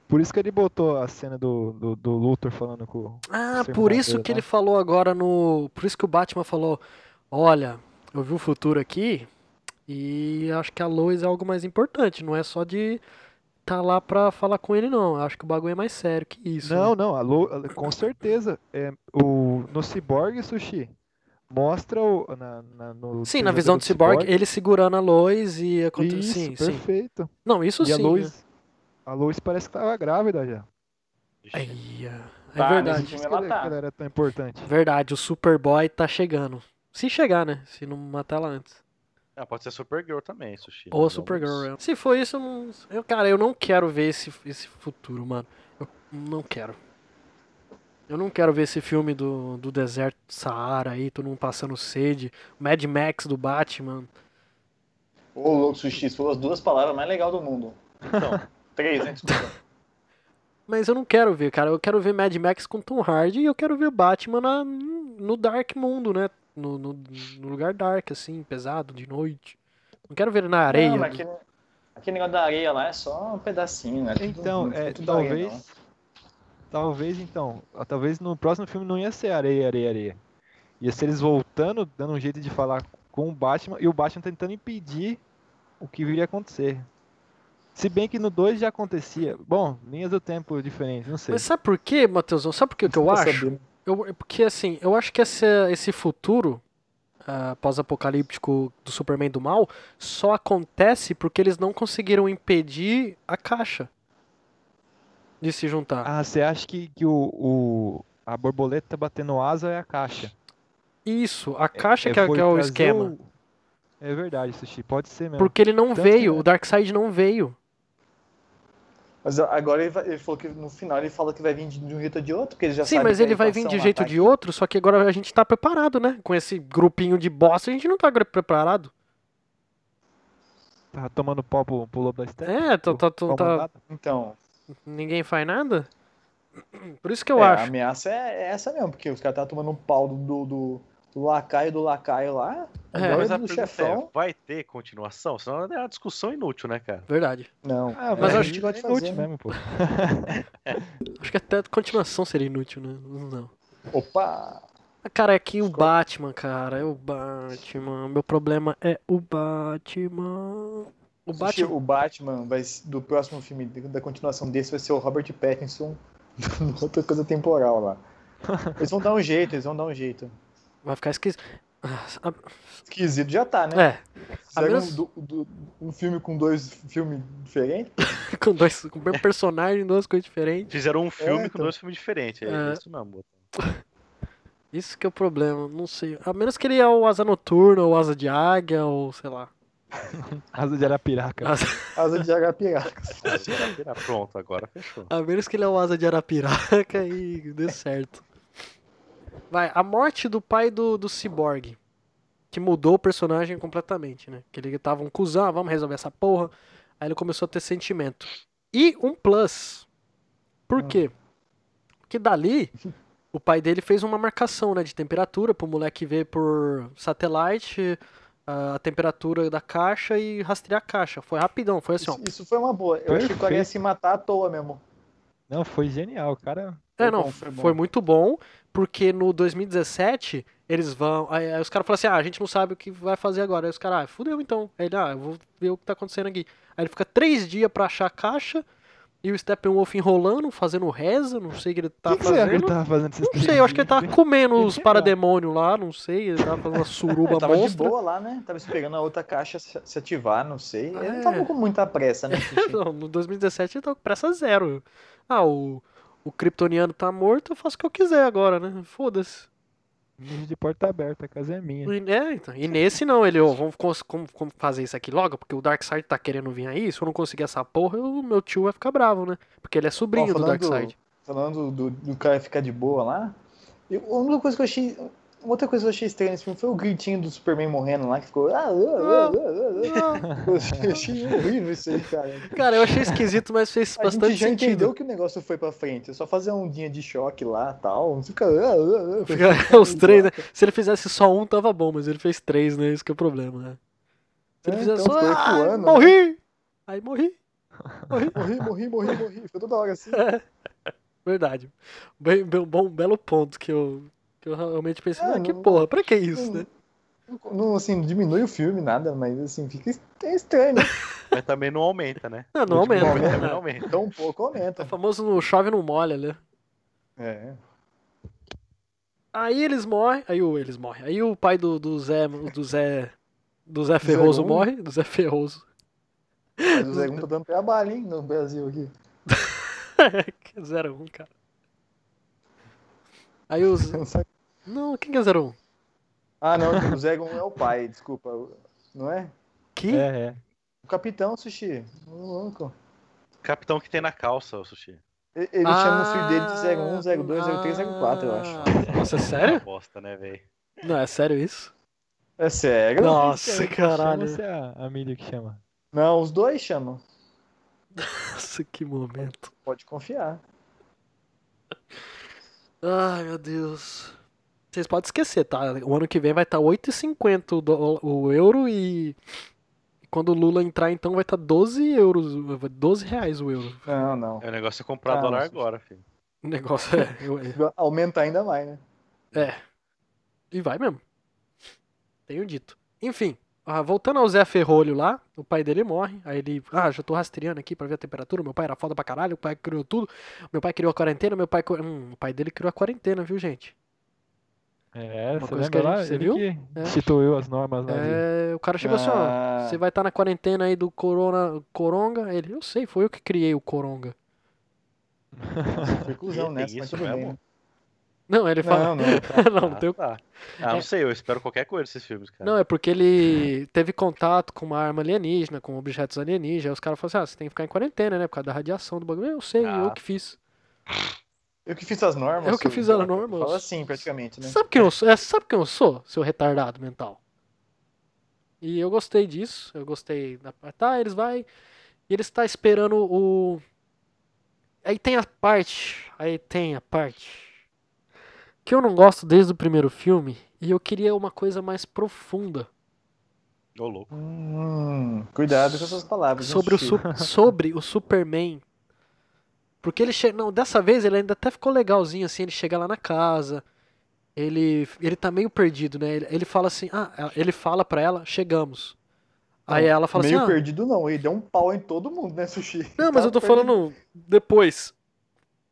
Speaker 4: Por isso que ele botou a cena do, do, do Luthor falando com.
Speaker 1: Ah,
Speaker 4: Sem
Speaker 1: por isso
Speaker 4: brincadeira,
Speaker 1: que ele
Speaker 4: né?
Speaker 1: falou agora no... Por isso que o Batman falou, olha, eu vi o futuro aqui e acho que a Lois é algo mais importante, não é só de tá lá pra falar com ele, não. Eu acho que o bagulho é mais sério que isso. né?
Speaker 4: Não, não, a Lo- a- com certeza. É, o, no Cyborg Sushi. Mostra o. Na, na- no
Speaker 1: Sim, na visão do Cyborg, ele segurando a Lois e... aconte-
Speaker 4: Isso,
Speaker 1: Sim, sim.
Speaker 4: perfeito.
Speaker 1: Não, isso
Speaker 4: e
Speaker 1: sim.
Speaker 4: a
Speaker 1: né?
Speaker 4: Lois. A Lois parece que tava grávida já.
Speaker 3: Ixi,
Speaker 1: Aí, é
Speaker 2: Tá,
Speaker 1: verdade.
Speaker 2: nesse
Speaker 4: Por
Speaker 2: filme
Speaker 4: isso que
Speaker 2: ela
Speaker 4: ele-
Speaker 2: tá.
Speaker 4: que ela era tão importante.
Speaker 1: Verdade, o Superboy tá chegando. Se chegar, né? Se não matar ela antes.
Speaker 3: Ah, pode ser Supergirl também, Sushi.
Speaker 1: Ou a
Speaker 3: Vamos-
Speaker 1: Supergirl. é. Se for isso, eu não. Eu, cara, eu não quero ver esse, esse futuro, mano. Eu não quero. Eu não quero ver esse filme do, do deserto do Saara aí, todo mundo passando sede. Mad Max do Batman.
Speaker 2: Ô, louco, sushi, foram as duas palavras mais legais do mundo.
Speaker 3: Não,
Speaker 2: Três, né? Desculpa.
Speaker 1: Mas eu não quero ver, cara. Eu quero ver Mad Max com Tom Hardy e eu quero ver Batman na, no Dark Mundo, né? No, no, no lugar dark, assim, pesado, de noite. Não quero ver ele na areia.
Speaker 2: Não, mas aquele, aquele negócio da areia lá é só um pedacinho, né?
Speaker 4: Então,
Speaker 2: Tudo-
Speaker 4: é,
Speaker 2: tudo da areia, não.
Speaker 4: talvez. Talvez então. ah, Talvez no próximo filme não ia ser areia, areia, areia. Ia ser eles voltando, dando um jeito de falar com o Batman e o Batman tentando impedir o que viria a acontecer. Se bem que no 2 já acontecia. Bom, linhas do tempo diferentes, não sei.
Speaker 1: Mas sabe por quê, Matheusão? Sabe por quê que eu
Speaker 2: Pra
Speaker 1: acho?
Speaker 2: saber.
Speaker 1: Eu, é porque assim, eu acho que essa- esse futuro ah, pós-apocalíptico do Superman do mal só acontece porque eles não conseguiram impedir a caixa de se juntar.
Speaker 4: Ah, você acha que, que o, o- a borboleta batendo asa é a caixa?
Speaker 1: Isso, a caixa que, é,
Speaker 4: foi
Speaker 1: que é o
Speaker 4: trazer
Speaker 1: esquema.
Speaker 4: o- É verdade, Sushi, pode ser mesmo.
Speaker 1: Porque ele não
Speaker 4: Tanto
Speaker 1: veio,
Speaker 4: que-
Speaker 1: o Darkseid não veio.
Speaker 2: Mas agora ele, vai- ele falou que no final ele fala que vai vir de de um jeito ou de outro, porque ele já
Speaker 1: Sim,
Speaker 2: sabe
Speaker 1: mas
Speaker 2: que a
Speaker 1: ele vai vir de
Speaker 2: inflação
Speaker 1: jeito
Speaker 2: ataca.
Speaker 1: de outro, só que agora a gente tá preparado, né? Com esse grupinho de bosta, a gente não tá agora preparado.
Speaker 4: Tá tomando pau pro, pro lobo da steppe?
Speaker 1: É, tá, tá, tá,
Speaker 4: Pau
Speaker 1: tá-
Speaker 4: mandado?
Speaker 2: Então,
Speaker 1: ninguém faz nada. *clears throat* Por isso que eu
Speaker 2: é, a
Speaker 1: acho.
Speaker 2: ameaça é, é essa mesmo, porque os caras tá tomando um pau do, do, do lacaio do lacaio lá.
Speaker 1: É,
Speaker 2: agora
Speaker 3: Mas a
Speaker 2: do
Speaker 3: pergunta
Speaker 2: chefão.
Speaker 3: é, vai ter continuação? Senão é uma discussão inútil, né, cara?
Speaker 1: Verdade.
Speaker 2: Não.
Speaker 4: Ah,
Speaker 1: mas
Speaker 4: mas
Speaker 2: a
Speaker 1: acho
Speaker 2: gente gosta
Speaker 4: acho que
Speaker 2: de
Speaker 4: é inútil
Speaker 2: fazer. Né?
Speaker 4: mesmo, pô.
Speaker 1: Acho que até a continuação seria inútil, né? Não.
Speaker 2: Opa!
Speaker 1: Ah, Cara, é que o Batman, cara, é o Batman. Meu problema é o Batman. O
Speaker 2: Assistir
Speaker 1: Batman.
Speaker 2: O Batman vai, s- do próximo filme, da continuação desse, vai ser o Robert Pattinson *laughs* no outra coisa temporal lá. Eles vão dar um jeito, eles vão dar um jeito.
Speaker 1: Vai ficar esquisito. Ah,
Speaker 2: Esquisito já tá, né?
Speaker 1: É, *laughs*
Speaker 2: Fizeram
Speaker 1: menos-
Speaker 2: um, do- do- um filme com dois filmes diferentes.
Speaker 1: com dois. Com o mesmo personagem, duas coisas diferentes.
Speaker 3: Fizeram um filme com
Speaker 2: então.
Speaker 3: dois filmes diferentes. É,
Speaker 1: É.
Speaker 3: isso mesmo. Boto.
Speaker 1: Isso que é o problema, não sei. A menos que ele é o Asa Noturna, ou Asa de Águia, ou sei lá.
Speaker 4: Asa de Arapiraca.
Speaker 1: Asa-
Speaker 2: Asa de Arapiraca.
Speaker 3: Ah, Pronto, agora fechou.
Speaker 1: A menos que ele é o Asa de Arapiraca e dê certo. Vai, a morte do pai do, do Cyborg. Que mudou o personagem completamente, né? Que ele tava um cuzão, ah, vamos resolver essa porra. Aí ele começou a ter sentimento. E um plus. Por quê? Porque dali, o pai dele fez uma marcação, né? De temperatura, pro moleque ver por satélite ah, a temperatura da caixa e rastrear a caixa. Foi rapidão, foi assim, ó.
Speaker 2: Isso, isso foi uma boa. Eu achei que o cara ia se matar à toa mesmo.
Speaker 4: Não, foi genial, cara.
Speaker 1: É,
Speaker 2: Foi
Speaker 1: não,
Speaker 2: bom,
Speaker 1: foi,
Speaker 2: foi bom.
Speaker 1: muito bom, porque no 2017 eles vão. Aí, aí os caras falam assim: ah, a gente não sabe o que vai fazer agora. Aí os caras, ah, fudeu então. Aí ele, ah, eu vou ver o que tá acontecendo aqui. Aí ele fica três dias pra achar a caixa e o Steppenwolf enrolando, fazendo reza, não sei o que ele tá
Speaker 4: o que, que será que
Speaker 1: fazendo.
Speaker 4: ele tava fazendo esses
Speaker 1: não
Speaker 4: três
Speaker 1: sei, eu acho que ele tá
Speaker 4: dias,
Speaker 1: tava
Speaker 4: hein?
Speaker 1: comendo
Speaker 4: Ele
Speaker 1: os
Speaker 4: sei lá.
Speaker 1: parademônios lá, não sei, ele tava
Speaker 2: *laughs*
Speaker 1: fazendo uma suruba
Speaker 2: É, Tava de
Speaker 1: monstra.
Speaker 2: boa lá, né? Tava esperando a outra caixa se se ativar, não sei. Ele
Speaker 1: É.
Speaker 2: não tava com muita pressa, né?
Speaker 1: *laughs*
Speaker 2: Chichi?
Speaker 1: *laughs* Não, no 2017 ele tava com pressa zero. Ah, o, o Kryptoniano tá morto, eu faço o que eu quiser agora, né? Foda-se.
Speaker 4: Mijo de porta aberta, a casa é minha.
Speaker 1: E- É, então. E nesse não, ele, ó, vamos cons- como- como fazer isso aqui logo, porque o Darkseid tá querendo vir aí, se eu não conseguir essa porra, o meu tio vai ficar bravo, né? Porque ele é sobrinho
Speaker 2: Ó,
Speaker 1: do Darkseid.
Speaker 2: Falando do, do cara ficar de boa lá. Eu, uma outra coisa que eu achei. uma outra coisa que eu achei estranha nesse filme foi o gritinho do Superman morrendo lá, que ficou. Ah, ah, ah,
Speaker 1: *laughs*
Speaker 2: ah,
Speaker 1: Não,
Speaker 2: ah. Eu achei- achei horrível isso aí, cara.
Speaker 1: Ah, cara, eu achei esquisito, mas fez
Speaker 2: A
Speaker 1: bastante
Speaker 2: gente já
Speaker 1: sentido.
Speaker 2: entendeu que o negócio foi pra frente. É só fazer uma ondinha de choque lá tal. Não fica. ah, ah, ah.
Speaker 1: *laughs* Fica- Os três, né? Se ele fizesse só um, tava bom, mas ele fez três, né? Isso que é o problema, né? Se ele
Speaker 2: É,
Speaker 1: fizesse
Speaker 2: então,
Speaker 1: só.
Speaker 2: ficou
Speaker 1: Ah,
Speaker 2: ecoando, né?
Speaker 1: morri! Aí morri. *laughs*
Speaker 2: Morri, morri, morri, morri. Ficou toda hora assim.
Speaker 1: Verdade. Bem, bem- bom, belo ponto que eu, que eu realmente pensei,
Speaker 2: É,
Speaker 1: ah, que
Speaker 2: não-
Speaker 1: porra, pra que isso, né?
Speaker 2: Não- Não, assim, diminui o filme, nada, mas assim, fica est- é
Speaker 1: *laughs*
Speaker 2: estranho, né?
Speaker 3: Mas também não aumenta, né?
Speaker 1: Não, não aumenta.
Speaker 2: momento,
Speaker 1: né?
Speaker 3: Também não aumenta.
Speaker 2: Então um pouco
Speaker 1: É o
Speaker 2: aumenta.
Speaker 1: famoso no chove não molha, né?
Speaker 2: É.
Speaker 1: Aí eles morrem, aí o eles morrem. Aí o pai do, do Zé, do Zé, do Zé Ferroso
Speaker 2: Gomes?
Speaker 1: morre, do Zé Ferroso. *laughs*
Speaker 2: Mas o Zé Gum tá dando trabalho, hein, no Brasil aqui.
Speaker 1: Que é 01, cara. Aí os Não, quem que é 01?
Speaker 2: *laughs* Ah, não, o Zé Gum é o pai, desculpa. Não é?
Speaker 1: Que?
Speaker 4: É, é.
Speaker 2: O capitão, Sushi. Ô, Louco.
Speaker 3: Capitão que tem na calça, o Sushi.
Speaker 2: E- Ele chama o filho dele de um, Zé Gum, Zé Gum 2, Zé Gum 3, Zé Gum 4, eu acho.
Speaker 1: Ah, Nossa, é sério?
Speaker 3: Bosta, né, velho?
Speaker 1: Não, é sério isso?
Speaker 2: É sério?
Speaker 1: Nossa,
Speaker 4: Chama assim.
Speaker 1: caralho.
Speaker 4: você a, a Milho que chama.
Speaker 2: Não, os dois chamam.
Speaker 1: Nossa, que momento.
Speaker 2: Pode confiar.
Speaker 1: Ai, meu Deus. Vocês podem esquecer, tá? O ano que vem vai estar 8,50 o, dó- o euro e quando o Lula entrar, então vai estar 12 euros, 12 reais o euro.
Speaker 2: Não, não.
Speaker 3: É o negócio é comprar
Speaker 2: Ah,
Speaker 3: dólar
Speaker 2: não, Sushi.
Speaker 3: agora, filho.
Speaker 1: O negócio é, eu- é-
Speaker 2: Aumenta ainda mais, né?
Speaker 1: E vai mesmo. Tenho dito. Enfim, ah, voltando ao Zé Ferrolho lá, o pai dele morre. Aí ele, ah, já tô rastreando aqui pra ver a temperatura. Meu pai era foda pra caralho, o pai criou tudo. Meu pai criou a quarentena, meu pai. co- Hum, o pai dele criou a quarentena, viu, gente?
Speaker 4: É,
Speaker 1: Uma
Speaker 4: você
Speaker 1: coisa que
Speaker 4: lembra
Speaker 1: a gente-
Speaker 4: lá?
Speaker 1: você
Speaker 4: Ele
Speaker 1: viu?
Speaker 4: que
Speaker 1: É.
Speaker 4: instituiu as normas lá. de-
Speaker 1: É, o cara chegou assim, ó.
Speaker 2: Ah,
Speaker 1: Você vai estar na quarentena aí do Corona Coronga? Ele, eu sei, foi eu que criei o Coronga.
Speaker 2: Conclusão
Speaker 3: Tem
Speaker 2: nessa, mas
Speaker 1: É
Speaker 3: isso
Speaker 2: tudo bem.
Speaker 3: mesmo?
Speaker 2: né?
Speaker 1: Não, ele fala. *laughs*
Speaker 2: Não, não.
Speaker 1: Não, não tem o-
Speaker 3: tá. Ah, não sei, eu espero qualquer coisa desses filmes, cara.
Speaker 1: Não, é porque ele teve contato com uma arma alienígena, com objetos alienígenas. Aí os caras falaram assim: ah, você tem que ficar em quarentena, né? Por causa da radiação do bagulho. Eu sei,
Speaker 3: Ah.
Speaker 1: eu que fiz.
Speaker 2: Eu que fiz as normas.
Speaker 1: Eu que
Speaker 2: seu
Speaker 1: fiz as
Speaker 2: idiota.
Speaker 1: normas.
Speaker 2: Fala assim, praticamente, né?
Speaker 1: Sabe quem eu sou? É, sabe quem eu sou, seu retardado mental? E eu gostei disso, eu gostei da parte. Tá, eles vai e eles tá esperando o Aí tem a parte, aí tem a parte que eu não gosto desde o primeiro filme e eu queria uma coisa mais profunda
Speaker 3: Ô, louco.
Speaker 2: Hum, cuidado com essas palavras. hein,
Speaker 1: sobre o,
Speaker 2: Chico?
Speaker 1: su- sobre o Superman. Porque ele chega. Não, dessa vez ele ainda até ficou legalzinho, assim, ele chega lá na casa. Ele, ele tá meio perdido, né? Ele, ele fala assim, ah, ele fala pra ela, chegamos. Aí
Speaker 2: Não,
Speaker 1: ela fala
Speaker 2: Meio
Speaker 1: assim, ah,
Speaker 2: perdido não, ele deu um pau em todo mundo, né, Sushi?
Speaker 1: não, mas
Speaker 2: Tá
Speaker 1: eu tô
Speaker 2: perdido.
Speaker 1: falando depois.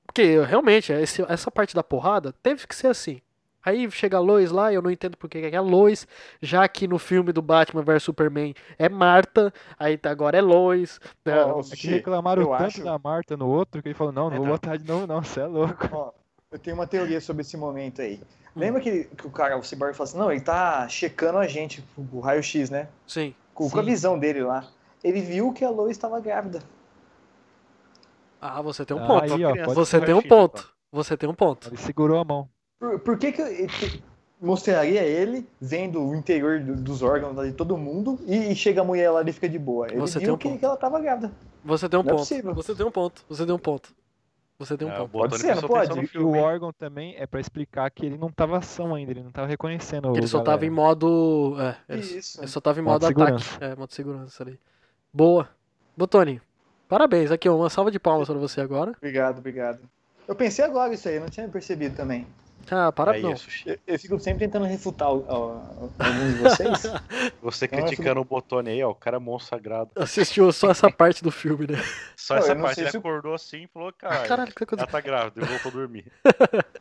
Speaker 1: Porque realmente, esse- essa parte da porrada teve que ser assim. Aí chega a Lois lá, eu não entendo porque que é a Lois, já que no filme do Batman vs Superman é Marta, aí tá- agora é Lois. né?
Speaker 2: Ó, ó,
Speaker 4: É que
Speaker 2: Sushi,
Speaker 4: reclamaram
Speaker 2: eu
Speaker 4: tanto
Speaker 2: acho-
Speaker 4: da Marta no outro que ele falou, não, não
Speaker 3: É,
Speaker 4: vou
Speaker 3: não.
Speaker 4: botar de novo não, você é louco.
Speaker 2: Ó, eu tenho uma teoria sobre esse momento aí.
Speaker 1: Hum.
Speaker 2: Lembra que, que o cara, o Cyborg, fala assim, não, ele tá checando a gente, o raio-x, né?
Speaker 1: Sim.
Speaker 2: Com, com a
Speaker 4: Sim.
Speaker 2: visão dele lá. Ele viu que a Lois estava grávida.
Speaker 1: Ah, você tem um
Speaker 4: Ah,
Speaker 1: ponto.
Speaker 4: aí, ó, pode
Speaker 1: Você
Speaker 3: ser
Speaker 1: tem um
Speaker 3: China, então.
Speaker 1: ponto. Você tem um ponto.
Speaker 4: Ele segurou a mão.
Speaker 2: Por, por que que eu- eu te- mostraria ele vendo o interior do- dos órgãos lá de todo mundo e, e chega a mulher lá e fica de boa? Ele
Speaker 1: Você tem
Speaker 2: viu
Speaker 1: um
Speaker 2: que,
Speaker 1: ponto.
Speaker 2: que ela tava grávida.
Speaker 1: Você tem um
Speaker 2: Não é
Speaker 1: ponto.
Speaker 2: possível.
Speaker 1: Você tem um ponto. Você tem um ponto. Você
Speaker 4: É,
Speaker 1: tem um
Speaker 3: Ah, o
Speaker 1: ponto.
Speaker 3: Botone
Speaker 2: Pode ser, não
Speaker 3: prestou atenção
Speaker 2: pode?
Speaker 3: no
Speaker 4: E o
Speaker 3: filme, hein?
Speaker 4: órgão também é pra explicar que ele não tava ação ainda, ele não tava reconhecendo
Speaker 1: Ele
Speaker 4: o
Speaker 1: só
Speaker 4: galera.
Speaker 1: tava em modo. É, ele,
Speaker 2: Isso.
Speaker 1: ele só tava em
Speaker 4: Modo
Speaker 1: modo ataque.
Speaker 4: segurança.
Speaker 1: É, modo segurança ali. Boa. Botoni, parabéns. Aqui, ó, uma salva de palmas pra você agora.
Speaker 2: Obrigado, obrigado. Eu pensei agora isso aí, eu não tinha percebido também.
Speaker 1: Ah,
Speaker 3: Aí,
Speaker 4: É
Speaker 1: parabéns. não.
Speaker 3: Sushi,
Speaker 2: Eu, eu fico sempre tentando refutar o- o- alguns de
Speaker 1: *laughs*
Speaker 2: vocês.
Speaker 3: Você
Speaker 2: Não, eu
Speaker 3: criticando o Botone aí, ó, o cara é monstro sagrado.
Speaker 1: Assistiu só
Speaker 4: *laughs*
Speaker 1: essa parte do filme, né?
Speaker 3: Só
Speaker 2: Não, eu
Speaker 3: essa
Speaker 2: não
Speaker 3: parte,
Speaker 2: sei
Speaker 3: ele
Speaker 2: se o-
Speaker 3: acordou assim e falou,
Speaker 4: Ah,
Speaker 3: cara,
Speaker 1: Caralho, o que
Speaker 4: é.
Speaker 1: aconteceu?
Speaker 3: ela tá grávida, eu vou *laughs* dormir.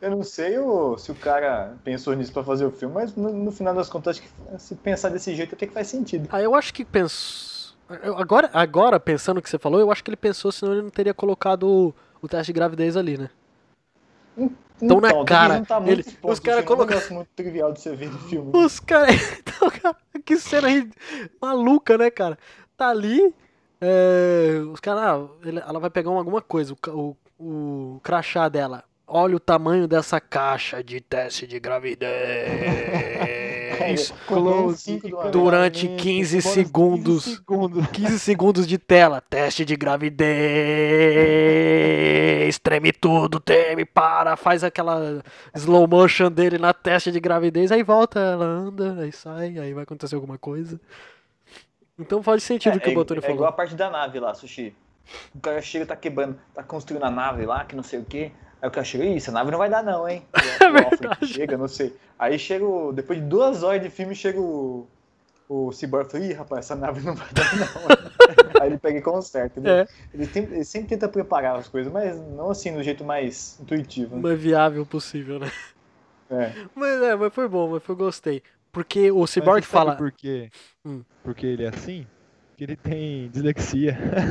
Speaker 2: Eu não sei o- se o cara pensou nisso pra fazer o filme, mas no, no final das contas, acho que se pensar desse jeito até que faz sentido.
Speaker 1: Ah, eu acho que pensou. eu- Agora, agora, pensando o que você falou, eu acho que ele pensou, senão ele não teria colocado o, o teste de gravidez ali, né? Tão na
Speaker 2: talvez
Speaker 1: Então, né, cara,
Speaker 2: não tá muito
Speaker 1: ele-
Speaker 2: em ponto,
Speaker 1: os cara
Speaker 2: assim, é um
Speaker 1: coloca-
Speaker 2: negócio muito trivial de você ver no filme.
Speaker 1: Os caras. Então, cara, *laughs* que cena aí maluca, né, cara? Tá ali. é, os caras. ah, ele- ela vai pegar um- alguma coisa, o, ca- o, o crachá dela. Olha o tamanho dessa caixa de teste de gravidez.
Speaker 2: Close,
Speaker 1: Durante
Speaker 4: Câmera lenta,
Speaker 1: 15
Speaker 4: demora uns
Speaker 1: segundos.
Speaker 4: 15 segundos.
Speaker 1: 15 segundos de tela, teste de gravidez, treme tudo, treme, para, faz aquela slow motion dele na teste de gravidez, aí volta, ela anda, aí sai, aí vai acontecer alguma coisa. Então faz sentido o que o Botoni
Speaker 2: É igual
Speaker 1: falou.
Speaker 2: a parte da nave lá, Sushi. O cara chega e tá quebrando, tá construindo a nave lá, que não sei o quê. Aí o cara chega, "Ih, essa nave não vai dar não,
Speaker 1: *laughs*
Speaker 2: hein? É verdade. Chega, não sei. Aí chega, o- depois de duas horas de filme, chega o, o Cyborg e fala, ih, rapaz, essa nave não vai dar não. *laughs* Aí ele pega e conserta. né?
Speaker 1: É.
Speaker 2: Ele, tem- ele sempre tenta preparar as coisas, mas não assim, do jeito mais intuitivo.
Speaker 1: O
Speaker 2: Né?
Speaker 1: mais viável possível, né?
Speaker 2: É.
Speaker 1: Mas é, mas foi bom, mas foi gostei. Porque o
Speaker 4: Mas
Speaker 1: Cyborg
Speaker 4: você sabe
Speaker 1: fala.
Speaker 4: Por quê?
Speaker 1: Hum.
Speaker 4: Porque ele é assim? Porque ele tem dislexia. *laughs*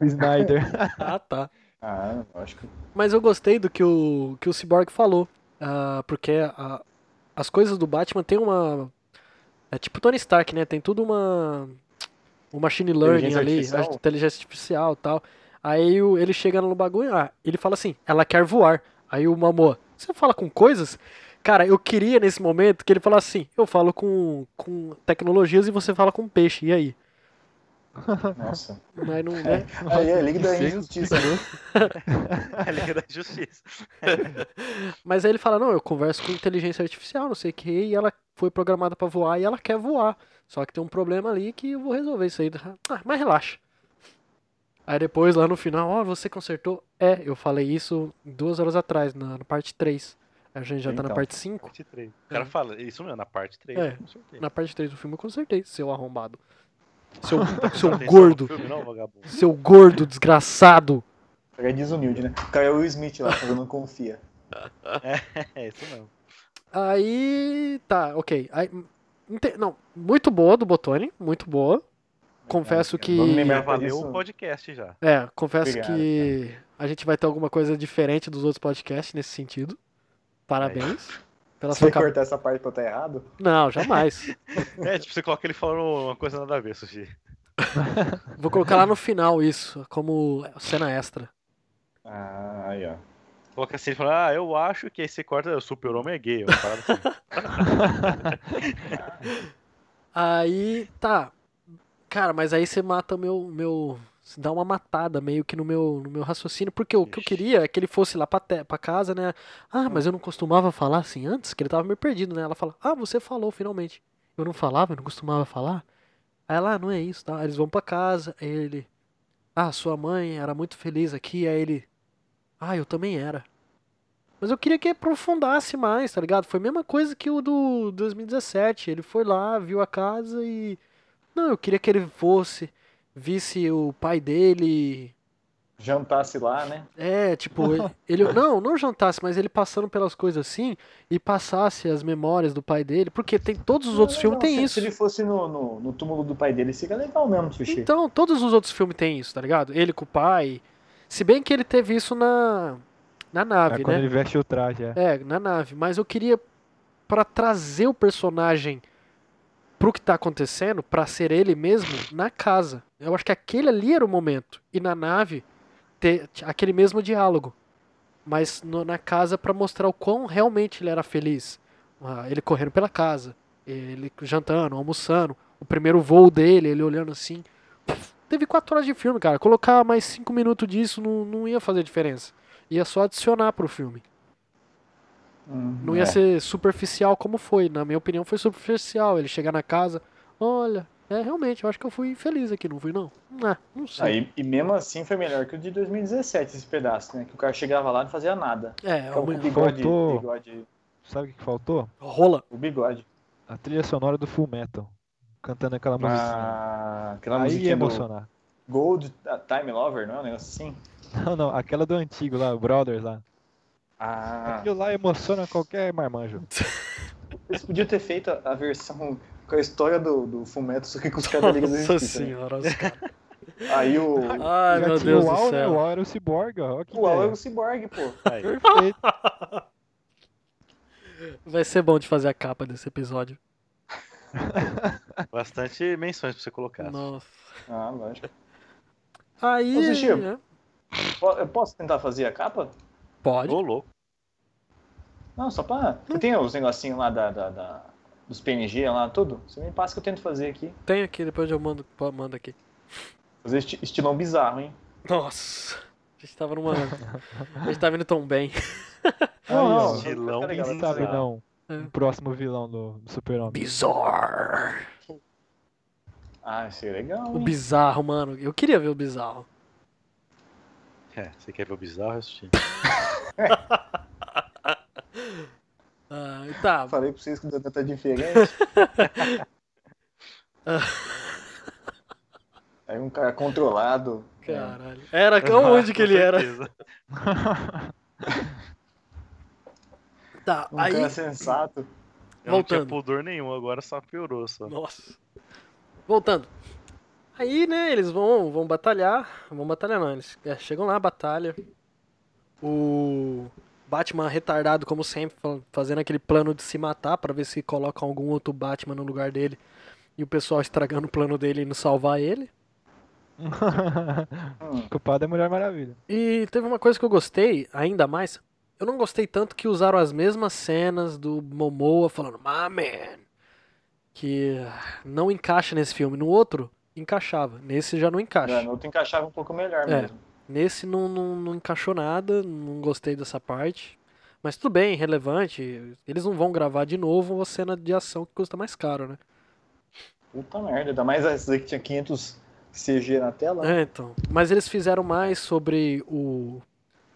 Speaker 4: O Snyder.
Speaker 1: Ah, tá.
Speaker 2: Ah, lógico.
Speaker 1: Mas eu gostei do que o, que o Cyborg falou. ah, porque a- as coisas do Batman tem uma. É tipo Tony Stark, né? Tem tudo uma. O machine learning
Speaker 2: Inteligência
Speaker 1: ali,
Speaker 2: artificial.
Speaker 1: a inteligência artificial e tal. Aí o- ele chega no bagulho, ah, ele fala assim, ela quer voar. Aí o Mamô, você fala com coisas? Cara, eu queria nesse momento que ele falasse assim, eu falo com, com tecnologias e você fala com peixe, e aí?
Speaker 2: Nossa.
Speaker 1: *laughs* Mas não, né?
Speaker 2: Aí é Liga da
Speaker 4: Que feio,
Speaker 2: Injustiça.
Speaker 3: É Liga da Justiça.
Speaker 1: Mas aí ele fala, não, eu converso com inteligência artificial, não sei o que, e ela foi programada pra voar e ela quer voar. Só que tem um problema ali que eu vou resolver isso aí. Ah, mas relaxa. Aí depois, lá no final, ó, você consertou? É, eu falei isso duas horas atrás, na, na parte 3. A gente já tá na
Speaker 2: Então.
Speaker 1: parte 5.
Speaker 3: *laughs* Parte três. O cara fala, isso mesmo, na parte 3,
Speaker 1: É.
Speaker 3: com certeza.
Speaker 1: Na parte 3 do filme eu consertei, seu arrombado. Seu, seu
Speaker 3: Presta atenção Tá no
Speaker 1: gordo,
Speaker 3: Filme, não, vagabundo.
Speaker 1: seu gordo desgraçado.
Speaker 2: Cara é desumilde, né? O cara é o Will Smith lá, falando não confia.
Speaker 3: É, isso mesmo.
Speaker 1: Aí. Tá, ok. Aí, inte- não, muito boa do Botone, muito boa. Confesso que.
Speaker 2: Vamos lembrar
Speaker 3: Já valeu
Speaker 2: isso-
Speaker 3: o podcast já.
Speaker 1: É, confesso
Speaker 2: Obrigado,
Speaker 1: que a gente vai ter alguma coisa diferente dos outros podcasts nesse sentido. Parabéns pela
Speaker 2: Você
Speaker 1: sua
Speaker 2: vai
Speaker 1: capacidade.
Speaker 2: cortar essa parte pra eu estar errado?
Speaker 1: Não, jamais.
Speaker 3: É, tipo, você coloca ele falando uma coisa nada a ver, Sushi.
Speaker 1: Vou colocar lá no final isso, como cena extra.
Speaker 2: Ah, aí, ó.
Speaker 3: Coloca assim e fala, ah, eu acho que aí você corta, o super-homem é gay. uma parada *laughs* assim.
Speaker 1: Aí, tá. Cara, mas aí você mata o meu. meu você dá uma matada meio que no meu, no meu raciocínio, porque o que eu
Speaker 3: Ixi.
Speaker 1: queria é que ele fosse lá pra, te- pra casa, né? Ah, mas eu não costumava falar assim antes, que ele tava meio perdido, né? Ela fala, ah, você falou finalmente. Eu não falava, eu não costumava falar. Aí ela, ah, não é isso, tá? Aí eles vão pra casa, aí ele. Ah, sua mãe era muito feliz aqui, aí ele. Ah, eu também era. Mas eu queria que aprofundasse mais, tá ligado? Foi a mesma coisa que o do 2017. Ele foi lá, viu a casa e. Não, eu queria que ele fosse, visse o pai dele.
Speaker 2: Jantasse lá, né?
Speaker 1: É,
Speaker 2: *laughs*
Speaker 1: tipo, ele- ele. Não, não jantasse, mas ele passando pelas coisas assim e passasse as memórias do pai dele. Porque tem todos os outros
Speaker 2: Não,
Speaker 1: filmes
Speaker 2: não,
Speaker 1: têm
Speaker 2: se,
Speaker 1: isso.
Speaker 2: Se ele fosse no, no, no túmulo do pai dele, seria legal mesmo, Sushi.
Speaker 1: Então, todos os outros filmes têm isso, tá ligado? Ele com o pai. Se bem que ele teve isso na. Na nave,
Speaker 4: É
Speaker 1: né?
Speaker 4: quando ele veste o traje, é.
Speaker 1: É, na nave, mas eu queria pra trazer o personagem pro que tá acontecendo, pra ser ele mesmo na casa. Eu acho que aquele ali era o momento e na nave ter t- aquele mesmo diálogo, mas no- na casa pra mostrar o quão realmente ele era feliz. Ah, ele correndo pela casa, ele jantando, almoçando, o primeiro voo dele, ele olhando assim. Pff, Teve quatro horas de filme, cara. Colocar mais cinco minutos disso não, não ia fazer diferença. Ia só adicionar pro filme.
Speaker 2: Hum,
Speaker 1: Não ia
Speaker 2: é.
Speaker 1: ser superficial como foi. Na minha opinião, foi superficial. Ele chegar na casa, olha, é realmente, eu acho que eu fui infeliz aqui, não fui não? Ah, não sei.
Speaker 2: Ah, e, e mesmo assim foi melhor que o de 2017, esse pedaço, né? Que o cara chegava lá e não fazia nada.
Speaker 1: é,
Speaker 2: Ficava com o
Speaker 1: uma-
Speaker 2: bigode,
Speaker 4: Faltou.
Speaker 2: bigode,
Speaker 4: Sabe o que que faltou?
Speaker 1: rola.
Speaker 2: o bigode.
Speaker 4: A trilha sonora do Full Metal. Cantando aquela musiquinha.
Speaker 2: Ah, aquela
Speaker 4: Aí é ia
Speaker 2: musiquinha do
Speaker 4: emocionar.
Speaker 2: Gold ah, Time Lover, não é um negócio assim?
Speaker 4: *laughs* Não, não, aquela do antigo lá, o Brothers lá.
Speaker 2: Ah,
Speaker 4: Aquilo lá emociona qualquer marmanjo.
Speaker 2: eles podiam ter feito a, a versão com a história do, do Fumeto, só que com os caras da Liga da
Speaker 1: Nossa
Speaker 2: Justiça, né?
Speaker 1: senhora.
Speaker 2: *laughs*
Speaker 1: os caras- *laughs*
Speaker 2: Aí o,
Speaker 1: Ai,
Speaker 4: Já
Speaker 1: meu
Speaker 4: tinha
Speaker 1: Deus
Speaker 4: o
Speaker 1: do
Speaker 4: Al, né? O
Speaker 1: céu.
Speaker 4: Al era o Cyborg, ó. Que
Speaker 2: o Al é
Speaker 4: ideia.
Speaker 2: o Cyborg, pô.
Speaker 3: Aí.
Speaker 4: *laughs* Perfeito.
Speaker 1: Vai ser bom de fazer a capa desse episódio.
Speaker 3: Bastante menções pra você colocar.
Speaker 1: Nossa.
Speaker 2: Ah, lógico.
Speaker 1: Aí.
Speaker 2: Ô, Sushi.
Speaker 1: né?
Speaker 2: Po- Eu posso tentar fazer a capa?
Speaker 1: Pode.
Speaker 3: Ô, louco.
Speaker 2: Não, só pra... Você
Speaker 1: Hum.
Speaker 2: tem os negocinhos lá da, da- da- dos PNG lá, tudo? Você me passa que eu tento fazer aqui.
Speaker 1: Tem aqui, depois eu mando, pô, mando aqui.
Speaker 2: Fazer esti estilão bizarro, hein?
Speaker 1: Nossa. A gente tava numa. A gente tava indo tão bem.
Speaker 2: Não,
Speaker 4: Aí,
Speaker 2: não.
Speaker 4: ó.
Speaker 3: Estilão
Speaker 2: Fica legal,
Speaker 4: Quem
Speaker 2: fica
Speaker 4: sabe
Speaker 2: legal.
Speaker 4: não.
Speaker 1: É.
Speaker 4: O próximo vilão do do Super-Homem.
Speaker 1: Bizarro.
Speaker 2: Ah, isso é legal,
Speaker 1: O
Speaker 2: hein?
Speaker 1: bizarro, mano. Eu queria ver o bizarro.
Speaker 3: É, você quer ver o bizarro, Sushi?
Speaker 1: *laughs* Ah, tá,
Speaker 2: Falei pra vocês que o Dandan
Speaker 1: *laughs*
Speaker 2: tá diferente. Aí um cara controlado. né?
Speaker 1: Caralho. É, Era onde que ele era? Tá,
Speaker 2: Um
Speaker 1: aí.
Speaker 2: cara sensato.
Speaker 3: Eu não tinha
Speaker 1: Voltando.
Speaker 3: pudor nenhum, agora só piorou. Só.
Speaker 1: Nossa. Voltando. Aí, né, eles vão, vão batalhar. Vão batalhar não, eles é, chegam lá, batalha. O Batman retardado, como sempre, fa- fazendo aquele plano de se matar pra ver se colocam algum outro Batman no lugar dele. E o pessoal estragando o plano dele e não salvar ele.
Speaker 2: Hum,
Speaker 4: O *laughs* culpado é a Mulher Maravilha.
Speaker 1: E teve uma coisa que eu gostei, ainda mais. Eu não gostei tanto que usaram as mesmas cenas do Momoa falando, My man! Que ah, não encaixa nesse filme. No outro, encaixava. Nesse já não encaixa.
Speaker 2: Garoto encaixava um pouco melhor
Speaker 1: É.
Speaker 2: mesmo.
Speaker 1: Nesse não, não, não encaixou nada, não gostei dessa parte. Mas tudo bem, relevante. Eles não vão gravar de novo a cena de ação que custa mais caro, né?
Speaker 2: Puta merda, ainda mais essa aí que tinha 500 CG na tela.
Speaker 1: É, então. Mas eles fizeram mais sobre o.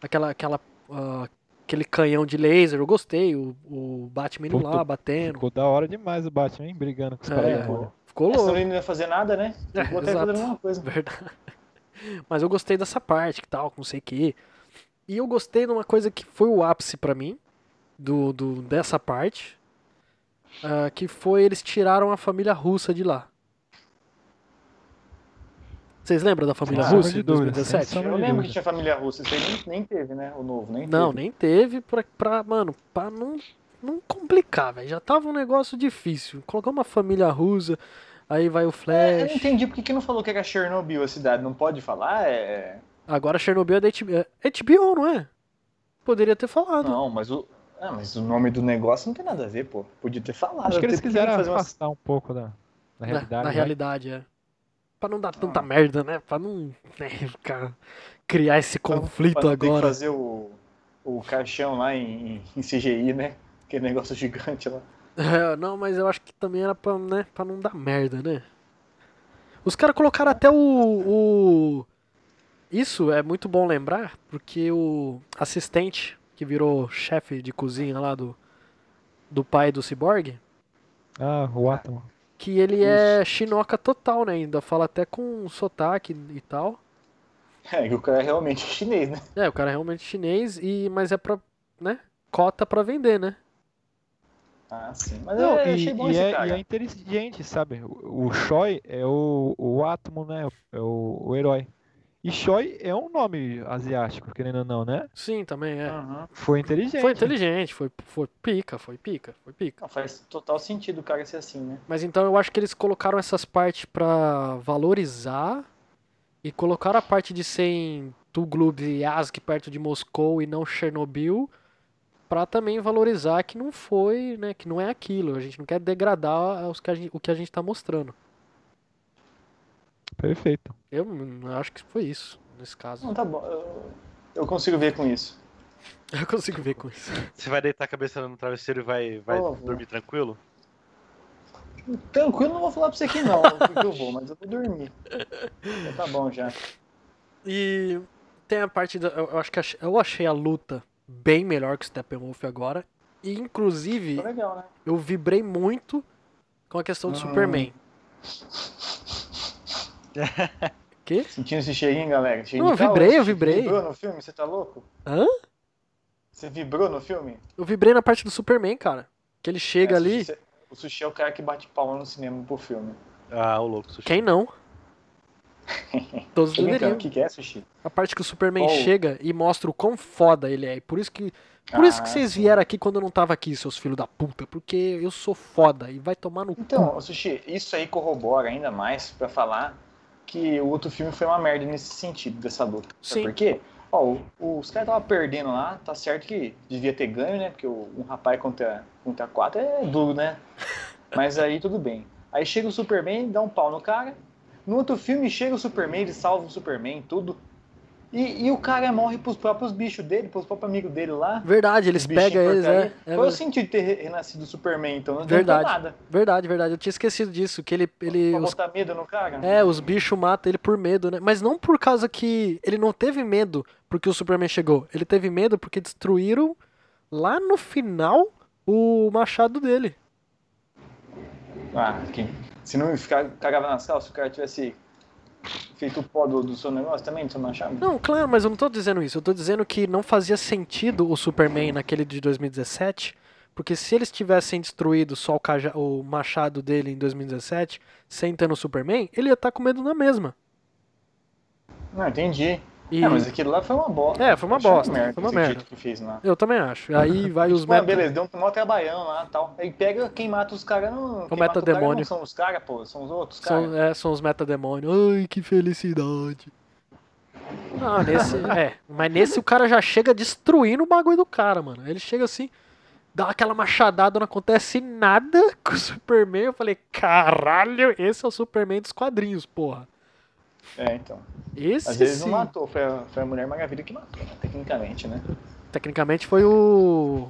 Speaker 1: Aquela. aquela ah, aquele canhão de laser, eu gostei. O, o Batman indo
Speaker 4: Puta,
Speaker 1: lá, batendo.
Speaker 4: Ficou da hora demais o Batman, hein? Brigando com os
Speaker 1: É,
Speaker 4: caras.
Speaker 2: pô.
Speaker 1: Ficou
Speaker 2: Essa
Speaker 1: louco.
Speaker 2: menina não ia fazer nada, né?
Speaker 1: É,
Speaker 2: Vou até
Speaker 1: exato.
Speaker 2: fazer a mesma coisa.
Speaker 1: Verdade. *laughs* Mas eu gostei dessa parte que tal, não sei o que. E eu gostei de uma coisa que foi o ápice pra mim, do, do, dessa parte. ah, que foi eles tiraram a família russa de lá. Vocês lembram da família
Speaker 4: Ah,
Speaker 1: Russo
Speaker 4: sem
Speaker 1: de
Speaker 4: dúvida,
Speaker 1: 2017?
Speaker 4: sem
Speaker 2: Eu
Speaker 4: sombra de
Speaker 2: lembro que
Speaker 4: dúvida.
Speaker 2: tinha família russa, isso aí nem, nem teve, né? O novo, nem
Speaker 1: Não,
Speaker 2: teve.
Speaker 1: nem teve pra, pra mano, pra não, não complicar, velho. Já tava um negócio difícil. Colocar uma família russa, aí vai o
Speaker 2: É, eu
Speaker 1: Flash.
Speaker 2: não entendi porque que não falou que era Chernobyl a cidade. Não pode falar? É.
Speaker 1: Agora Chernobyl é da HBO, é HBO, não é? Poderia ter falado.
Speaker 2: Não, mas o. Ah, mas o nome do negócio não tem nada a ver, pô. Podia ter falado.
Speaker 4: Acho que eles
Speaker 2: ter-
Speaker 4: quiseram
Speaker 2: fazer uma...
Speaker 4: afastar um pouco da, da
Speaker 1: Na
Speaker 4: realidade.
Speaker 1: Na
Speaker 4: né?
Speaker 1: realidade, é. Pra não dar tanta
Speaker 2: Ah.
Speaker 1: merda, né? Pra não né, *laughs* ficar, criar esse
Speaker 2: pra não-
Speaker 1: conflito
Speaker 2: pra não Tem que
Speaker 1: agora.
Speaker 2: fazer o, o caixão lá em, em CGI, né? Aquele negócio gigante lá.
Speaker 1: É, não, mas eu acho que também era pra, né, pra não dar merda, né? Os caras colocaram até o, o- Isso é muito bom lembrar, porque o assistente que virou chefe de cozinha lá do, do pai do Cyborg,
Speaker 4: Ah, o Atom.
Speaker 1: que ele é chinoca total, né? Ainda fala até com um sotaque e tal.
Speaker 2: É, que o cara é realmente chinês, né?
Speaker 1: É, o cara é realmente chinês, e mas é pra, né? Cota pra vender, né?
Speaker 2: Ah, sim. Mas
Speaker 4: Não,
Speaker 2: eu
Speaker 4: e,
Speaker 2: achei bom
Speaker 4: e
Speaker 2: esse
Speaker 4: é,
Speaker 2: cara.
Speaker 4: e é inteligente, sabe? O, o Shoy é o, o átomo, né? É o, o herói. E Shoy é um nome asiático, querendo ou não, né?
Speaker 1: Sim, também é.
Speaker 2: Uhum.
Speaker 4: Foi inteligente.
Speaker 1: Foi inteligente, foi, foi pica, foi pica, foi pica.
Speaker 2: Não, faz total sentido o cara ser assim, né?
Speaker 1: Mas então eu acho que eles colocaram essas partes pra valorizar e colocaram a parte de ser em Tuglub e Yazg perto de Moscou e não Chernobyl pra também valorizar que não foi, né, que não é aquilo. A gente não quer degradar os que a gente- o que a gente tá mostrando.
Speaker 4: Perfeito.
Speaker 1: Eu hum, acho que foi isso nesse caso. *laughs*
Speaker 2: Não, tá bom. Eu, eu consigo ver com isso.
Speaker 1: Eu consigo ver com isso.
Speaker 3: Você vai deitar a cabeça no travesseiro e vai, vai
Speaker 2: Pô,
Speaker 3: dormir tranquilo?
Speaker 2: Tranquilo, não vou falar pra você que *laughs* não, porque eu vou, mas eu vou dormir. Então tá bom já.
Speaker 1: E tem a parte da. Eu, eu acho que ach- eu achei a luta bem melhor que o Steppenwolf agora. E inclusive,
Speaker 2: Tá legal, né?
Speaker 1: eu vibrei muito com a questão do
Speaker 2: Hum. *laughs*
Speaker 1: Superman. que?
Speaker 2: Sentindo esse cheirinho, galera? Cheirinho
Speaker 1: Não,
Speaker 2: de
Speaker 1: eu
Speaker 2: calor?
Speaker 1: vibrei, eu
Speaker 2: Você
Speaker 1: vibrei.
Speaker 2: vibrou no filme? Você tá louco?
Speaker 1: Hã?
Speaker 2: Você vibrou no filme?
Speaker 1: Eu vibrei na parte do Superman, cara. Que ele chega
Speaker 2: É,
Speaker 1: ali.
Speaker 2: Sushi- O Sushi é o cara que bate palma no cinema pro filme.
Speaker 3: Ah, o louco, sushi.
Speaker 1: Quem
Speaker 2: *laughs*
Speaker 1: não? Todos
Speaker 2: Tô brincando,
Speaker 1: deveriam.
Speaker 2: o que, que é, Sushi?
Speaker 1: A parte que o Superman
Speaker 2: Oh.
Speaker 1: chega e mostra o quão foda ele é. E por isso que, por isso que
Speaker 2: Ah,
Speaker 1: vocês
Speaker 2: sim.
Speaker 1: vieram aqui quando eu não tava aqui, seus filhos da puta. Porque eu sou foda e vai tomar no cu.
Speaker 2: Então, ô, Sushi, isso aí corrobora ainda mais pra falar que o outro filme foi uma merda nesse sentido dessa luta. Sabe
Speaker 1: Sim.
Speaker 2: por quê? Ó, o- o- os caras estavam perdendo lá, tá certo que devia ter ganho, né? Porque o- um rapaz contra, contra quatro é duro,
Speaker 1: *laughs*
Speaker 2: né? Mas aí tudo bem. Aí chega o Superman, dá um pau no cara. No outro filme chega o Superman, ele salva o Superman, tudo. E, e o cara morre pros próprios bichos dele, pros próprios amigos dele lá.
Speaker 1: Verdade, eles
Speaker 2: Os bichinhos
Speaker 1: pegam eles,
Speaker 2: porcaria.
Speaker 1: é. é
Speaker 2: Qual é o
Speaker 1: verdade.
Speaker 2: sentido de ter re- renascido o Superman, então? Não adiantou
Speaker 1: Verdade.
Speaker 2: nada.
Speaker 1: Verdade, verdade. Eu tinha esquecido disso, que ele. ele
Speaker 2: Pra
Speaker 1: os-
Speaker 2: botar medo no cara?
Speaker 1: é, os bichos matam ele por medo, né? Mas não por causa que. Ele não teve medo porque o Superman chegou. Ele teve medo porque destruíram lá no final o machado dele.
Speaker 2: Ah, quem- se não ficar, cagava nas calças, se o cara tivesse feito o pó do, do seu negócio também, do seu machado.
Speaker 1: Não, claro, mas eu não tô dizendo isso. Eu tô dizendo que não fazia sentido o Superman naquele de 2017. Porque se eles tivessem destruído só o, caja- o machado dele em 2017, sem ter no Superman, ele ia estar com medo na mesma.
Speaker 2: Não, entendi.
Speaker 1: E-
Speaker 2: É, mas aquilo lá foi uma bosta.
Speaker 1: É, foi uma
Speaker 2: Achei
Speaker 1: bosta, foi uma
Speaker 2: esse
Speaker 1: merda.
Speaker 2: jeito que fez lá.
Speaker 1: Eu também acho. Aí
Speaker 2: *laughs*
Speaker 1: vai os
Speaker 2: Tipo, ah, beleza, deu um maior trabalhão lá e tal. Aí pega quem mata os caras, não. Quem mata o cara
Speaker 1: metademônio.
Speaker 2: não são os caras, pô, são os outros caras.
Speaker 1: São, é, são os metademônios. Ai, que felicidade. Não, nesse. é, mas nesse o cara já chega destruindo o bagulho do cara, mano. Ele chega assim, dá aquela machadada, não acontece nada *laughs* com o Superman. Eu falei, caralho, esse é o Superman dos quadrinhos, porra.
Speaker 2: É, então.
Speaker 1: Esse
Speaker 2: Às vezes
Speaker 1: sim.
Speaker 2: não matou, foi a, foi a Mulher Maravilha que matou, né, tecnicamente, né?
Speaker 1: Tecnicamente foi o.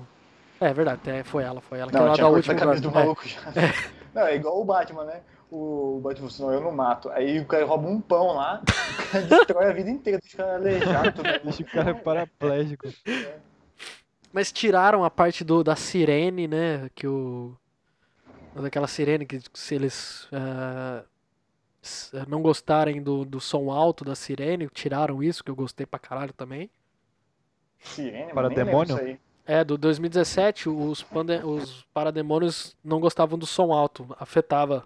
Speaker 1: É verdade, até foi ela, foi ela. que
Speaker 2: Não,
Speaker 1: ela
Speaker 2: tinha
Speaker 1: dá o
Speaker 2: cortado
Speaker 1: último
Speaker 2: a camisa do
Speaker 1: golpe. É.
Speaker 2: maluco já. *laughs* Não, é igual o Batman, né? O Batman falou assim, não, eu não mato. Aí o cara rouba um pão lá, *laughs* o cara destrói a vida inteira, deixa o cara aleijado.
Speaker 4: *laughs*
Speaker 2: tudo.
Speaker 4: Deixa o cara
Speaker 1: *laughs*
Speaker 4: é paraplégico.
Speaker 1: Mas tiraram a parte do, da sirene, né? Que o. Daquela sirene que se eles ah, s- não gostarem do, do som alto da sirene, tiraram isso, que eu gostei pra caralho também.
Speaker 2: Sirene, Para
Speaker 4: Para
Speaker 2: nem lembro
Speaker 4: demônio?
Speaker 2: isso aí.
Speaker 1: É, do 2017, os, pande- os parademônios não gostavam do som alto, afetava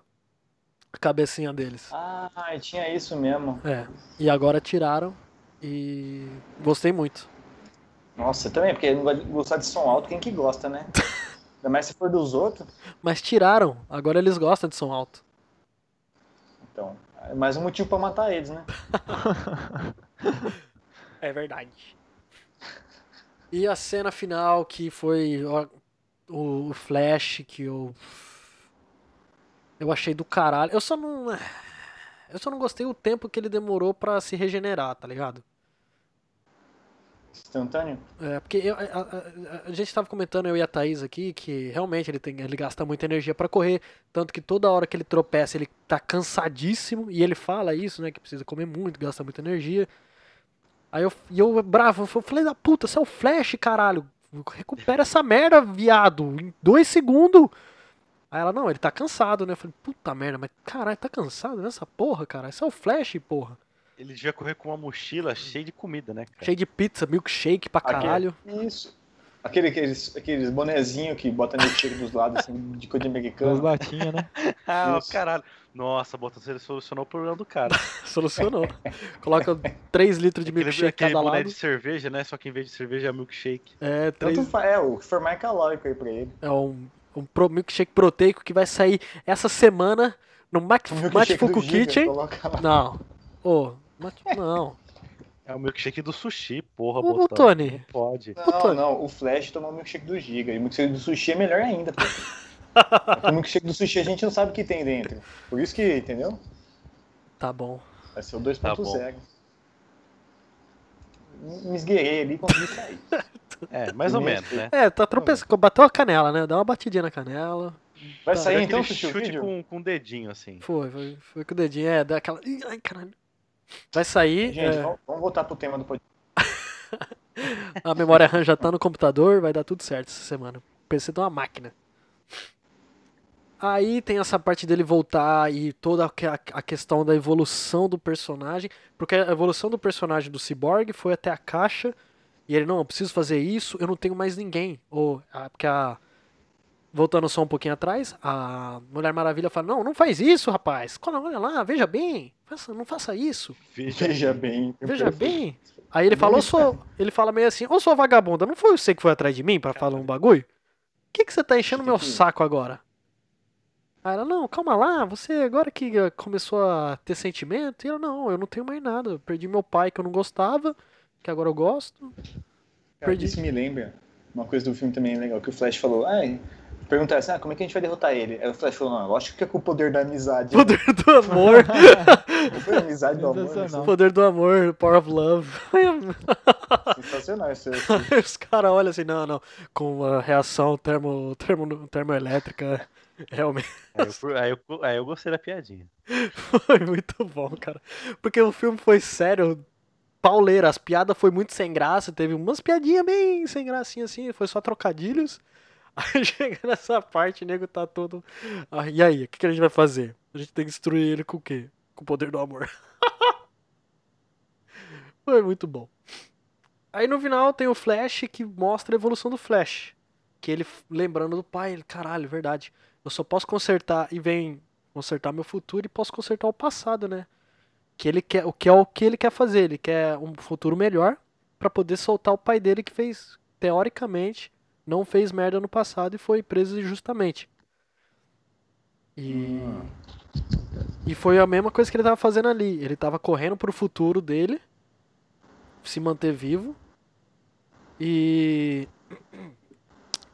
Speaker 1: a cabecinha deles.
Speaker 2: Ah, tinha isso mesmo.
Speaker 1: É. E agora tiraram e gostei muito.
Speaker 2: Nossa, também, porque não vai gostar de som alto, quem que gosta,
Speaker 4: *laughs*
Speaker 2: né? Ainda mais se for dos outros.
Speaker 1: Mas tiraram, agora eles gostam de som alto.
Speaker 2: Então, é mais um motivo pra matar eles, né?
Speaker 1: É verdade. E a cena final que foi ó, o, o Flash que eu eu achei do caralho. Eu só não eu só não gostei o tempo que ele demorou pra se regenerar, tá ligado?
Speaker 2: Instantâneo.
Speaker 1: É, porque eu- a, a- a- a gente tava comentando, eu e a Thaís aqui, que realmente ele, tem, ele gasta muita energia pra correr, tanto que toda hora que ele tropeça, ele tá cansadíssimo, e ele fala isso, né, que precisa comer muito, gasta muita energia. Aí eu, e eu bravo, eu falei, da puta, você é o Flash, caralho, recupera essa merda, viado, em dois segundos. Aí ela, não, ele tá cansado, né, eu falei, puta merda, mas caralho, tá cansado nessa porra, cara, esse é o Flash, porra.
Speaker 3: Ele devia correr com uma mochila cheia de comida, né, cara?
Speaker 1: Cheio de pizza, milkshake pra
Speaker 2: Aquele-
Speaker 1: caralho.
Speaker 2: Isso. Aquele, aqueles, aqueles bonezinho que bota no cheiro dos lados, assim, de coisa
Speaker 4: Duas
Speaker 2: americana.
Speaker 4: latinhas, né?
Speaker 3: Ah, o
Speaker 2: Isso.
Speaker 3: caralho. Nossa, Bottas, ele solucionou o problema do cara.
Speaker 1: Solucionou. Coloca 3 litros de *laughs*
Speaker 3: Aquele,
Speaker 1: milkshake
Speaker 3: aquele
Speaker 1: cada
Speaker 3: boné
Speaker 1: lado.
Speaker 3: de cerveja, né? Só que em vez de cerveja é milkshake.
Speaker 1: É,
Speaker 2: Tanto
Speaker 1: três,
Speaker 2: fa- é, o que for mais calórico aí pra ele.
Speaker 1: é um, um pro- milkshake proteico que vai sair essa semana no Mac-
Speaker 2: O milkshake
Speaker 1: Matfuku
Speaker 2: do então. Giga,
Speaker 1: tipo, Kitchen.
Speaker 2: Coloca lá.
Speaker 1: Não. Ô, Mat- não.
Speaker 3: É o milkshake do sushi, porra,
Speaker 1: Ô,
Speaker 3: Botão.
Speaker 1: Tony.
Speaker 3: Pode.
Speaker 1: Puta.
Speaker 2: Não, não, o Flash tomou o milkshake do Giga. E o milkshake do sushi é melhor
Speaker 1: *laughs*
Speaker 2: ainda. pô. o milkshake do sushi a gente não sabe o que tem dentro. Por isso que, entendeu?
Speaker 1: Tá bom.
Speaker 2: Vai ser o
Speaker 1: Tá
Speaker 2: 2.0. Me esgueirei ali e consegui sair.
Speaker 3: É, mais ou menos, né?
Speaker 1: É, tá tropeçando. Bateu a canela, né? Dá uma batidinha na canela.
Speaker 2: Vai
Speaker 1: Tá.
Speaker 3: Deu
Speaker 2: sair então,
Speaker 3: aquele
Speaker 2: Sushi, o
Speaker 3: chute
Speaker 2: vídeo?
Speaker 3: com, com o dedinho, assim.
Speaker 1: Foi, foi, foi com o dedinho. É, dá aquela. Ih, Ai, caralho. Vai sair.
Speaker 2: Gente,
Speaker 1: é,
Speaker 2: vamos vamos voltar pro tema do podcast.
Speaker 1: a memória RAM já tá no computador, vai dar tudo certo essa semana. O PC tá uma máquina. Aí tem essa parte dele voltar e toda a que- a questão da evolução do personagem. Porque a evolução do personagem do Cyborg foi até a caixa. E ele, não, eu preciso fazer isso, eu não tenho mais ninguém. Ou, ah, porque a. Voltando só um pouquinho atrás, a Mulher Maravilha fala: Não, não faz isso, rapaz. Olha lá, veja bem. Faça- não faça isso.
Speaker 3: Veja.
Speaker 2: Veja bem.
Speaker 1: Veja bem. Aí ele fala, "Ô, sou, ele fala meio assim, ô sua vagabunda, não foi você que foi atrás de mim pra falar um bagulho? Por que, que você tá enchendo meu saco agora? Aí ela, não, calma lá, você agora que eh, começou a ter sentimento, e ela, não, eu não tenho mais nada. Eu perdi meu pai que eu não gostava, que agora eu gosto. *laughs*
Speaker 2: Cara,
Speaker 1: Perdi.
Speaker 2: Isso me lembra uma coisa do filme também legal, que o Flash falou, ai, perguntaram assim, ah, como é que a gente vai derrotar ele? Aí o Flash falou, não, eu acho que é com o poder da amizade. *laughs*
Speaker 1: Poder do amor,
Speaker 2: Não Foi amizade do amor. né?
Speaker 4: Sensacional.
Speaker 1: poder do amor, power of love. *laughs*
Speaker 2: Sensacional isso.
Speaker 1: Os caras olham assim, não, não, com a reação termo, termo, termoelétrica, é realmente.
Speaker 3: Aí eu, aí, eu, aí eu gostei da piadinha.
Speaker 1: Foi muito bom, cara. Porque o filme foi sério, pauleira. As piadas foi muito sem graça. Teve umas piadinhas bem sem gracinha assim, foi só trocadilhos. *laughs* Aí chega nessa parte, o nego tá todo. Ah, e aí, o que, que a gente vai fazer? A gente tem que destruir ele com o quê? Com o poder do amor. *laughs* foi muito bom. Aí no final tem o Flash que mostra a evolução do Flash. Que ele, lembrando do pai, ele, caralho, é verdade. Eu só posso consertar e vem consertar meu futuro e posso consertar o passado, né? Que ele quer, o que é o que ele quer fazer, ele quer um futuro melhor pra poder soltar o pai dele que fez, teoricamente, não fez merda no passado e foi preso injustamente. E e foi a mesma coisa que ele tava fazendo ali, ele tava correndo pro futuro dele se manter vivo e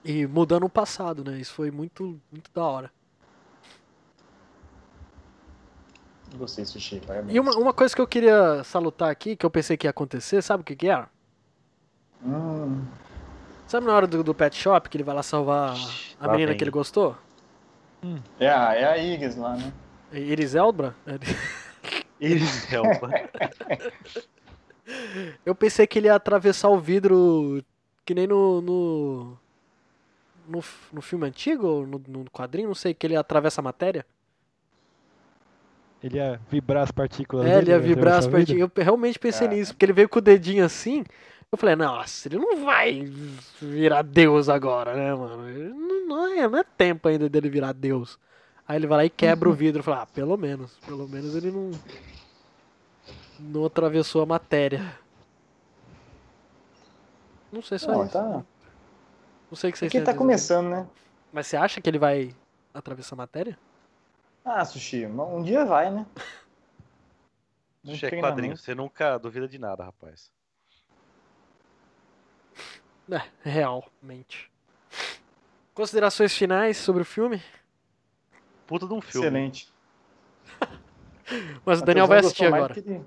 Speaker 1: e mudando o passado, né? Isso foi muito muito da hora.
Speaker 2: Gostei, Sushi, parabéns.
Speaker 1: E uma, uma coisa que eu queria salutar aqui, que eu pensei que ia acontecer, sabe o que que era?
Speaker 2: Hum,
Speaker 1: Sabe na hora do, do pet shop que ele vai lá salvar a
Speaker 3: Lá
Speaker 1: menina
Speaker 3: vem.
Speaker 1: que ele gostou?
Speaker 2: é, a, é a Iris lá, né?
Speaker 1: Iris Elbra? *laughs*
Speaker 3: Iris Elba.
Speaker 1: Eu pensei que ele ia atravessar o vidro que nem no. no, no, f- no filme antigo, ou no, no quadrinho, não sei, que ele atravessa a matéria.
Speaker 4: Ele ia vibrar as partículas.
Speaker 1: É, ele ia
Speaker 4: vai ter
Speaker 1: vibrar as
Speaker 4: essa vida.
Speaker 1: partículas. Eu realmente pensei
Speaker 2: Cara.
Speaker 1: nisso, porque ele veio com o dedinho assim. Eu falei, nossa, ele não vai virar Deus agora, né, mano? Ele Não, não, é, não é tempo ainda dele virar Deus. Aí ele vai lá e quebra o vidro. Fala, ah, pelo menos. Pelo menos ele não. Não atravessou a matéria. Não sei só
Speaker 2: Não,
Speaker 1: isso.
Speaker 2: tá.
Speaker 1: Não sei é o que vocês têm
Speaker 2: Porque tá
Speaker 1: a dizer.
Speaker 2: começando, né?
Speaker 1: Mas você acha que ele vai atravessar a matéria?
Speaker 2: Ah, Sushi, um dia vai, *laughs* né? De
Speaker 3: Che,
Speaker 2: treinamento.
Speaker 3: quadrinho, você nunca duvida de nada, rapaz.
Speaker 1: É, realmente. Considerações finais sobre o filme?
Speaker 3: Puta de um filme.
Speaker 2: Excelente.
Speaker 1: Mas o
Speaker 2: Matheusão
Speaker 1: Daniel vai
Speaker 2: gostou
Speaker 1: assistir
Speaker 2: mais
Speaker 1: agora.
Speaker 2: do que ele-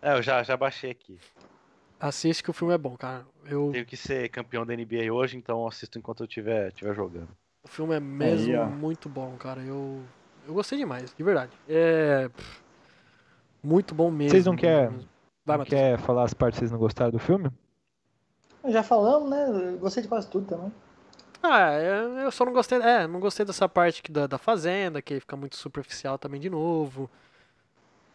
Speaker 3: É, eu já, já baixei aqui.
Speaker 1: Assiste que o filme é bom, cara. Eu,
Speaker 3: Tenho que ser campeão da NBA hoje, então assisto enquanto eu estiver tiver jogando.
Speaker 1: o filme é mesmo
Speaker 2: ó.
Speaker 1: muito bom, cara. Eu, eu gostei demais, de verdade. É. pff, Muito bom mesmo.
Speaker 4: Vocês não
Speaker 1: mesmo,
Speaker 4: quer-
Speaker 1: mesmo. Vai,
Speaker 4: Não
Speaker 1: Matheus.
Speaker 4: quer falar as partes que vocês não gostaram do filme?
Speaker 2: Já falamos, né? Eu Gostei de quase tudo também.
Speaker 1: Ah, é, eu só não gostei. É, não gostei dessa parte que da, da fazenda, que fica muito superficial também de novo.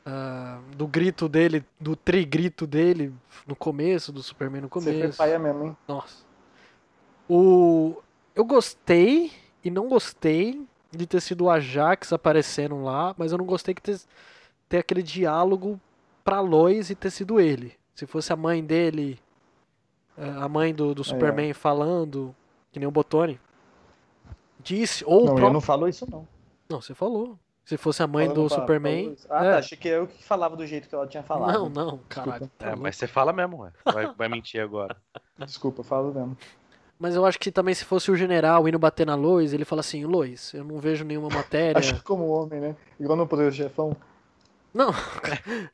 Speaker 1: Ah, do grito dele, do trigrito dele no começo, do Superman no
Speaker 2: Você foi
Speaker 1: começo.
Speaker 2: paia mesmo, hein?
Speaker 1: Nossa. O... Eu gostei e não gostei de ter sido o Ajax aparecendo lá, mas eu não gostei que ter, ter aquele diálogo pra Lois e ter sido ele. Se fosse a mãe dele, eh, a mãe do,
Speaker 2: É.
Speaker 1: do Superman falando, que nem o Botone, disse, ou o
Speaker 2: Não, eu
Speaker 1: próprio...
Speaker 2: não falo isso, não.
Speaker 1: Não, você falou. Se fosse a mãe
Speaker 2: Falando
Speaker 1: do
Speaker 2: pra-
Speaker 1: Superman...
Speaker 2: pra Luz. Ah,
Speaker 1: é.
Speaker 2: tá. Achei que eu que falava do jeito que ela tinha falado.
Speaker 1: Não, não, caralho. tá
Speaker 3: É,
Speaker 1: louco.
Speaker 3: mas você fala mesmo, ué. Vai, vai mentir agora.
Speaker 2: *laughs* Desculpa, eu falo mesmo.
Speaker 1: Mas eu acho que também se fosse o general indo bater na Lois, ele fala assim, Lois, eu não vejo nenhuma matéria.
Speaker 2: Acho que como homem, né? Igual no Poder do Chefão.
Speaker 1: Não,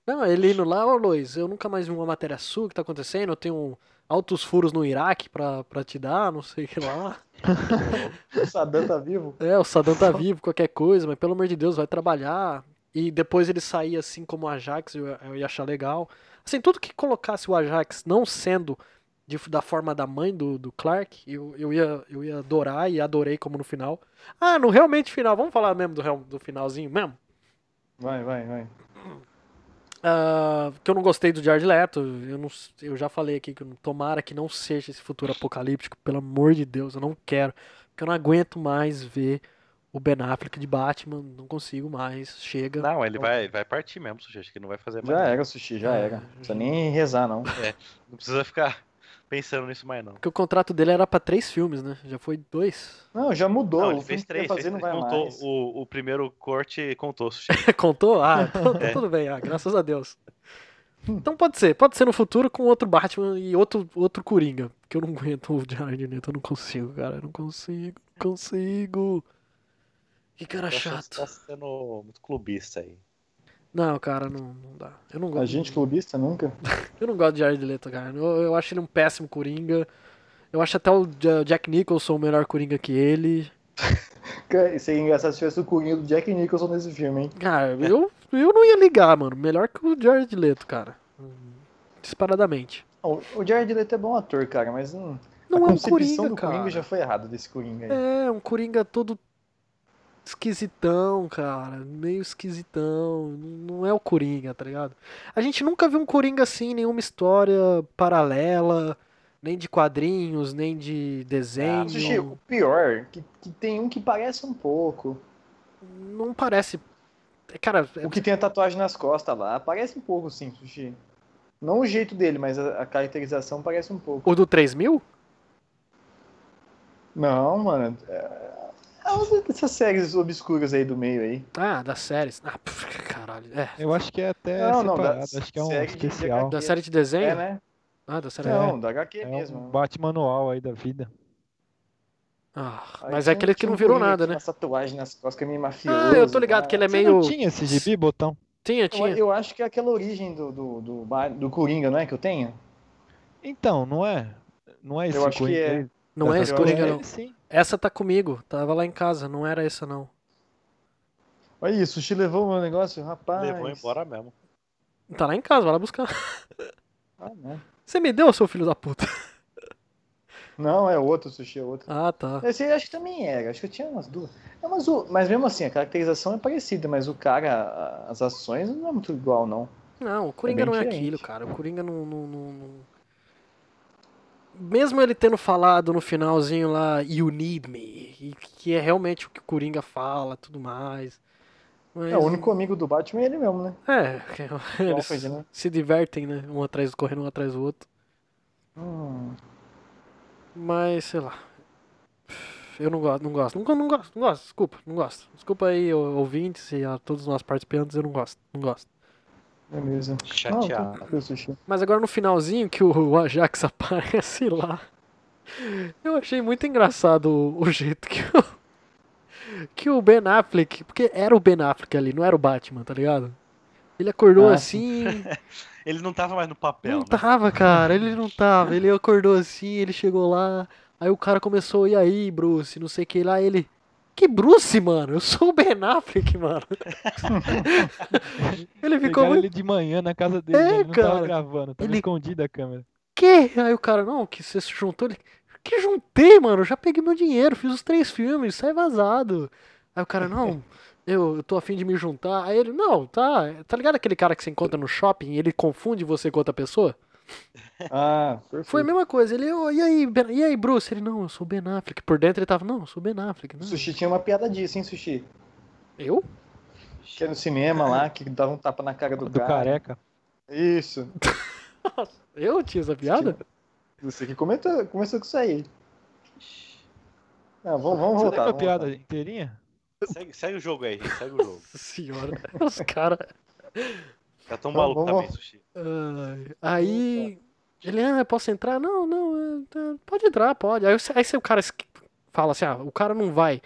Speaker 1: não, ele indo lá, ô Lois, eu nunca mais vi uma matéria sua que tá acontecendo, eu tenho altos furos no Iraque pra, pra te dar, não sei o que lá. *laughs*
Speaker 2: O Saddam tá vivo.
Speaker 1: É, o Saddam tá vivo, qualquer coisa, mas pelo amor de Deus, vai trabalhar. E depois ele sair assim como o Ajax, eu, eu ia achar legal. Assim, tudo que colocasse o Ajax não sendo de- da forma da mãe do, do Clark, eu, eu, ia, eu ia adorar e adorei como no final. Ah, no realmente final, vamos falar mesmo do, real- do finalzinho mesmo?
Speaker 2: Vai, vai, vai.
Speaker 1: Ah, que eu não gostei do Jared Leto. Eu, não, eu já falei aqui que eu não- tomara que não seja esse futuro apocalíptico, pelo amor de Deus, eu não quero. Porque eu não aguento mais ver o Ben Affleck de Batman, não consigo mais, chega.
Speaker 3: Não, ele vai, vai partir mesmo, sujeito, acho que não vai Ah, fazer mais.
Speaker 2: Tá Já é.
Speaker 3: nada.
Speaker 2: era, Sushi, já era. Não precisa nem rezar, não.
Speaker 3: Não precisa ficar *laughs* pensando nisso mais, não.
Speaker 1: Porque o contrato dele era pra três filmes, né? Já foi dois. *laughs*
Speaker 2: Não, já mudou.
Speaker 3: Não,
Speaker 2: o
Speaker 3: ele
Speaker 2: filme
Speaker 3: fez
Speaker 2: que ia
Speaker 3: três.
Speaker 2: fazer
Speaker 3: fez
Speaker 2: não vai
Speaker 3: três. Contou,
Speaker 2: mais.
Speaker 3: o, o primeiro corte
Speaker 2: *laughs*
Speaker 3: contou, sujeito.
Speaker 1: Contou? Ah, então tá
Speaker 3: É.
Speaker 1: tudo bem, ah, graças a Deus. Então pode ser, pode ser no futuro com outro Batman e outro, outro Coringa. Porque eu não aguento o Jared Leto, eu não consigo, cara, eu não consigo, consigo. Que cara
Speaker 3: Você
Speaker 1: chato.
Speaker 3: tá sendo muito clubista aí.
Speaker 1: Não, cara, não, não dá. Eu não
Speaker 2: A
Speaker 1: gosto.
Speaker 2: gente clubista nunca. *laughs*
Speaker 1: Eu não gosto de Jared Leto, cara. Eu, eu acho ele um péssimo Coringa. Eu acho até o Ja- Jack Nicholson o melhor Coringa que ele.
Speaker 2: Cara, Seria engraçado se tivesse o curinho do Jack Nicholson nesse filme, hein?
Speaker 1: Cara, eu, eu não ia ligar, mano. Melhor que o Jared Leto, cara. Hum, Disparadamente.
Speaker 2: O o Jared Leto é bom ator, cara, mas hum,
Speaker 1: Não
Speaker 2: a
Speaker 1: é um
Speaker 2: concepção
Speaker 1: Coringa,
Speaker 2: do Coringa
Speaker 1: cara.
Speaker 2: já foi errada desse Coringa aí.
Speaker 1: É, um Coringa todo esquisitão, cara. Meio esquisitão. Não não é o Coringa, tá ligado? A gente nunca viu um Coringa assim, em nenhuma história paralela, nem de quadrinhos, nem de desenho.
Speaker 2: Mas, Ah, Sushi,
Speaker 3: um-
Speaker 2: o pior, que, que tem um que parece um pouco.
Speaker 1: Não parece. Cara,
Speaker 2: O que tem a tatuagem nas costas lá, parece um pouco sim, Sushi. Não o jeito dele, mas a, a caracterização parece um pouco.
Speaker 1: o do 3000?
Speaker 2: Não, mano. É, é uma dessas séries obscuras aí do meio aí.
Speaker 1: Ah, das séries. Ah, pff, caralho. É.
Speaker 4: Eu acho que é até
Speaker 2: Não, não,
Speaker 4: separado,
Speaker 2: da-
Speaker 4: acho que é um
Speaker 2: segue de-
Speaker 4: especial.
Speaker 1: Da série de
Speaker 2: É,
Speaker 1: desenho?
Speaker 2: né?
Speaker 1: Ah, da série de desenho.
Speaker 2: Não, da HQ
Speaker 4: É
Speaker 2: mesmo.
Speaker 4: um bate manual aí da vida.
Speaker 1: Ah,
Speaker 2: Aí
Speaker 1: mas é
Speaker 2: tinha-
Speaker 1: aquele que
Speaker 2: tinha
Speaker 1: não
Speaker 2: um
Speaker 1: virou
Speaker 2: Coringa
Speaker 1: nada,
Speaker 2: com
Speaker 1: né?
Speaker 2: umas tatuagens nas costas que é meio mafioso.
Speaker 1: Ah, eu tô ligado que ele é
Speaker 4: Você não
Speaker 1: meio.
Speaker 4: tinha esse gibi, botão?
Speaker 1: Tinha,
Speaker 2: Eu,
Speaker 1: tinha.
Speaker 2: eu acho que é aquela origem do, do, do, ba- do Coringa, não é? Que eu tenho?
Speaker 4: Então, não é? Não é esse
Speaker 2: Eu acho que
Speaker 4: Coringa
Speaker 2: é.
Speaker 4: aí?
Speaker 1: Não
Speaker 4: Tá
Speaker 1: é
Speaker 2: eu
Speaker 1: esse
Speaker 2: acho
Speaker 1: Coringa,
Speaker 2: que-
Speaker 1: não.
Speaker 4: Ele sim.
Speaker 1: Essa tá comigo. Tava lá em casa, não era essa, não.
Speaker 2: Olha isso, o Sushi levou o meu negócio, rapaz.
Speaker 3: Levou embora mesmo.
Speaker 1: Tá lá em casa, vai lá buscar. *laughs*
Speaker 2: Ah, não.
Speaker 1: Você me deu, seu filho da puta. *laughs*
Speaker 2: não, é outro, Sushi, é outro.
Speaker 1: Ah, tá.
Speaker 2: Esse aí acho que também era, acho que eu tinha umas duas. É, mas, o- mas mesmo assim, a caracterização é parecida, mas o cara, a- as ações não é muito igual, não.
Speaker 1: Não, o Coringa
Speaker 2: bem
Speaker 1: não é
Speaker 2: diferente.
Speaker 1: aquilo, cara. O Coringa não. Não, não, não- mesmo ele tendo falado no finalzinho lá, You Need Me, e que é realmente o que o Coringa fala tudo mais. Mas,
Speaker 2: É, o único amigo do Batman é ele mesmo, né?
Speaker 1: É, *laughs* eles
Speaker 2: Alfred, né?
Speaker 1: se divertem, né? Um atrás, correndo um atrás do outro.
Speaker 2: Hum,
Speaker 1: Mas, sei lá. Eu não gosto, não gosto. Não, não gosto, não gosto. Desculpa, não gosto. Desculpa aí, ô- ouvintes e a todos nós participantes, eu não gosto, não gosto.
Speaker 2: beleza. Não, tá-
Speaker 3: Chateado.
Speaker 2: tô- eu assisti.
Speaker 1: Mas agora no finalzinho que o *laughs* Ajax aparece lá, eu achei muito engraçado o, o jeito que o, que o Ben Affleck, porque era o Ben Affleck ali, não era o Batman, tá ligado? Ele acordou
Speaker 2: Ah,
Speaker 1: assim,
Speaker 3: Ele não tava mais no papel,
Speaker 1: não
Speaker 3: né?
Speaker 1: tava, cara, ele não tava. Ele acordou assim, ele chegou lá, aí o cara começou, e aí, Bruce, não sei o que lá, ele. Que Bruce, mano? Eu sou o Ben Affleck, mano. *laughs* ele ficou
Speaker 4: Pegaram
Speaker 1: muito.
Speaker 4: ele de manhã na casa dele,
Speaker 1: É,
Speaker 4: ele não
Speaker 1: cara.
Speaker 4: tava gravando, tava
Speaker 1: Ele-
Speaker 4: escondida a câmera.
Speaker 1: quê? Aí o cara, não, que você se juntou. Ele, que juntei, mano? Eu já peguei meu dinheiro, fiz os três filmes, sai vazado. Aí o cara, não, eu, eu tô afim de me juntar. Aí ele, não, tá. Tá ligado aquele cara que você encontra no shopping e ele confunde você com outra pessoa?
Speaker 2: Ah, perfeito.
Speaker 1: Foi a mesma coisa. Ele, ô, e aí, Ben- e aí, Bruce? Ele, não, eu sou o Ben Affleck. Por dentro ele tava, não, eu sou o Ben Affleck.
Speaker 2: O
Speaker 1: Não.
Speaker 2: Sushi tinha uma piada disso, hein, Sushi?
Speaker 1: Eu?
Speaker 2: Que era no cinema lá, que dava um tapa na cara do,
Speaker 4: Do careca.
Speaker 2: Isso.
Speaker 1: Eu tinha essa piada?
Speaker 2: Você que comentou, começou com isso aí. Não, vamos, vamos voltar.
Speaker 4: Você lembra a
Speaker 2: Vamos
Speaker 4: piada
Speaker 2: voltar.
Speaker 4: inteirinha?
Speaker 3: Segue, segue o jogo aí, gente, segue o jogo.
Speaker 1: Nossa senhora, os caras.
Speaker 3: Tá
Speaker 2: Então,
Speaker 3: tão maluco
Speaker 2: vamos-
Speaker 3: também, Sushi.
Speaker 1: Ai, Aí ele, ah, eu posso entrar? Não, não, é, tá, pode entrar, pode. Aí, você- aí você- o cara esque- fala assim, ah, o cara não vai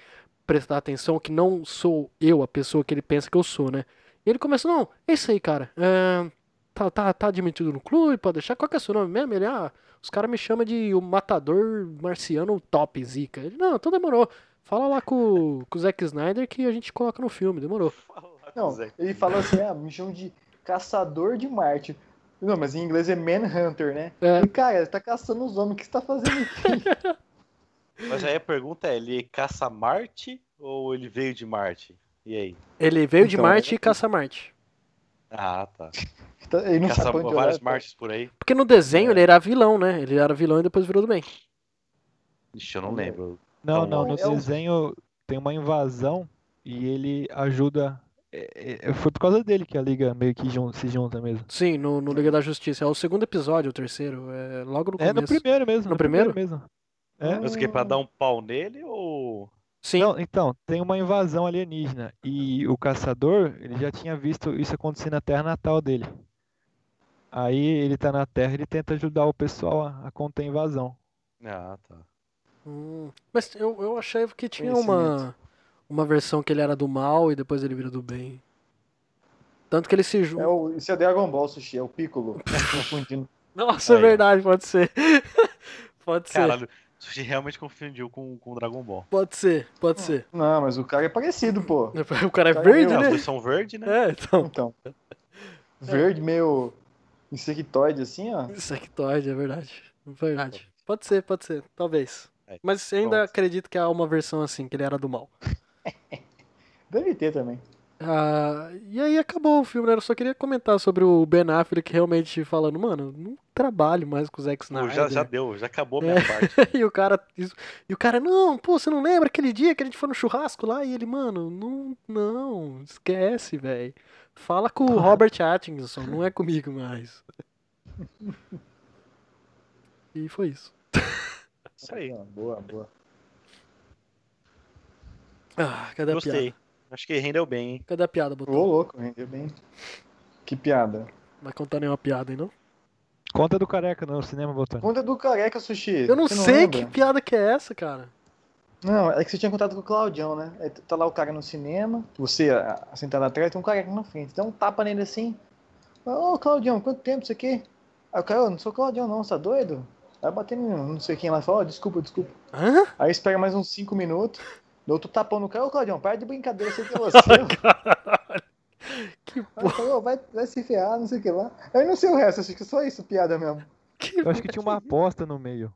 Speaker 1: prestar atenção que não sou eu a pessoa que ele pensa que eu sou, né? E ele começa, não, é isso aí, cara. é, tá, tá, tá admitido no clube, pode deixar. Qual que é o seu nome mesmo? Ele, ah, os caras me chamam de o matador marciano top, zica. Ele, não, então demorou. Fala lá com, com o Zack Snyder que a gente coloca no filme, demorou.
Speaker 2: Não, ele falou assim, ah, me chamam de caçador de Marte. Não, mas em inglês é Manhunter, né?
Speaker 1: É.
Speaker 2: E, cara, você tá caçando os homens, o que você tá fazendo aqui? *laughs*
Speaker 3: Mas aí a pergunta é, ele caça Marte ou ele veio de Marte? E aí?
Speaker 1: Ele veio de
Speaker 2: Então,
Speaker 1: Marte
Speaker 2: é-
Speaker 1: e caça Marte.
Speaker 3: Ah, tá.
Speaker 2: Tá- Ele não
Speaker 3: Caça
Speaker 2: sabe pra onde
Speaker 3: vários
Speaker 2: olhar.
Speaker 3: Martes por aí?
Speaker 1: Porque no desenho
Speaker 2: É.
Speaker 1: ele era vilão, né? Ele era vilão e depois virou do bem.
Speaker 3: Ixi, eu não lembro.
Speaker 4: Não,
Speaker 3: Então,
Speaker 4: não, no
Speaker 2: é o-
Speaker 4: desenho tem uma invasão e ele ajuda. é, é, Foi por causa dele que a liga meio que jun- se junta mesmo.
Speaker 1: Sim, no, no Liga da Justiça. É o segundo episódio, o terceiro. É logo no
Speaker 4: É no
Speaker 1: começo.
Speaker 4: primeiro mesmo.
Speaker 1: No
Speaker 4: mesmo. É.
Speaker 3: Eu fiquei pra dar um pau nele ou...
Speaker 1: Sim.
Speaker 4: Não, então, tem uma invasão alienígena e o caçador, ele já tinha visto isso acontecer na terra natal dele. Aí ele tá na terra, ele tenta ajudar o pessoal a, a conter a invasão.
Speaker 3: Ah, tá.
Speaker 1: Hum. Mas eu, eu achei que tinha uma,
Speaker 2: Conhecimento.
Speaker 1: uma versão que ele era do mal e depois ele vira do bem. Tanto que ele se junta.
Speaker 2: É o, isso é Dragon Ball, Sushi, é o Piccolo. Tá confundindo.
Speaker 1: Nossa, é
Speaker 3: Aí, ó.
Speaker 1: verdade, pode ser. *laughs* pode ser.
Speaker 3: Caralho, o Sushi realmente confundiu com, com o Dragon Ball.
Speaker 1: Pode ser, pode ser. *laughs*
Speaker 2: Não, mas o cara é parecido, pô.
Speaker 1: O cara é
Speaker 2: Cara,
Speaker 1: verde,
Speaker 2: eu-
Speaker 3: Ah, os
Speaker 1: né?
Speaker 3: dois são verde, né?
Speaker 1: É, então.
Speaker 4: *laughs*
Speaker 2: Então. Verde, meio insectoide, assim, ó.
Speaker 1: Insectoide, é verdade. Verdade. Pode ser, pode ser, talvez.
Speaker 3: É.
Speaker 1: Mas eu ainda
Speaker 3: Bom.
Speaker 1: acredito que há uma versão assim, que ele era do mal.
Speaker 2: Deve ter também.
Speaker 1: Ah, e aí acabou o filme, né? Eu só queria comentar sobre o Ben Affleck realmente falando, mano, não trabalho mais com o Zack
Speaker 3: Pô,
Speaker 1: Snyder.
Speaker 3: já, já deu, já acabou
Speaker 1: É.
Speaker 3: a minha parte.
Speaker 1: *laughs* E o cara, isso- e o cara, não, pô, você não lembra aquele dia que a gente foi no churrasco lá? E ele, mano, não, não, esquece, velho. Fala com o Robert Atkinson, não é comigo mais. E foi isso.
Speaker 3: Isso aí.
Speaker 2: Ah, Boa, boa.
Speaker 1: Ah, cadê a piada?
Speaker 3: Gostei. Acho que rendeu bem, hein?
Speaker 1: Cadê a piada,
Speaker 2: Ô,
Speaker 1: Botão?
Speaker 2: louco, rendeu bem. Que piada.
Speaker 1: Vai contar nenhuma piada aí, não?
Speaker 4: Conta do careca no cinema, Botânico.
Speaker 2: Conta do careca, Sushi.
Speaker 1: Eu não
Speaker 2: Você
Speaker 1: sei
Speaker 2: lembra?
Speaker 1: que piada que é essa, cara.
Speaker 2: Não, é que você tinha contato com o Claudião, né? Aí Tá lá o cara no cinema, você a- a- sentado atrás, tem um careca na frente. Dá um tapa nele assim. Ô, Claudião, quanto tempo isso aqui? Aí o cara, "Ô, não sou Claudião não, você tá doido? Aí batendo não sei quem lá, fala, ó, desculpa, desculpa.
Speaker 1: Hã?
Speaker 2: Aí espera mais uns 5 minutos, dá outro tapão no cara, ô Claudião, para de brincadeira, sei
Speaker 1: *laughs*
Speaker 2: que é você.
Speaker 1: Que
Speaker 2: Aí falou, vai, vai se ferrar, não sei o que lá. Aí não sei o resto, acho que só isso, piada mesmo.
Speaker 1: Que
Speaker 4: Eu acho que tinha uma aposta no meio.